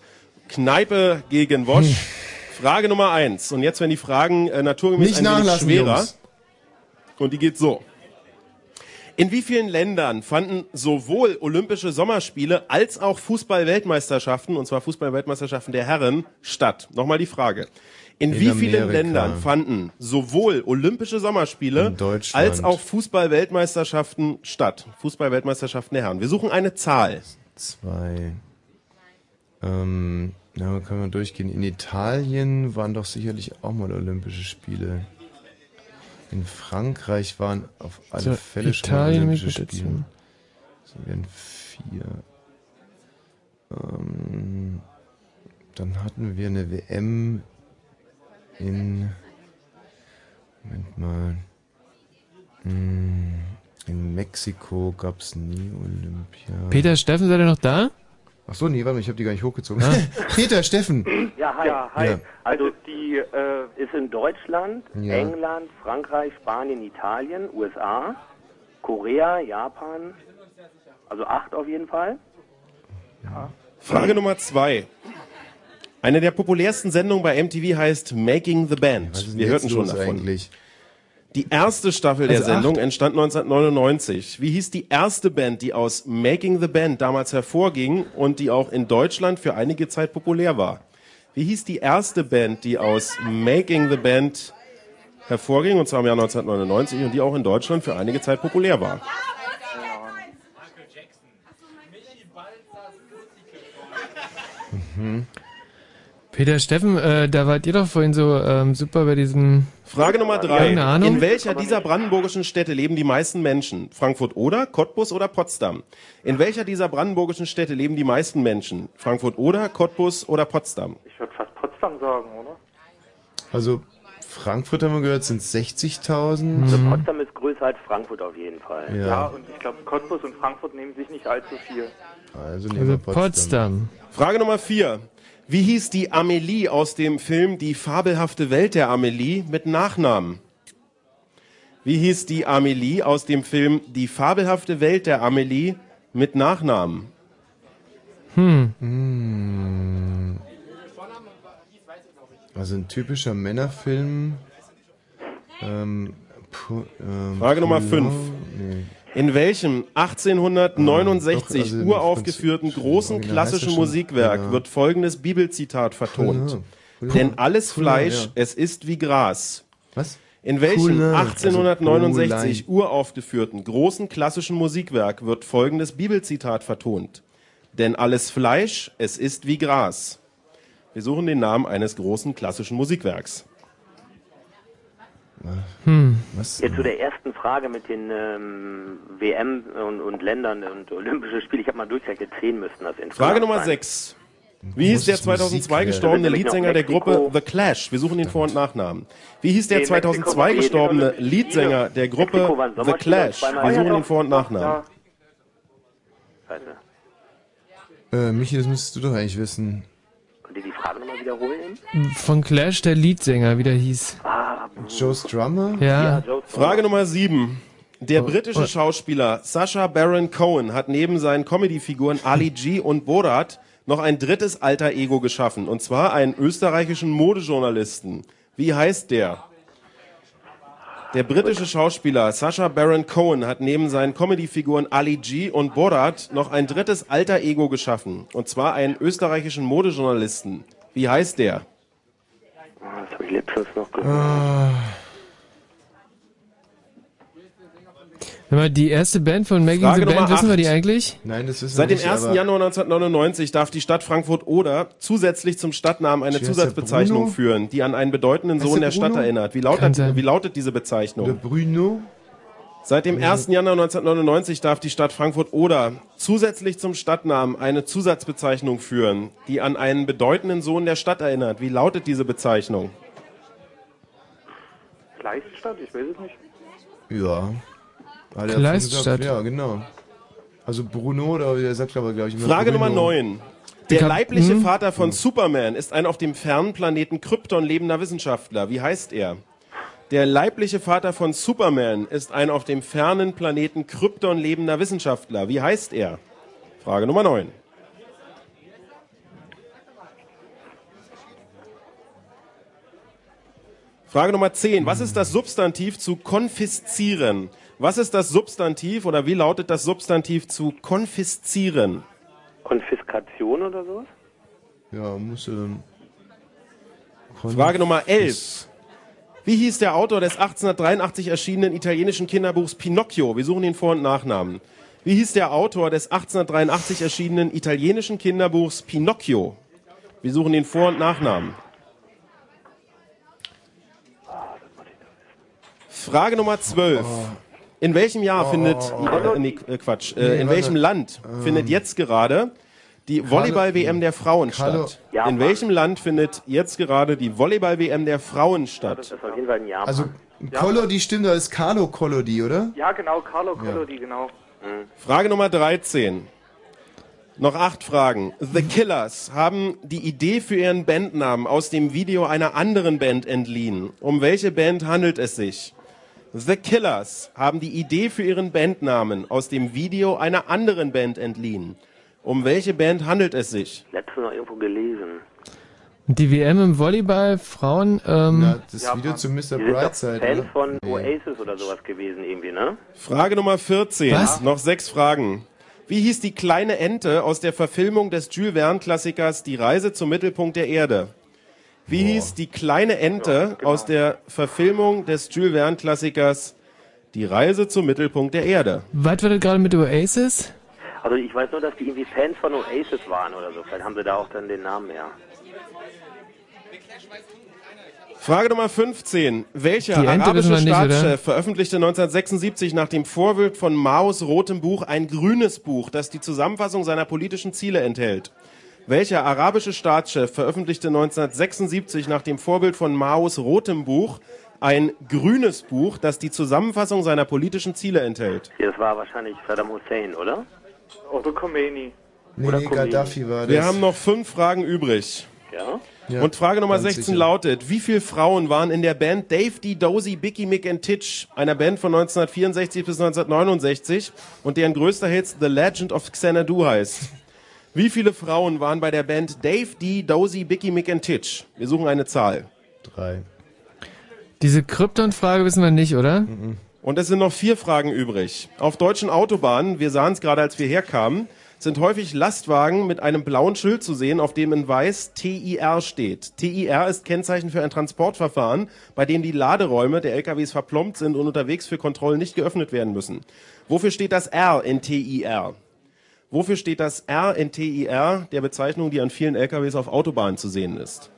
S5: Kneipe gegen Wosch.
S3: Hm.
S5: Frage Nummer 1. Und jetzt werden die Fragen äh, naturgemäß
S3: Nicht
S5: ein wenig
S3: nachlassen,
S5: schwerer.
S3: Jungs.
S5: Und die geht so. In wie vielen Ländern fanden sowohl Olympische Sommerspiele als auch Fußball-Weltmeisterschaften, und zwar Fußball-Weltmeisterschaften der Herren, statt? Nochmal die Frage. In,
S3: In
S5: wie vielen
S3: Amerika.
S5: Ländern fanden sowohl Olympische Sommerspiele als auch Fußball-Weltmeisterschaften statt? Fußball-Weltmeisterschaften der Herren. Wir suchen eine Zahl.
S3: Zwei. Ähm, ja, kann man durchgehen. In Italien waren doch sicherlich auch mal Olympische Spiele. In Frankreich waren auf alle
S4: So,
S3: Fälle schon mal
S4: Italien
S3: Olympische
S4: mit dazu.
S3: Spiele. Das wären vier. Ähm, dann hatten wir eine WM in. Moment mal. hm, Mexiko gab's nie Olympia.
S4: Peter Steffen, seid ihr noch da?
S3: Ach so, nee, warte mal, ich habe die gar nicht hochgezogen. [LAUGHS] Peter
S5: Hm.
S3: Steffen.
S1: Ja, hi.
S3: Ja, hi. Ja.
S1: Also, die
S5: äh,
S1: ist in Deutschland,
S3: Ja.
S1: England, Frankreich, Spanien, Italien, USA, Korea, Japan. Also acht auf jeden Fall.
S5: Frage Nummer zwei. Eine der populärsten Sendungen bei MTV heißt Making the Band. Wir
S3: jetzt
S5: hörten schon
S3: los
S5: davon. Die erste Staffel der
S3: Also acht.
S5: Sendung entstand 1999. Wie hieß die erste Band, die aus Making the Band damals hervorging und die auch in Deutschland für einige Zeit populär war? Wie hieß die erste Band, die aus Making the Band hervorging, und zwar im Jahr 1999 und die auch in Deutschland für einige Zeit populär war?
S4: Mhm. Peter Steffen, äh, da wart ihr doch vorhin so ähm, super bei diesem.
S5: Frage Nummer drei.
S4: Keine Ahnung.
S5: In welcher dieser brandenburgischen Städte leben die meisten Menschen? Frankfurt oder Cottbus oder Potsdam? In welcher dieser brandenburgischen Städte leben die meisten Menschen? Frankfurt oder Cottbus oder Potsdam?
S21: Ich würde fast Potsdam sagen, oder?
S3: Also Frankfurt haben wir gehört, sind 60.000.
S1: Also
S4: Mhm.
S1: Potsdam ist größer als Frankfurt auf jeden Fall.
S3: Ja.
S21: Ja, und ich glaube, Cottbus und Frankfurt nehmen sich nicht allzu viel.
S3: Also,
S5: Also Potsdam. Frage Nummer vier. Wie hieß die Amelie aus dem Film Die fabelhafte Welt der Amelie mit Nachnamen? Wie hieß die Amelie aus dem Film Die fabelhafte Welt der Amelie mit Nachnamen?
S4: Hm.
S3: Hm. Also ein typischer Männerfilm. Ähm, pu- ähm,
S5: Frage Nummer
S3: Pulau-
S5: fünf.
S3: Nee.
S5: In welchem 1869
S3: Ah, doch, Ah, also
S5: uraufgeführten großen
S3: Original heißt
S5: klassischen
S3: das schon
S5: Musikwerk
S3: Pulau.
S5: wird folgendes Bibelzitat vertont.
S3: Pulau.
S5: Denn alles
S3: Pulau,
S5: Fleisch,
S3: ja.
S5: es ist wie Gras.
S3: Was?
S5: In welchem
S3: Pulau, also
S5: 1869 uraufgeführten großen klassischen Musikwerk wird folgendes Bibelzitat vertont. Denn alles Fleisch, es ist wie Gras. Wir suchen den Namen eines großen klassischen Musikwerks.
S16: Hm.
S1: Jetzt
S5: ähm,
S1: zu der ersten Frage mit den ähm, WM und, und Ländern und Olympische Spiele. Ich habe mal durchgerechnet, zehn müssten das insgesamt
S5: Frage Nummer
S1: sein.
S5: 6. Wie hieß der
S1: großes
S5: 2002
S1: Musikwerk. Dann
S5: gestorbene
S1: sind wir
S5: Leadsänger der
S1: gleich noch
S5: Gruppe The Clash? Wir suchen den Vor- und Nachnamen. Wie hieß der
S1: Nee,
S5: 2002
S1: Mexiko-
S5: gestorbene
S1: Mexiko-
S5: Leadsänger der
S1: Mexiko war
S5: Gruppe
S1: ein
S5: The
S1: Sommerspiel,
S5: Clash?
S1: zweimal-
S5: Wir
S1: Ah, ja,
S5: suchen den
S1: doch.
S5: Vor- und Nachnamen.
S1: Scheiße.
S3: Äh, Michi, das müsstest du doch eigentlich wissen.
S1: Könnt ihr die Frage nochmal wiederholen?
S4: Von Clash der Leadsänger, wie der hieß.
S3: Joe Strummer?
S4: Ja.
S5: Frage Nummer 7. Der britische Schauspieler Sacha Baron Cohen hat neben seinen Comedy-Figuren Ali G und Borat noch ein drittes alter Ego geschaffen, und zwar einen österreichischen Modejournalisten. Wie heißt der? Der britische Schauspieler Sacha Baron Cohen hat neben seinen Comedy-Figuren Ali G und Borat noch ein drittes alter Ego geschaffen, und zwar einen österreichischen Modejournalisten. Wie heißt der?
S1: Das habe ich letztens noch gehört.
S4: Sag mal, die erste Band von Making
S5: Frage
S4: the Band,
S5: Nummer
S4: wissen wir
S5: acht.
S4: die eigentlich?
S3: Nein, das wissen
S5: Seit
S3: wir
S5: dem
S3: nicht.
S5: 1.
S3: aber-
S5: Januar 1999 darf die Stadt Frankfurt-Oder zusätzlich zum Stadtnamen eine
S3: Wie heißt der
S5: Zusatzbezeichnung
S3: Bruno?
S5: führen, die an einen bedeutenden
S3: Heißt
S5: Sohn
S3: der
S5: der Stadt
S3: Bruno?
S5: erinnert. Wie
S3: Kann
S5: lautet,
S3: sein.
S5: wie lautet diese Bezeichnung?
S3: Oder Bruno?
S5: Seit dem 1. Januar 1999 darf die Stadt Frankfurt-Oder zusätzlich zum Stadtnamen eine Zusatzbezeichnung führen, die an einen bedeutenden Sohn der Stadt erinnert. Wie lautet diese Bezeichnung?
S21: Gleichstadt? Ich weiß es nicht.
S3: Ja. Ah, der hat
S4: Kleiststadt.
S3: schon gesagt, Ja, genau. Also Bruno, oder der sagt aber, glaube ich, immer
S5: Frage
S3: Bruno.
S5: Nummer 9. Der leibliche Vater von Superman ist ein auf dem fernen Planeten Krypton lebender Wissenschaftler. Wie heißt er? Der leibliche Vater von Superman ist ein auf dem fernen Planeten Krypton lebender Wissenschaftler. Wie heißt er? Frage Nummer 9. Frage Nummer 10. Was ist das Substantiv zu konfiszieren? Was ist das Substantiv oder wie lautet das Substantiv zu konfiszieren?
S1: Konfiskation oder sowas?
S3: Ja, musst du dann.
S5: Frage Nummer 11. Wie hieß der Autor des 1883 erschienenen italienischen Kinderbuchs Pinocchio? Wir suchen den Vor- und Nachnamen. Wie hieß der Autor des 1883 erschienenen italienischen Kinderbuchs Pinocchio? Wir suchen den Vor- und Nachnamen. Frage Nummer 12.
S3: Ah.
S5: In welchem Jahr findet, äh, nee, äh, Quatsch, äh,
S3: Nee,
S5: in
S3: warte.
S5: welchem Land
S3: Ähm.
S5: findet jetzt gerade die Volleyball-WM der Frauen
S1: Hallo.
S5: statt.
S1: Ja,
S5: In
S1: Mann.
S5: welchem Land findet jetzt gerade die Volleyball-WM der Frauen statt?
S1: Das ist auf jeden Fall in Japan.
S3: Also Collodi stimmt, das ist Carlo Collodi, oder?
S21: Ja, genau, Carlo
S3: Ja.
S21: Collodi, genau.
S5: Frage Nummer 13. Noch acht Fragen. The Killers haben die Idee für ihren Bandnamen aus dem Video einer anderen Band entliehen. Um welche Band handelt es sich? The Killers haben die Idee für ihren Bandnamen aus dem Video einer anderen Band entliehen. Um welche Band handelt es sich?
S1: Letztes noch irgendwo gelesen.
S4: Die WM im Volleyball, Frauen, ähm,
S1: Die sind doch Fan von Oasis oder sowas gewesen irgendwie, ne?
S5: Frage Nummer 14.
S1: Was?
S5: Noch sechs Fragen. Wie hieß die kleine Ente aus der Verfilmung des Jules Verne-Klassikers Die Reise zum Mittelpunkt der Erde? Wie hieß die kleine Ente
S1: genau.
S5: aus der Verfilmung des Jules Verne-Klassikers Die Reise zum Mittelpunkt der Erde?
S4: Was wird das gerade mit Oasis?
S1: Also ich weiß nur, dass die irgendwie Fans von Oasis waren oder so. Vielleicht haben sie da auch dann den Namen her.
S5: Frage Nummer 15. Welcher
S4: Die Ente wissen
S5: arabische
S4: wir nicht, oder?
S5: Staatschef veröffentlichte 1976 nach dem Vorbild von Maos rotem Buch ein grünes Buch, das die Zusammenfassung seiner politischen Ziele enthält? Welcher arabische Staatschef veröffentlichte 1976 nach dem Vorbild von Maos rotem Buch ein grünes Buch, das die Zusammenfassung seiner politischen Ziele enthält?
S1: Hier, Das war wahrscheinlich Saddam Hussein, oder?
S21: Oder Khomeini.
S3: Nee, nee, Gaddafi war das.
S5: Wir haben noch fünf Fragen übrig.
S1: Ja?
S3: Ja,
S5: Und Frage Nummer
S3: ganz
S5: 16
S3: sicher.
S5: lautet, wie viele Frauen waren in der Band Dave D. Dozy, Bicky Mick and Titch, einer Band von 1964 bis 1969 und deren größter Hit The Legend of Xanadu heißt? Wie viele Frauen waren bei der Band Dave D. Dozy, Bicky Mick and Titch? Wir suchen eine Zahl.
S3: Drei.
S4: Diese Krypton-Frage wissen wir nicht, oder?
S3: Mhm.
S5: Und es sind noch vier Fragen übrig. Auf deutschen Autobahnen, wir sahen es gerade, als wir herkamen, sind häufig Lastwagen mit einem blauen Schild zu sehen, auf dem in weiß TIR steht. TIR ist Kennzeichen für ein Transportverfahren, bei dem die Laderäume der LKWs verplombt sind und unterwegs für Kontrollen nicht geöffnet werden müssen. Wofür steht das R in TIR? Wofür steht das R in TIR, der Bezeichnung, die an vielen LKWs auf Autobahnen zu sehen ist?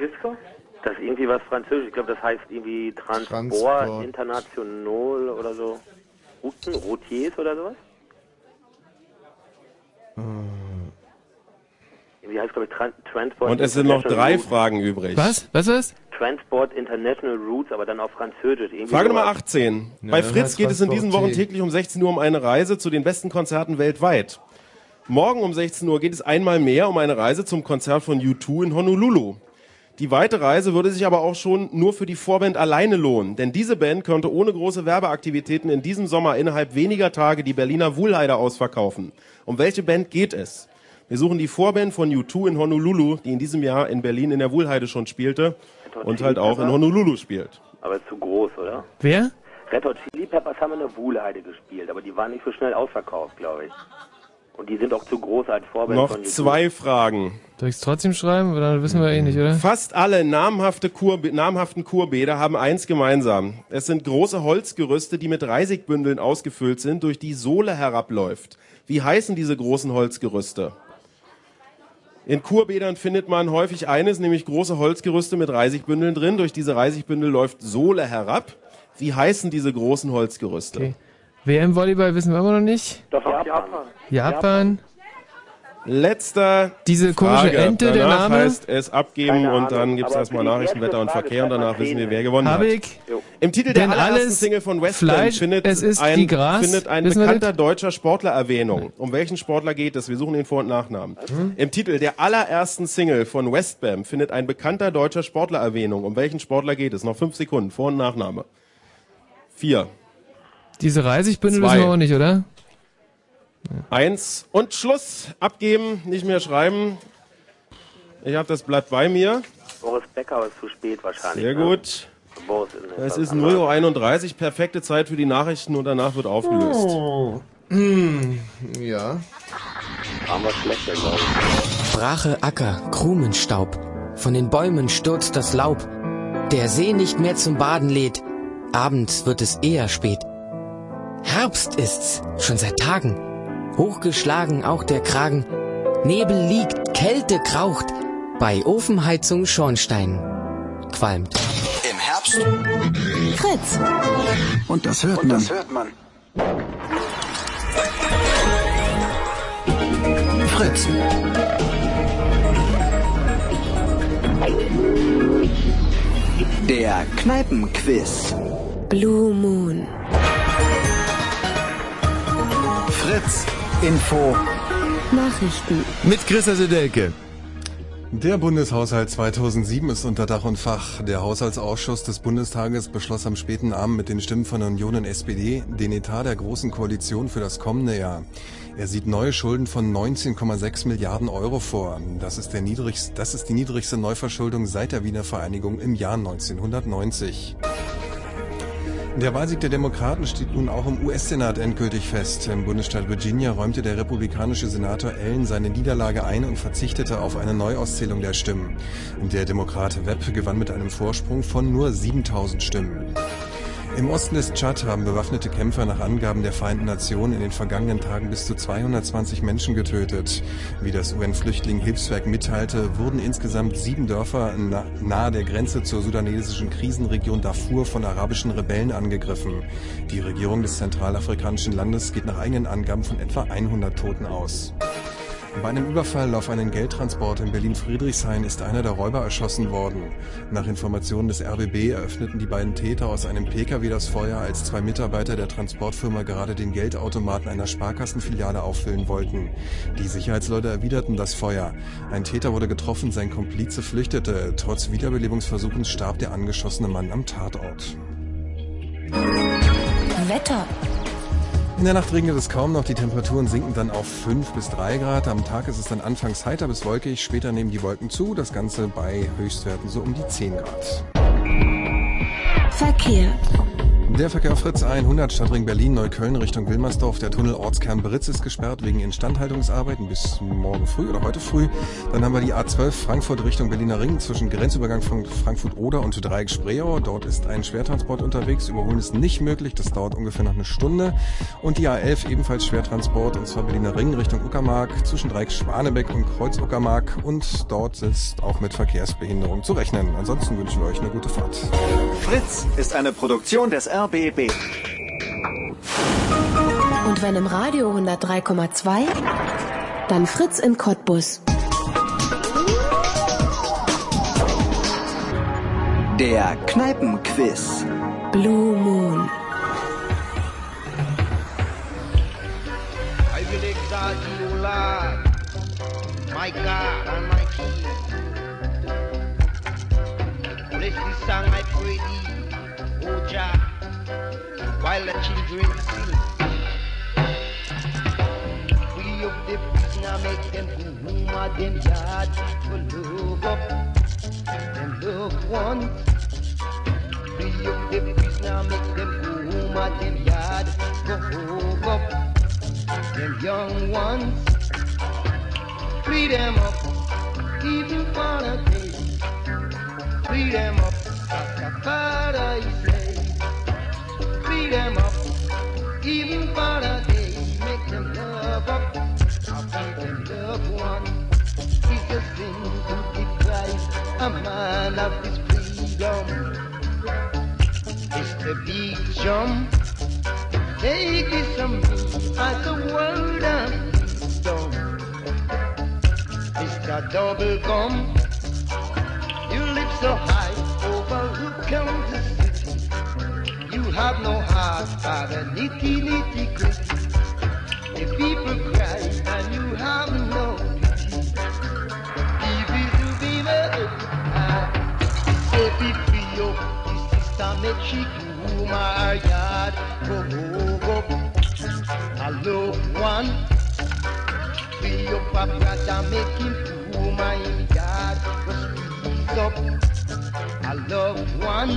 S1: Disco? Das ist irgendwie was Französisch. Ich glaube, das heißt irgendwie Transport,
S5: Transport.
S1: International oder so. Routen, Routiers oder sowas? Irgendwie heißt, glaube ich, Tran Transport.
S5: Und es sind noch
S1: International
S5: drei
S1: Routes.
S5: Fragen übrig.
S4: Was? Was ist?
S1: Transport International Routes, aber dann auf Französisch. Irgendwie
S5: Frage Nummer
S1: sowas.
S5: 18.
S1: Ja,
S5: Bei
S1: dann
S5: Fritz
S1: halt
S5: geht es in diesen Wochen
S1: Transport-T.
S5: täglich um 16 Uhr um eine Reise zu den besten Konzerten weltweit. Morgen um 16 Uhr geht es einmal mehr um eine Reise zum Konzert von U2 in Honolulu. Die weite Reise würde sich aber auch schon nur für die Vorband alleine lohnen, denn diese Band könnte ohne große Werbeaktivitäten in diesem Sommer innerhalb weniger Tage die Berliner Wuhlheide ausverkaufen. Um welche Band geht es? Wir suchen die Vorband von U2 in Honolulu, die in diesem Jahr in Berlin in der Wuhlheide schon spielte und halt auch in Honolulu spielt.
S1: Aber ist zu groß, oder?
S4: Wer?
S1: Red Hot Chili Peppers haben in der Wuhleheide gespielt, aber die waren nicht so schnell ausverkauft, glaube ich. Und die sind auch zu groß als Vorbild von
S5: Noch
S1: YouTube.
S5: zwei Fragen.
S4: Soll ich es trotzdem schreiben? Weil Dann wissen wir eh nicht,
S3: Mhm.
S4: oder?
S5: Fast alle namhafte Kur namhaften Kurbäder haben eins gemeinsam. Es sind große Holzgerüste, die mit Reisigbündeln ausgefüllt sind, durch die Sohle herabläuft. Wie heißen diese großen Holzgerüste? In Kurbädern findet man häufig eines, nämlich große Holzgerüste mit Reisigbündeln drin. Durch diese Reisigbündel läuft Sohle herab. Wie heißen diese großen Holzgerüste?
S4: WM-Volleyball wissen wir immer noch nicht.
S1: Doch, Japan.
S4: Japan.
S5: Letzter.
S4: Diese komische
S5: Frage.
S4: Ente, der
S5: danach
S4: Name.
S5: heißt es abgeben
S4: Keine
S5: und dann
S4: Ahnung,
S5: gibt's
S4: aber
S5: erstmal
S4: für die
S5: Nachrichten,
S4: erste
S5: Wetter und
S4: Frage
S5: Verkehr und
S4: schreibt man
S5: danach wissen wir,
S4: Tränen.
S5: wer gewonnen
S4: Hab
S5: hat.
S4: ich. Jo.
S5: Im Titel der
S4: Denn
S5: allerersten
S4: alles
S5: Single von Westland
S4: Fleisch,
S5: findet
S4: es ist
S5: ein,
S4: wie Gras.
S5: findet ein
S4: Wissen wir
S5: bekannter deutscher Sportler Erwähnung. Um welchen Sportler geht es? Wir suchen den Vor- und Nachnamen.
S4: Mhm.
S5: Im Titel der allerersten Single von Westbam findet ein bekannter deutscher Sportler Erwähnung. Um welchen Sportler geht es? Noch fünf Sekunden. Vor- und Nachname. Vier.
S4: Diese Reisigbündel wissen
S5: Zwei.
S4: wir auch nicht, oder?
S5: Eins und Schluss. Abgeben, nicht mehr schreiben. Ich habe das Blatt bei mir.
S1: Boris Becker aber ist zu spät wahrscheinlich.
S5: Sehr
S1: ne?
S5: gut.
S1: Boris ist
S5: Es ist 0.31 Uhr, perfekte Zeit für die Nachrichten und danach wird aufgelöst.
S3: Oh.
S13: Hm.
S3: Ja.
S1: Haben wir schlechter, glaube ich.
S13: Brache Acker, Krumenstaub. Von den Bäumen stürzt das Laub. Der See nicht mehr zum Baden lädt. Abends wird es eher spät. Herbst ist's, schon seit Tagen. Hochgeschlagen auch der Kragen. Nebel liegt, Kälte kraucht. Bei Ofenheizung Schornstein. Qualmt.
S15: Im Herbst.
S2: Fritz.
S15: Und das hört
S2: man.
S15: Und das hört man. Fritz. Der Kneipenquiz.
S2: Blue Moon.
S15: Fritz. Info.
S2: Nachrichten.
S16: Mit Christa Sedelke. Der Bundeshaushalt 2007 ist unter Dach und Fach. Der Haushaltsausschuss des Bundestages beschloss am späten Abend mit den Stimmen von Union und SPD den Etat der Großen Koalition für das kommende Jahr. Er sieht neue Schulden von 19,6 Milliarden Euro vor. Das ist, der niedrigst, das ist die niedrigste Neuverschuldung seit der Wiener Vereinigung im Jahr 1990. Der Wahlsieg der Demokraten steht nun auch im US-Senat endgültig fest. Im Bundesstaat Virginia räumte der republikanische Senator Allen seine Niederlage ein und verzichtete auf eine Neuauszählung der Stimmen. Der Demokrat Webb gewann mit einem Vorsprung von nur 7000 Stimmen. Im Osten des Tschad haben bewaffnete Kämpfer nach Angaben der Vereinten Nationen in den vergangenen Tagen bis zu 220 Menschen getötet. Wie das UN-Flüchtling-Hilfswerk mitteilte, wurden insgesamt sieben Dörfer na nahe der Grenze zur sudanesischen Krisenregion Darfur von arabischen Rebellen angegriffen. Die Regierung des zentralafrikanischen Landes geht nach eigenen Angaben von etwa 100 Toten aus. Bei einem Überfall auf einen Geldtransport in Berlin-Friedrichshain ist einer der Räuber erschossen worden. Nach Informationen des RBB eröffneten die beiden Täter aus einem Pkw das Feuer, als zwei Mitarbeiter der Transportfirma gerade den Geldautomaten einer Sparkassenfiliale auffüllen wollten. Die Sicherheitsleute erwiderten das Feuer. Ein Täter wurde getroffen, sein Komplize flüchtete. Trotz Wiederbelebungsversuchen starb der angeschossene Mann am Tatort.
S2: Wetter.
S16: In der Nacht regnet es kaum noch, die Temperaturen sinken dann auf 5 bis 3 Grad. Am Tag ist es dann anfangs heiter bis wolkig, später nehmen die Wolken zu, das Ganze bei Höchstwerten so um die 10 Grad.
S2: Verkehr.
S16: Der Verkehr auf Fritz 100 Stadtring Berlin Neukölln Richtung Wilmersdorf. Der Tunnel Ortskern Britz ist gesperrt wegen Instandhaltungsarbeiten bis morgen früh oder heute früh. Dann haben wir die A12 Frankfurt Richtung Berliner Ring zwischen Grenzübergang von Frankfurt Oder und Dreieck Spreeau. Dort ist ein Schwertransport unterwegs. Überholen ist nicht möglich. Das dauert ungefähr noch eine Stunde. Und die A11 ebenfalls Schwertransport und zwar Berliner Ring Richtung Uckermark zwischen Dreieck Schwanebeck und Kreuz Uckermark. Und dort ist auch mit Verkehrsbehinderung zu rechnen. Ansonsten wünschen wir euch eine gute Fahrt.
S15: Fritz ist eine Produktion des RBB.
S2: Und wenn im Radio 103,2, dann Fritz in Cottbus.
S15: Der Kneipenquiz.
S2: Blue Moon.
S14: I will exalt you, Lord, my God and my King. Bless this song, I pray thee, O Jah, while the children sing. Free up the prisoner, make them to whom are them yard to love up, them loved ones. Free up the prisoner, make them to whom are them yard to love up, them young ones. Free them up, even for a day. Free them up, that's paradise. Free them up, even for a day. Make them love up, I'll make them love one. It's a sin to deprive a man of his freedom. It's the big jump. Take this from me as a world of wisdom. It's the double gum. You live so high, overcome the city. You have no heart for the nitty nitty gritty. The people cry and you have no pity. Evil to be made. So be free of the system, make she do my yard. Go, go, go. A loved one. Free up a brother, make him do my yard. Go squeeze up a loved one.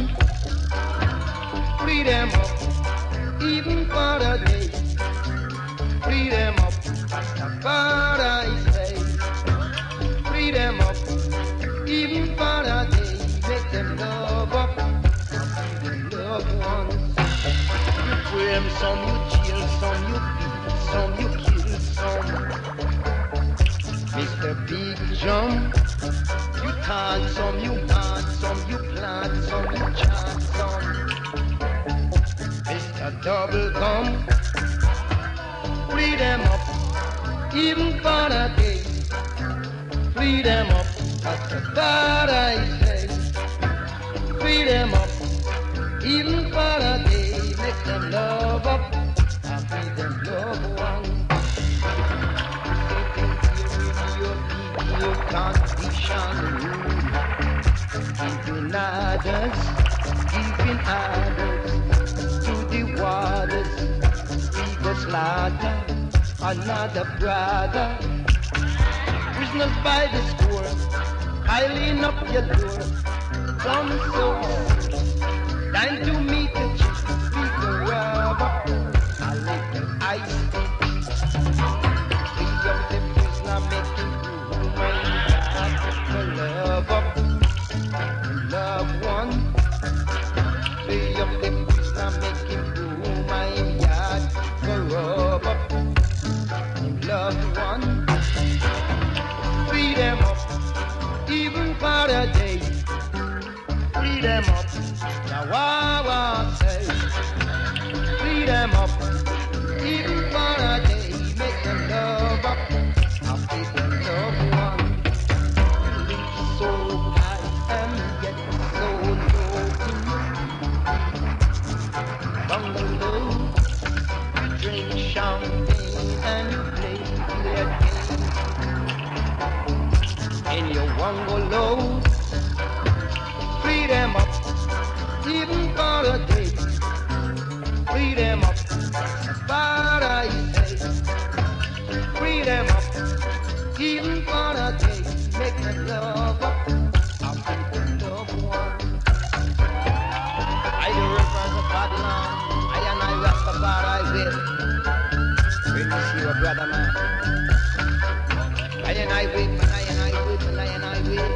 S14: Free them up, even for a day. Free them up, paradise day. Free them up, even for a day. Make them love up, free them loved ones. You free them, some you jail, some you beat, some you kill, some. Mr. Big Jump, you taunt some, you plant some, you plant some, you chant some. Mr. Double Gum, free them up, even for a day. Beat 'em up. Da-da, he says. Beat 'em up. Even for a day. Make them love up. I'll be them love one. Your condition Giving others, giving others to the waters, bigger slaughter, another brother. Prisoners by the score, piling up your lure, some so time to meet the chief, beat the rubber, I let the ice stick. Free up the prisoner, make him do my love up loved one. Free up the prisoner, make him do my yard forever. Loved one, free them up, even for a day. Free them up, the Wawa says. Free them up, even for a day. Make them love up, I'll be the loved one. Live so high and yet so low bungalow. We drink champagne and play their game. In your bungalow, free them up, even for a day. Free them up, paradise. Free them up, even for a day. Make them love up, love one. I the rivers of Babylon, I and I Rastafari will. When you see your brother man, I and I will, and I and I will, and I and I will.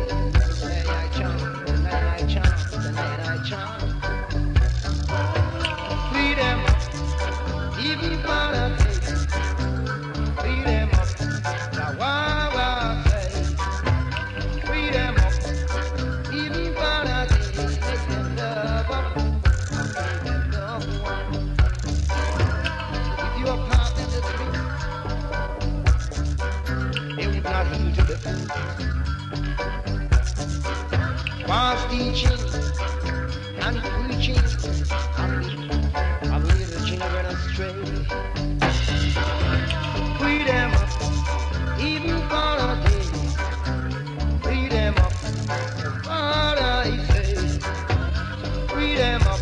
S14: And I and I chant, and I and I chant, and I and I chant. Freedom, even for a day. Freedom of the Wawa face. Freedom of even for a day. Make them love up. If you are part of the truth, it would not heal to the food. Whilst teaching and preaching, I lead, I lead the children astray. Free them up, even for a day. Free them up, what I say. Free them up,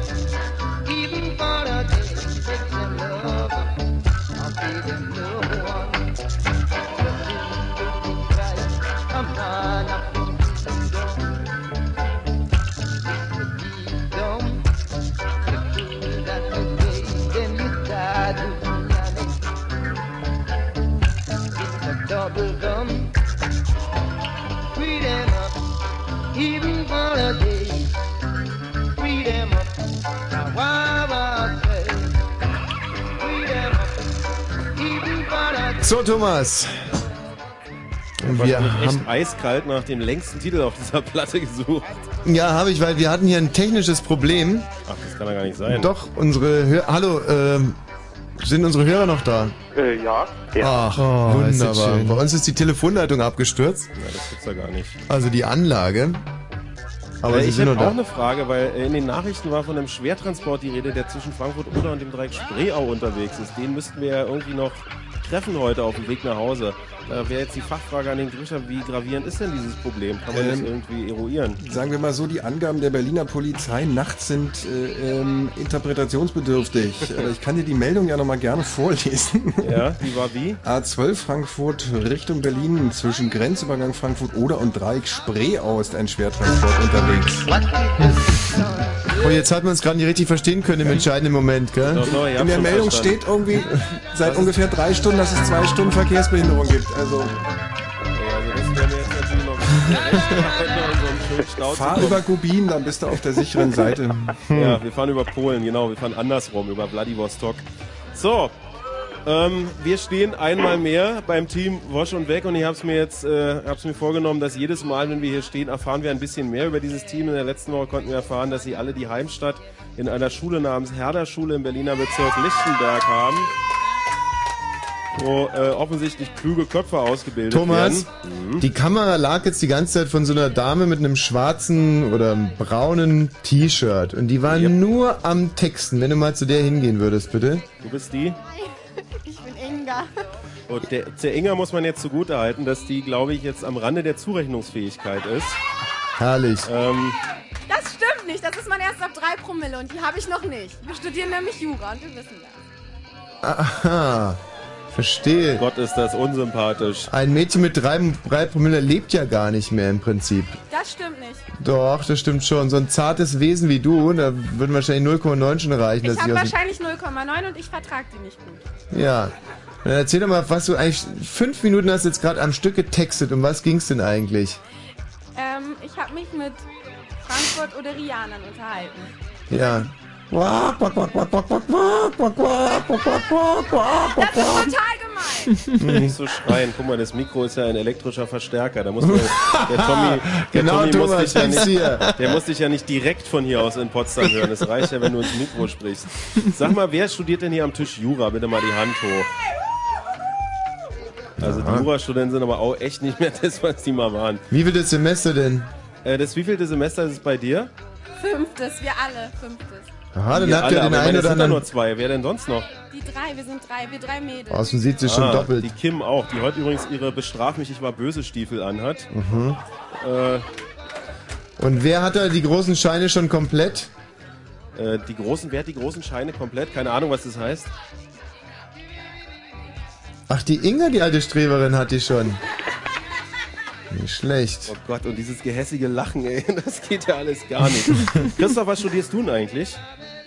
S14: even for a day. Make them love up, I'll be them love one. I'm not a dumb. The fool that you made, then you died with me. It's a double gum. Free them up, even for a day. Free them up, now why was they? Free them up, even for a day.
S3: So, Thomas.
S5: Wir
S3: Wir
S5: haben
S3: haben
S5: echt eiskalt nach dem längsten Titel auf dieser Platte gesucht.
S3: Ja, habe ich, weil wir hatten hier ein technisches Problem.
S5: Ach, das kann ja gar nicht sein.
S3: Doch, unsere Hör Hallo, ähm, sind unsere Hörer noch da?
S21: Äh, ja.
S3: Ach,
S4: Oh, ist das
S3: wunderbar.
S4: schön.
S3: Bei uns ist die Telefonleitung abgestürzt.
S5: Ja, das gibt's ja gar nicht.
S3: Also die Anlage. Aber
S5: Äh,
S3: sie
S5: ich
S3: sind
S5: habe
S3: noch
S5: auch
S3: da.
S5: eine Frage, weil äh, in den Nachrichten war von einem Schwertransport die Rede, der zwischen Frankfurt Oder und dem Dreieck Spreeau unterwegs ist. Den müssten wir ja irgendwie noch treffen heute auf dem Weg nach Hause. Da wäre jetzt die Fachfrage an den Grischer, wie gravierend ist denn dieses Problem? Kann man das
S16: Ähm,
S5: irgendwie eruieren?
S16: Sagen wir mal so, die Angaben der Berliner Polizei nachts sind äh, ähm,
S5: [LAUGHS]
S16: interpretationsbedürftig. Aber ich kann dir die Meldung ja nochmal gerne vorlesen. [LAUGHS]
S5: Ja, die war wie?
S16: A12 Frankfurt Richtung Berlin zwischen Grenzübergang Frankfurt-Oder und Dreieck Spreeau ist ein Schwertransport unterwegs.
S3: Oh, jetzt hat man es gerade nicht richtig verstehen können im entscheidenden Moment, gell?
S16: Doch, doch, ich hab's In der schon Meldung verstanden. steht
S5: [LAUGHS]
S16: irgendwie seit ungefähr drei Stunden, dass es zwei Stunden Verkehrsbehinderung gibt. Also
S5: Also das wäre mir jetzt natürlich noch in so einen schönen Stau zu
S16: fahr
S5: kommen.
S16: über Gubin, dann bist du auf der sicheren Seite.
S5: [LAUGHS] Ja, wir fahren über Polen, genau. Wir fahren andersrum, über Vladivostok. So, ähm, wir stehen einmal mehr beim Team Wosch und Weg und ich habe es mir jetzt äh, hab's mir vorgenommen, dass jedes Mal, wenn wir hier stehen, erfahren wir ein bisschen mehr über dieses Team. In der letzten Woche konnten wir erfahren, dass sie alle die Heimstatt in einer Schule namens Herder Schule im Berliner Bezirk Lichtenberg haben. wo äh, offensichtlich kluge Köpfe ausgebildet
S3: Thomas,
S5: werden.
S16: Mhm.
S3: die Kamera lag jetzt die ganze Zeit von so einer Dame mit einem schwarzen oder einem braunen T-Shirt und die war nur am Texten. Wenn du mal zu der hingehen würdest, bitte.
S5: Du bist die?
S17: [LAUGHS] Ich bin Inga.
S5: Und der, der Inga muss man jetzt zugutehalten, dass die, glaube ich, jetzt am Rande der Zurechnungsfähigkeit ist.
S3: Herrlich.
S5: Ähm,
S17: Das stimmt nicht. Das ist mein erst ab drei Promille und die habe ich noch nicht. Wir studieren nämlich Jura und wir wissen das.
S3: Aha. Verstehe.
S5: Gott, ist das unsympathisch.
S3: Ein Mädchen mit drei, drei Promille lebt ja gar nicht mehr im Prinzip.
S17: Das stimmt nicht.
S3: Doch, das stimmt schon. So ein zartes Wesen wie du, da würden wahrscheinlich 0,9 schon reichen.
S17: Ich
S3: dass
S17: habe
S3: aus dem-
S17: wahrscheinlich 0,9 und ich vertrage die nicht gut.
S3: Ja. Dann erzähl doch mal, was du eigentlich. Fünf Minuten hast du jetzt gerade am Stück getextet. Um was ging's denn eigentlich?
S17: Ähm, ich habe mich mit Frankfurt oder Rianern unterhalten.
S3: Ja. Quack, quack, quack, quack, quack, quack, quack, quack, quack, quack, quack, quack, quack, quack, quack. Hm.
S5: Nicht so schreien. Guck mal, das Mikro ist ja ein elektrischer Verstärker. Da muss man,
S3: [LAUGHS]
S5: der Tommy, der
S3: Genau,
S5: Tommy
S3: Thomas,
S5: muss dich ja
S3: ich
S5: nicht,
S3: hier.
S5: der muss dich ja nicht direkt von hier aus in Potsdam hören. Es reicht ja, wenn du ins Mikro sprichst. Sag mal, wer studiert denn hier am Tisch Jura? Bitte mal die Hand hoch. Also die
S3: Aha.
S5: Jurastudenten sind aber auch echt nicht mehr [LAUGHS] das, was die mal waren.
S3: Wie viel das Semester denn?
S5: Äh, das wievielte Semester ist es bei dir?
S17: Fünftes, wir alle, fünftes.
S3: Aha, dann
S5: Ihr
S3: habt ihr
S5: alle,
S3: den
S5: aber ich meine,
S3: einen
S5: es
S3: oder
S5: sind doch
S3: anderen.
S5: nur zwei. Wer denn sonst noch? Ah,
S17: Die drei, wir sind drei, wir drei Mädels.
S3: Aus dem sieht sie schon doppelt.
S5: Die Kim auch, die heute übrigens ihre Bestraf mich, ich war böse Stiefel anhat.
S3: Mhm.
S5: Äh,
S3: Und wer hat da die großen Scheine schon komplett?
S5: Äh, die großen, wer hat die großen Scheine komplett? Keine Ahnung, was das heißt.
S3: Ach, die Inga, die alte Streberin, hat die schon. Nicht schlecht.
S5: Oh Gott, und dieses gehässige Lachen, ey, [LAUGHS] das geht ja alles
S3: [LAUGHS]
S5: gar nicht. Christoph, was studierst du denn eigentlich?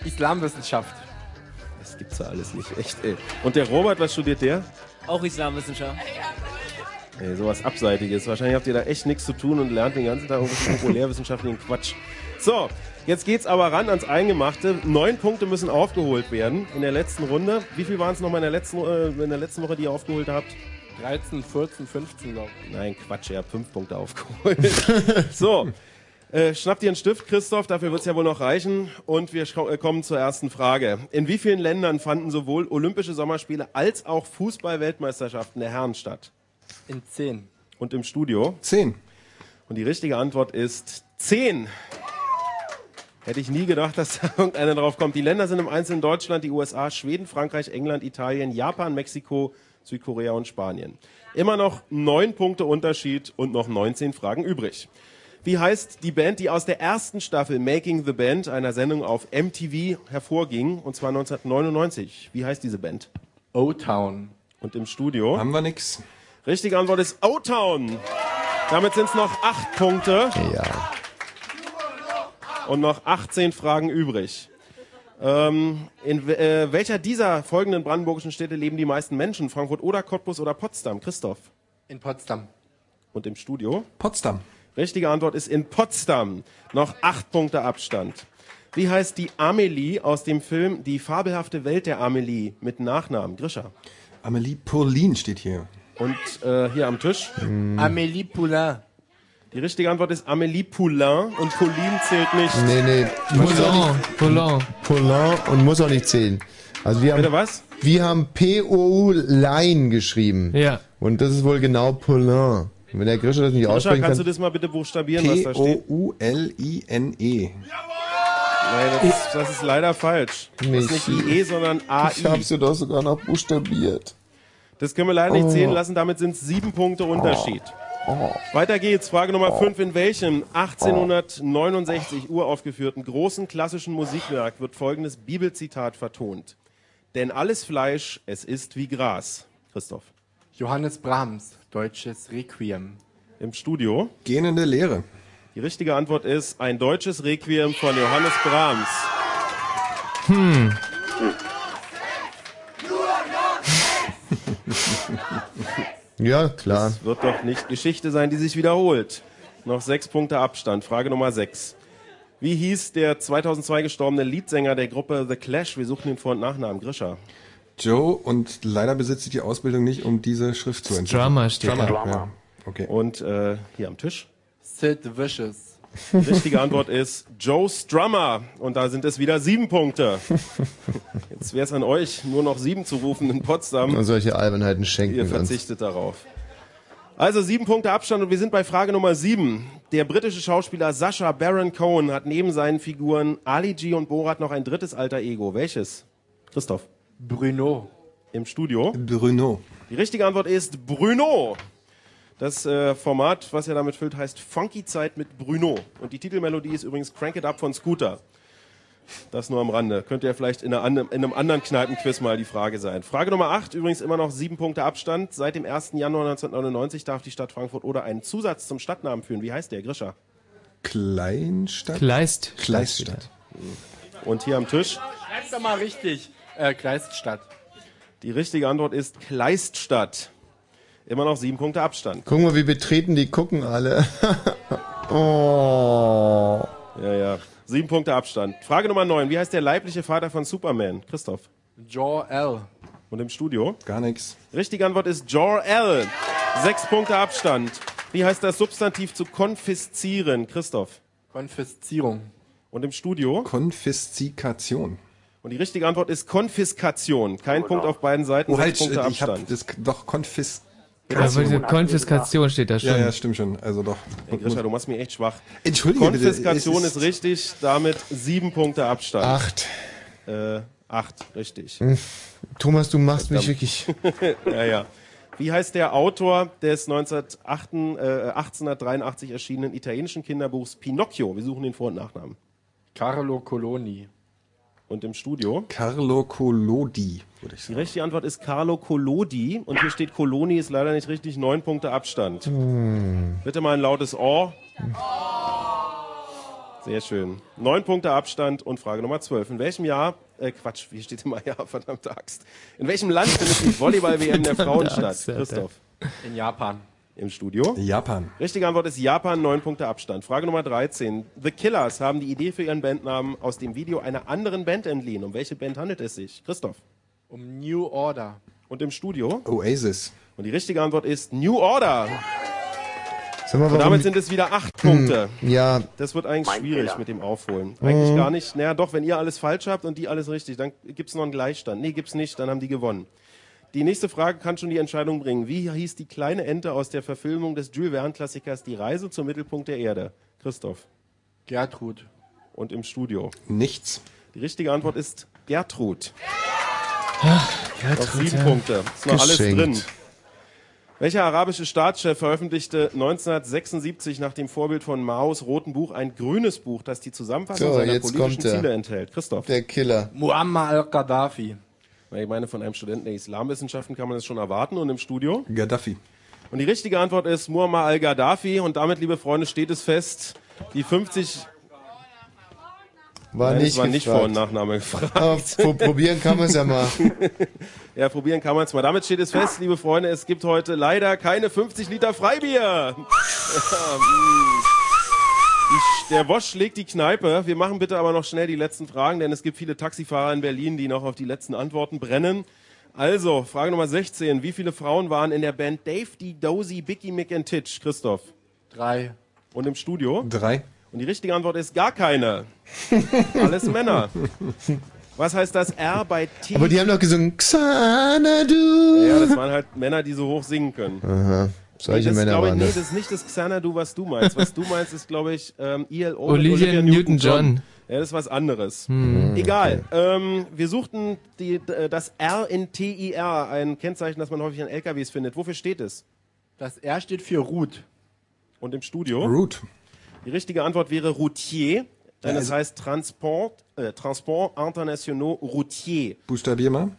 S5: Islamwissenschaft. Das gibt's ja alles nicht, echt, ey. Und der Robert, was studiert der?
S6: Auch Islamwissenschaft.
S5: Ey, sowas Abseitiges. Wahrscheinlich habt ihr da echt nichts zu tun und lernt den ganzen Tag irgendwelchen populärwissenschaftlichen Quatsch. So, jetzt geht's aber ran ans Eingemachte. Neun Punkte müssen aufgeholt werden in der letzten Runde. Wie viel waren es nochmal in der letzten, äh, in der letzten Woche, die ihr aufgeholt habt?
S7: 13, 14, 15, glaube ich.
S5: Nein, Quatsch, ihr habt fünf Punkte aufgeholt. [LAUGHS] so, äh, schnapp dir einen Stift, Christoph, dafür wird's ja wohl noch reichen. Und wir schau- äh, kommen zur ersten Frage. In wie vielen Ländern fanden sowohl Olympische Sommerspiele als auch Fußball-Weltmeisterschaften der Herren statt?
S7: In 10.
S5: Und im Studio? Zehn. Und die richtige Antwort ist zehn. Hätte ich nie gedacht, dass da [LAUGHS] irgendeiner drauf kommt. Die Länder sind im Einzelnen Deutschland, die USA, Schweden, Frankreich, England, Italien, Japan, Mexiko, Südkorea und Spanien. Immer noch neun Punkte Unterschied und noch 19 Fragen übrig. Wie heißt die Band, die aus der ersten Staffel Making the Band, einer Sendung auf MTV, hervorging, und zwar 1999? Wie heißt diese Band? O-Town. Und im Studio? Haben wir nix. Richtige Antwort ist O-Town. Damit sind es noch acht Punkte.
S3: Ja.
S5: Und noch 18 Fragen übrig. Ähm, in we- äh, welcher dieser folgenden brandenburgischen Städte leben die meisten Menschen? Frankfurt oder Cottbus oder Potsdam? Christoph. In Potsdam. Und im Studio? Potsdam. Richtige Antwort ist in Potsdam. Noch acht Punkte Abstand. Wie heißt die Amelie aus dem Film Die fabelhafte Welt der Amelie mit Nachnamen? Grisha.
S16: Amelie Pauline steht hier.
S5: Und äh, hier am Tisch?
S7: Amélie Poulain.
S5: Die richtige Antwort ist Amelie Poulain und Pauline zählt nicht.
S3: Nee, nee. muss auch nicht- Poulain und muss auch nicht zählen. Also wir haben,
S5: Bitte was?
S3: Wir haben P-O-U-Line geschrieben.
S5: Ja.
S3: Und das ist wohl genau Poulain. Wenn der Grischer das nicht
S5: Grisha,
S3: aussprechen
S5: kannst du
S3: kann.
S5: das mal bitte buchstabieren, was da steht?
S16: P-O-U-L-I-N-E.
S5: Nein, das, das ist leider falsch. Das ist nicht IE, sondern AI.
S3: Ich hab's dir doch sogar noch buchstabiert.
S5: Das können wir leider nicht
S3: Oh.
S5: zählen lassen, damit sind es sieben Punkte Unterschied. Oh. Weiter geht's. Frage Nummer 5. In welchem 1869 uraufgeführten großen klassischen Musikwerk wird folgendes Bibelzitat vertont? Denn alles Fleisch, es ist wie Gras. Christoph.
S7: Johannes Brahms, deutsches Requiem.
S5: Im Studio.
S16: Gähnende Lehre.
S5: Die richtige Antwort ist ein deutsches Requiem von Johannes Brahms.
S4: Hm.
S3: Ja, klar.
S5: Das wird doch nicht Geschichte sein, die sich wiederholt. Noch sechs Punkte Abstand. Frage Nummer sechs. Wie hieß der 2002 gestorbene Leadsänger der Gruppe The Clash? Wir suchen den Vor- und Nachnamen. Grisha.
S16: Joe und leider besitzt sie die Ausbildung nicht, um diese Schrift zu entwickeln.
S5: Drummer steht da.
S16: Ja. Okay.
S5: Und äh, hier am Tisch.
S7: Sid Vicious.
S5: Die richtige Antwort ist Joe Strummer. Und da sind es wieder sieben Punkte. Jetzt Jetzt wäre es an euch, nur noch sieben zu rufen in Potsdam.
S3: Und solche Albernheiten schenken
S5: Ihr
S3: wir uns.
S5: verzichtet darauf. Also sieben Punkte Abstand und wir sind bei Frage Nummer sieben. Der britische Schauspieler Sacha Baron Cohen hat neben seinen Figuren Ali G und Borat noch ein drittes alter Ego. Welches? Christoph. Bruno. Im Studio?
S16: Bruno.
S5: Die richtige Antwort ist Bruno. Das äh, Format, was er damit füllt, heißt Funky Zeit mit Bruno. Und die Titelmelodie ist übrigens Crank It Up von Scooter. Das nur am Rande. Könnte ja vielleicht in, einer anderen, in einem anderen Kneipenquiz mal die Frage sein. Frage Nummer 8, übrigens immer noch sieben Punkte Abstand. Seit dem 1. Januar 1999 darf die Stadt Frankfurt oder einen Zusatz zum Stadtnamen führen. Wie heißt der, Grischer?
S16: Kleinstadt?
S4: Kleist.
S16: Kleiststadt.
S5: Und hier am Tisch?
S7: Schreib's doch mal richtig. Äh, Kleiststadt.
S5: Die richtige Antwort ist Kleiststadt. Immer noch sieben Punkte Abstand.
S3: Guck mal, wie betreten die gucken alle. [LAUGHS] oh.
S5: Ja, ja. Sieben Punkte Abstand. Frage Nummer 9. Wie heißt der leibliche Vater von Superman? Christoph.
S7: Jor-El.
S5: Und im Studio?
S16: Gar nichts.
S5: Richtige Antwort ist Jor-El. Sechs Punkte Abstand. Wie heißt das Substantiv zu konfiszieren? Christoph.
S7: Konfiszierung.
S5: Und im Studio?
S16: Konfiszikation.
S5: Und die richtige Antwort ist Konfiskation. Kein Punkt auf beiden Seiten.
S16: Oh,
S5: sechs
S16: halt,
S5: Punkte
S16: ich hab
S5: Abstand.
S16: das doch Konfis...
S5: Ja, aber diese Konfiskation
S4: steht da schon.
S16: Ja, ja, stimmt schon. Also doch.
S5: Ey, Grisha, du machst mich echt schwach.
S16: Entschuldige bitte,
S5: Konfiskation
S16: es
S5: ist,
S16: ist-
S5: richtig, damit sieben Punkte Abstand.
S3: Acht.
S5: Äh, acht, richtig.
S16: Hm.
S3: Thomas, du machst mich wirklich.
S5: [LAUGHS] ja, ja. Wie heißt der Autor des 1908, äh, 1883 erschienenen italienischen Kinderbuchs Pinocchio? Wir suchen den Vor- und Nachnamen.
S7: Carlo Coloni.
S5: Und im Studio?
S16: Carlo Collodi, würde ich
S5: Die
S16: sagen.
S5: richtige Antwort ist Carlo Collodi. Und hier steht Coloni, ist leider nicht richtig. Neun Punkte Abstand. Bitte mal ein lautes Oh. Sehr schön. Neun Punkte Abstand und Frage Nummer zwölf. In welchem Jahr, äh Quatsch, wie steht immer [LAUGHS] ja, verdammte Axt. In welchem Land findet
S7: [LAUGHS]
S5: die Volleyball-WM [LAUGHS] der Frauen
S7: Verdammte
S5: statt?
S7: Axt, Alter.
S5: Christoph.
S7: In Japan.
S5: Im Studio?
S16: Japan.
S5: Richtige Antwort ist Japan, neun Punkte Abstand. Frage Nummer 13. The Killers haben die Idee für ihren Bandnamen aus dem Video einer anderen Band entliehen. Um welche Band handelt es sich? Christoph.
S7: Um New Order.
S5: Und im Studio?
S16: Oasis.
S5: Und die richtige Antwort ist New Order.
S3: Sag mal,
S5: Und
S3: warum,
S5: damit sind es wieder acht Punkte.
S3: Hm, ja.
S5: Das wird eigentlich
S3: Mein
S5: schwierig
S3: Fehler.
S5: mit dem Aufholen. Eigentlich
S3: Mhm.
S5: gar nicht. Naja, doch, wenn ihr alles falsch habt und die alles richtig, dann gibt's noch einen Gleichstand. Nee, gibt's nicht, dann haben die gewonnen. Die nächste Frage kann schon die Entscheidung bringen. Wie hieß die kleine Ente aus der Verfilmung des Jules Verne-Klassikers Die Reise zum Mittelpunkt der Erde? Christoph.
S7: Gertrud.
S5: Und im Studio.
S16: Nichts.
S5: Die richtige Antwort ist Gertrud.
S4: Gertrud,
S5: Noch sieben
S4: ja.
S5: Punkte. Ist noch alles
S4: Geschenkt.
S5: drin. Welcher arabische Staatschef veröffentlichte 1976 nach dem Vorbild von Maos Roten Buch ein grünes Buch, das die Zusammenfassung
S3: So,
S5: seiner
S3: jetzt
S5: politischen
S3: kommt er.
S5: Ziele enthält? Christoph.
S3: Der Killer.
S7: Muammar al-Gaddafi.
S5: Ich meine, von einem Studenten der Islamwissenschaften kann man das schon erwarten und im Studio?
S16: Gaddafi.
S5: Und die richtige Antwort ist Muammar al-Gaddafi und damit, liebe Freunde, steht es fest, die 50...
S3: War
S5: Nein, es
S3: nicht
S5: war nicht
S3: gefragt.
S5: Vor- und Nachname gefragt.
S3: Aber pro- probieren kann man es ja mal.
S5: [LAUGHS] Ja, probieren kann man es mal. Damit steht es fest, liebe Freunde, es gibt heute leider keine 50 Liter Freibier. [LAUGHS] Die- Der Wosch schlägt die Kneipe. Wir machen bitte aber noch schnell die letzten Fragen, denn es gibt viele Taxifahrer in Berlin, die noch auf die letzten Antworten brennen. Also, Frage Nummer 16. Wie viele Frauen waren in der Band Dave D. Dozy, Bicky Mick and Titch? Christoph.
S7: Drei.
S5: Und im Studio?
S16: Drei.
S5: Und die richtige Antwort ist gar keine. Alles
S3: [LAUGHS]
S5: Männer. Was heißt das R bei T?
S3: Aber die haben doch gesungen, Xanadu.
S5: Ja, das waren halt Männer, die so hoch singen können.
S3: Aha.
S5: Nee,
S3: Solche
S5: das
S3: Männer
S5: glaube ich,
S3: waren
S5: nee,
S3: das.
S5: das ist nicht das Xanadu, was du meinst. Was du meinst, ist, glaube ich, ähm, ELO. mit
S4: Olivia Newton-John.
S5: Ja, das ist was anderes.
S4: Hm.
S5: Egal. Ähm, wir suchten die, d- das R in TIR, ein Kennzeichen, das man häufig an LKWs findet. Wofür steht es?
S7: Das R steht für Root.
S5: Und im Studio?
S16: Root.
S5: Die richtige Antwort wäre Routier. Denn
S16: Ja,
S5: es
S16: also-
S5: heißt Transport, äh, Transport International Routier.
S16: Buchstabier mal.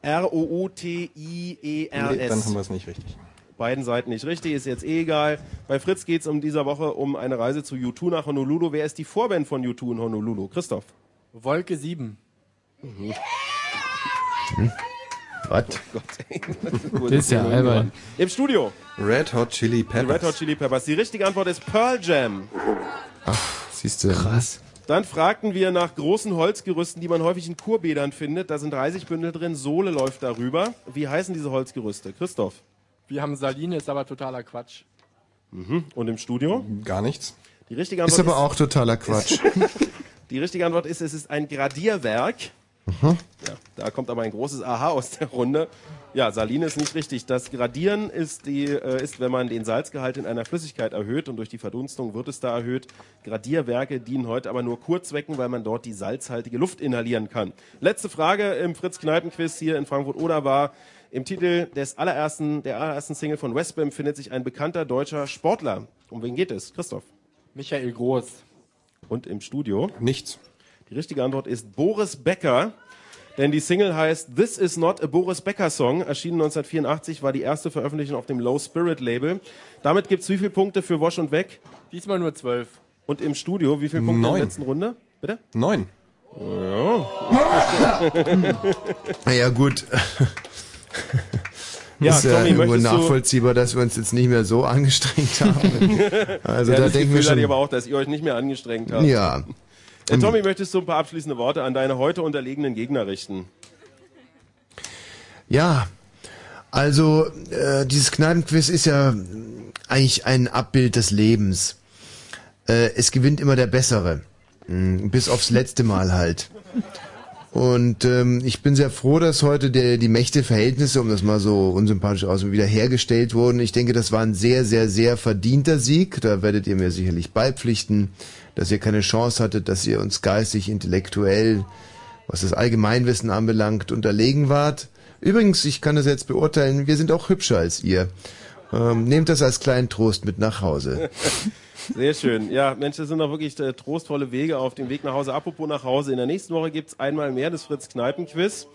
S5: R-O-U-T-I-E-R-S.
S16: Nee, dann haben wir es nicht richtig.
S5: beiden Seiten nicht richtig, ist jetzt eh egal. Bei Fritz geht's um dieser Woche um eine Reise zu U2 nach Honolulu. Wer ist die Vorband von U2 in Honolulu? Christoph.
S7: Wolke 7.
S16: Mhm.
S3: Was?
S5: Oh Gott, ey. Wo
S4: Das ist ja
S5: die Nummer?
S4: albern.
S5: Im Studio.
S16: Red Hot Chili
S5: Die Red Hot
S16: Peppers.
S5: Chili Peppers. Die richtige Antwort ist Pearl Jam.
S3: Siehst du. Krass.
S5: Dann fragten wir nach großen Holzgerüsten, die man häufig in Kurbädern findet. Da sind 30 Bündel drin, Sohle läuft darüber. Wie heißen diese Holzgerüste? Christoph.
S7: Wir haben Saline, ist aber totaler Quatsch.
S5: Mhm. Und im Studio?
S16: Gar nichts.
S5: Die richtige
S3: Ist
S5: Antwort [LAUGHS]
S3: aber auch totaler Quatsch.
S5: Die richtige Antwort ist, es ist ein Gradierwerk. Ja, da kommt aber ein großes Aha aus der Runde. Ja, Saline ist nicht richtig. Das Gradieren ist, die, äh, ist, wenn man den Salzgehalt in einer Flüssigkeit erhöht und durch die Verdunstung wird es da erhöht. Gradierwerke dienen heute aber nur Kurzwecken, weil man dort die salzhaltige Luft inhalieren kann. Letzte Frage im Fritz-Kneipen-Quiz hier in Frankfurt-Oder war, im Titel des allerersten, der allerersten Single von Westbam findet sich ein bekannter deutscher Sportler. Um wen geht es? Christoph.
S7: Michael Groß.
S5: Und im Studio?
S16: Nichts.
S5: Die richtige Antwort ist Boris Becker. Denn die Single heißt This Is Not a Boris Becker Song, erschienen 1984, war die erste Veröffentlichung auf dem Low Spirit Label. Damit gibt's wie viele Punkte für Wash und Weg?
S7: Diesmal nur zwölf.
S5: Und im Studio, wie viele Punkte in
S16: Neun.
S5: der letzten Runde? Bitte?
S16: Neun.
S5: Ja.
S3: Naja, [LAUGHS] gut.
S5: Ja,
S3: ist ja
S5: Tommy,
S3: irgendwo
S5: möchtest du-
S3: nachvollziehbar, dass wir uns jetzt nicht mehr so angestrengt haben. Also
S5: [LAUGHS] ja,
S3: da
S5: das
S3: denken wir
S5: Gefühl hatte ich
S3: schon.
S5: aber auch, dass ihr euch nicht mehr angestrengt habt.
S3: Ja.
S5: Äh, Tommy, möchtest du ein paar abschließende Worte an deine heute unterlegenen
S3: [LAUGHS]
S5: Gegner richten?
S3: Ja, also äh, dieses Kneipenquiz ist ja eigentlich ein Abbild des Lebens. Äh, es gewinnt immer der Bessere, Mm, bis aufs letzte Mal halt. Und ähm, ich bin sehr froh, dass heute der, die Mächteverhältnisse, um das mal so unsympathisch auszudrücken, wieder hergestellt wurden. Ich denke, das war ein sehr, sehr, sehr verdienter Sieg. Da werdet ihr mir sicherlich beipflichten, dass ihr keine Chance hattet, dass ihr uns geistig, intellektuell, was das Allgemeinwissen anbelangt, unterlegen wart. Übrigens, ich kann das jetzt beurteilen, wir sind auch hübscher als ihr. Ähm, nehmt das als kleinen Trost mit nach Hause.
S5: Sehr schön. Ja, Mensch, das sind doch wirklich äh, trostvolle Wege auf dem Weg nach Hause. Apropos nach Hause, in der nächsten Woche gibt's einmal mehr das Fritz-Kneipen-Quiz.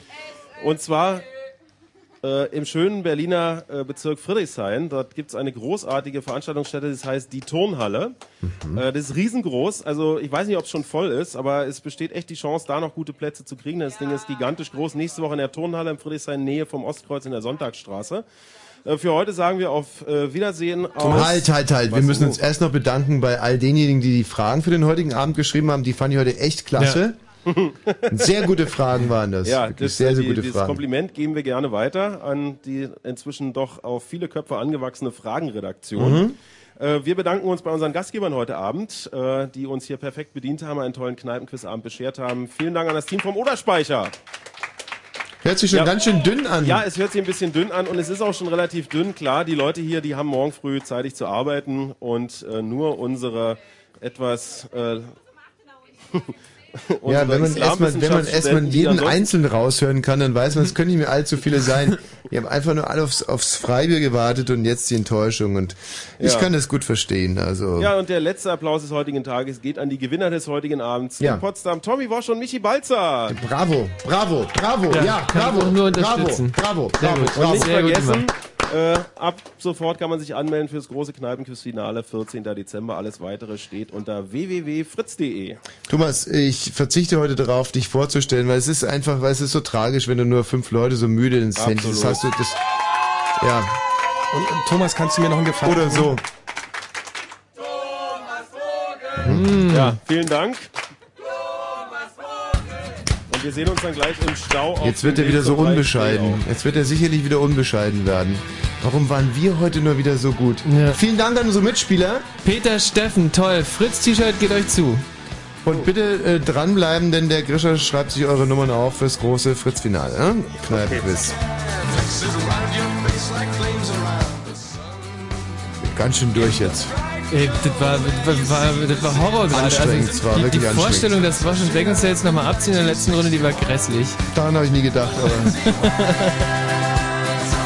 S5: Und zwar äh, im schönen Berliner äh, Bezirk Friedrichshain. Dort gibt's eine großartige Veranstaltungsstätte, das heißt die Turnhalle.
S3: Mhm.
S5: Äh, das ist riesengroß. Also ich weiß nicht, ob es schon voll ist, aber es besteht echt die Chance, da noch gute Plätze zu kriegen. Das Ding ist gigantisch groß. Nächste Woche in der Turnhalle in Friedrichshain, Nähe vom Ostkreuz in der Sonntagsstraße. Äh, Für heute sagen wir auf äh, Wiedersehen. aus-
S3: Halt, halt, halt. Wir
S5: Was?
S3: müssen
S5: Oh.
S3: uns erst noch bedanken bei all denjenigen, die die Fragen für den heutigen Abend geschrieben haben. Die fand ich heute echt klasse. [LAUGHS] Sehr gute Fragen waren das.
S5: Ja,
S3: Wirklich
S5: das,
S3: sehr, sehr
S5: die,
S3: gute
S5: dieses
S3: Fragen.
S5: Kompliment geben wir gerne weiter an die inzwischen doch auf viele Köpfe angewachsene Fragenredaktion.
S3: Mhm.
S5: Äh, wir bedanken uns bei unseren Gastgebern heute Abend, äh, die uns hier perfekt bedient haben, einen tollen Kneipenquizabend beschert haben. Vielen Dank an das Team vom Oderspeicher.
S3: Hört sich schon
S5: Ja.
S3: ganz schön dünn an.
S5: Ja, es hört sich ein bisschen dünn an und es ist auch schon relativ dünn. Klar, die Leute hier, die haben morgen früh zeitig zu arbeiten und äh, nur unsere etwas... Äh, [LAUGHS]
S3: ja,
S5: unsere
S3: wenn man erstmal, wenn man erstmal
S5: Islamwissenschaftsstudenten, die
S3: jeden
S5: ansonsten-
S3: einzeln raushören kann, dann weiß man, es können nicht mehr allzu viele sein. Die haben einfach nur alle aufs, aufs Freibier gewartet und jetzt die Enttäuschung und ich
S5: Ja.
S3: kann das gut verstehen. Also,
S5: Ja, und der letzte Applaus des heutigen Tages geht an die Gewinner des heutigen Abends
S3: Ja.
S5: in Potsdam. Tommy Wosch und Michi Balzer.
S3: bravo, bravo, bravo, ja, bravo, bravo, bravo, bravo,
S5: Und
S3: bravo.
S5: nicht vergessen, äh, ab sofort kann man sich anmelden fürs große Kneipenquiz-Finale, 14. Dezember. Alles weitere steht unter www.fritz.de.
S3: Thomas, ich verzichte heute darauf, dich vorzustellen, weil es ist einfach, weil es ist so tragisch, wenn du nur fünf Leute so müde ins Handy. Das
S16: Absolut.
S3: hast du, das, ja.
S16: Und äh, Thomas, kannst du mir noch einen Gefallen
S3: Oder so.
S5: Ja, vielen Dank. Und wir sehen uns dann gleich im Stau. auf
S3: Jetzt wird
S5: dem
S3: er wieder
S5: Weg
S3: so
S5: zum
S3: unbescheiden. Jetzt wird er sicherlich wieder unbescheiden werden. Warum waren wir heute nur wieder so gut? Vielen Dank an unsere Mitspieler.
S4: Peter Steffen, toll. Fritz T-Shirt geht euch zu.
S3: Und bitte äh, dranbleiben, denn der Grischer schreibt sich eure Nummern auf fürs große Fritz-Finale. Ne? Kneipenquiz. Ganz schön durch jetzt.
S4: Ey, das war, das war, das war Horror gerade. Also,
S3: Anstrengend, es war
S4: die, die
S3: wirklich anstrengend.
S4: Vorstellung, dass Wasch und Weg uns da jetzt nochmal abziehen in der letzten Runde, die war grässlich.
S3: Daran habe ich nie gedacht, aber.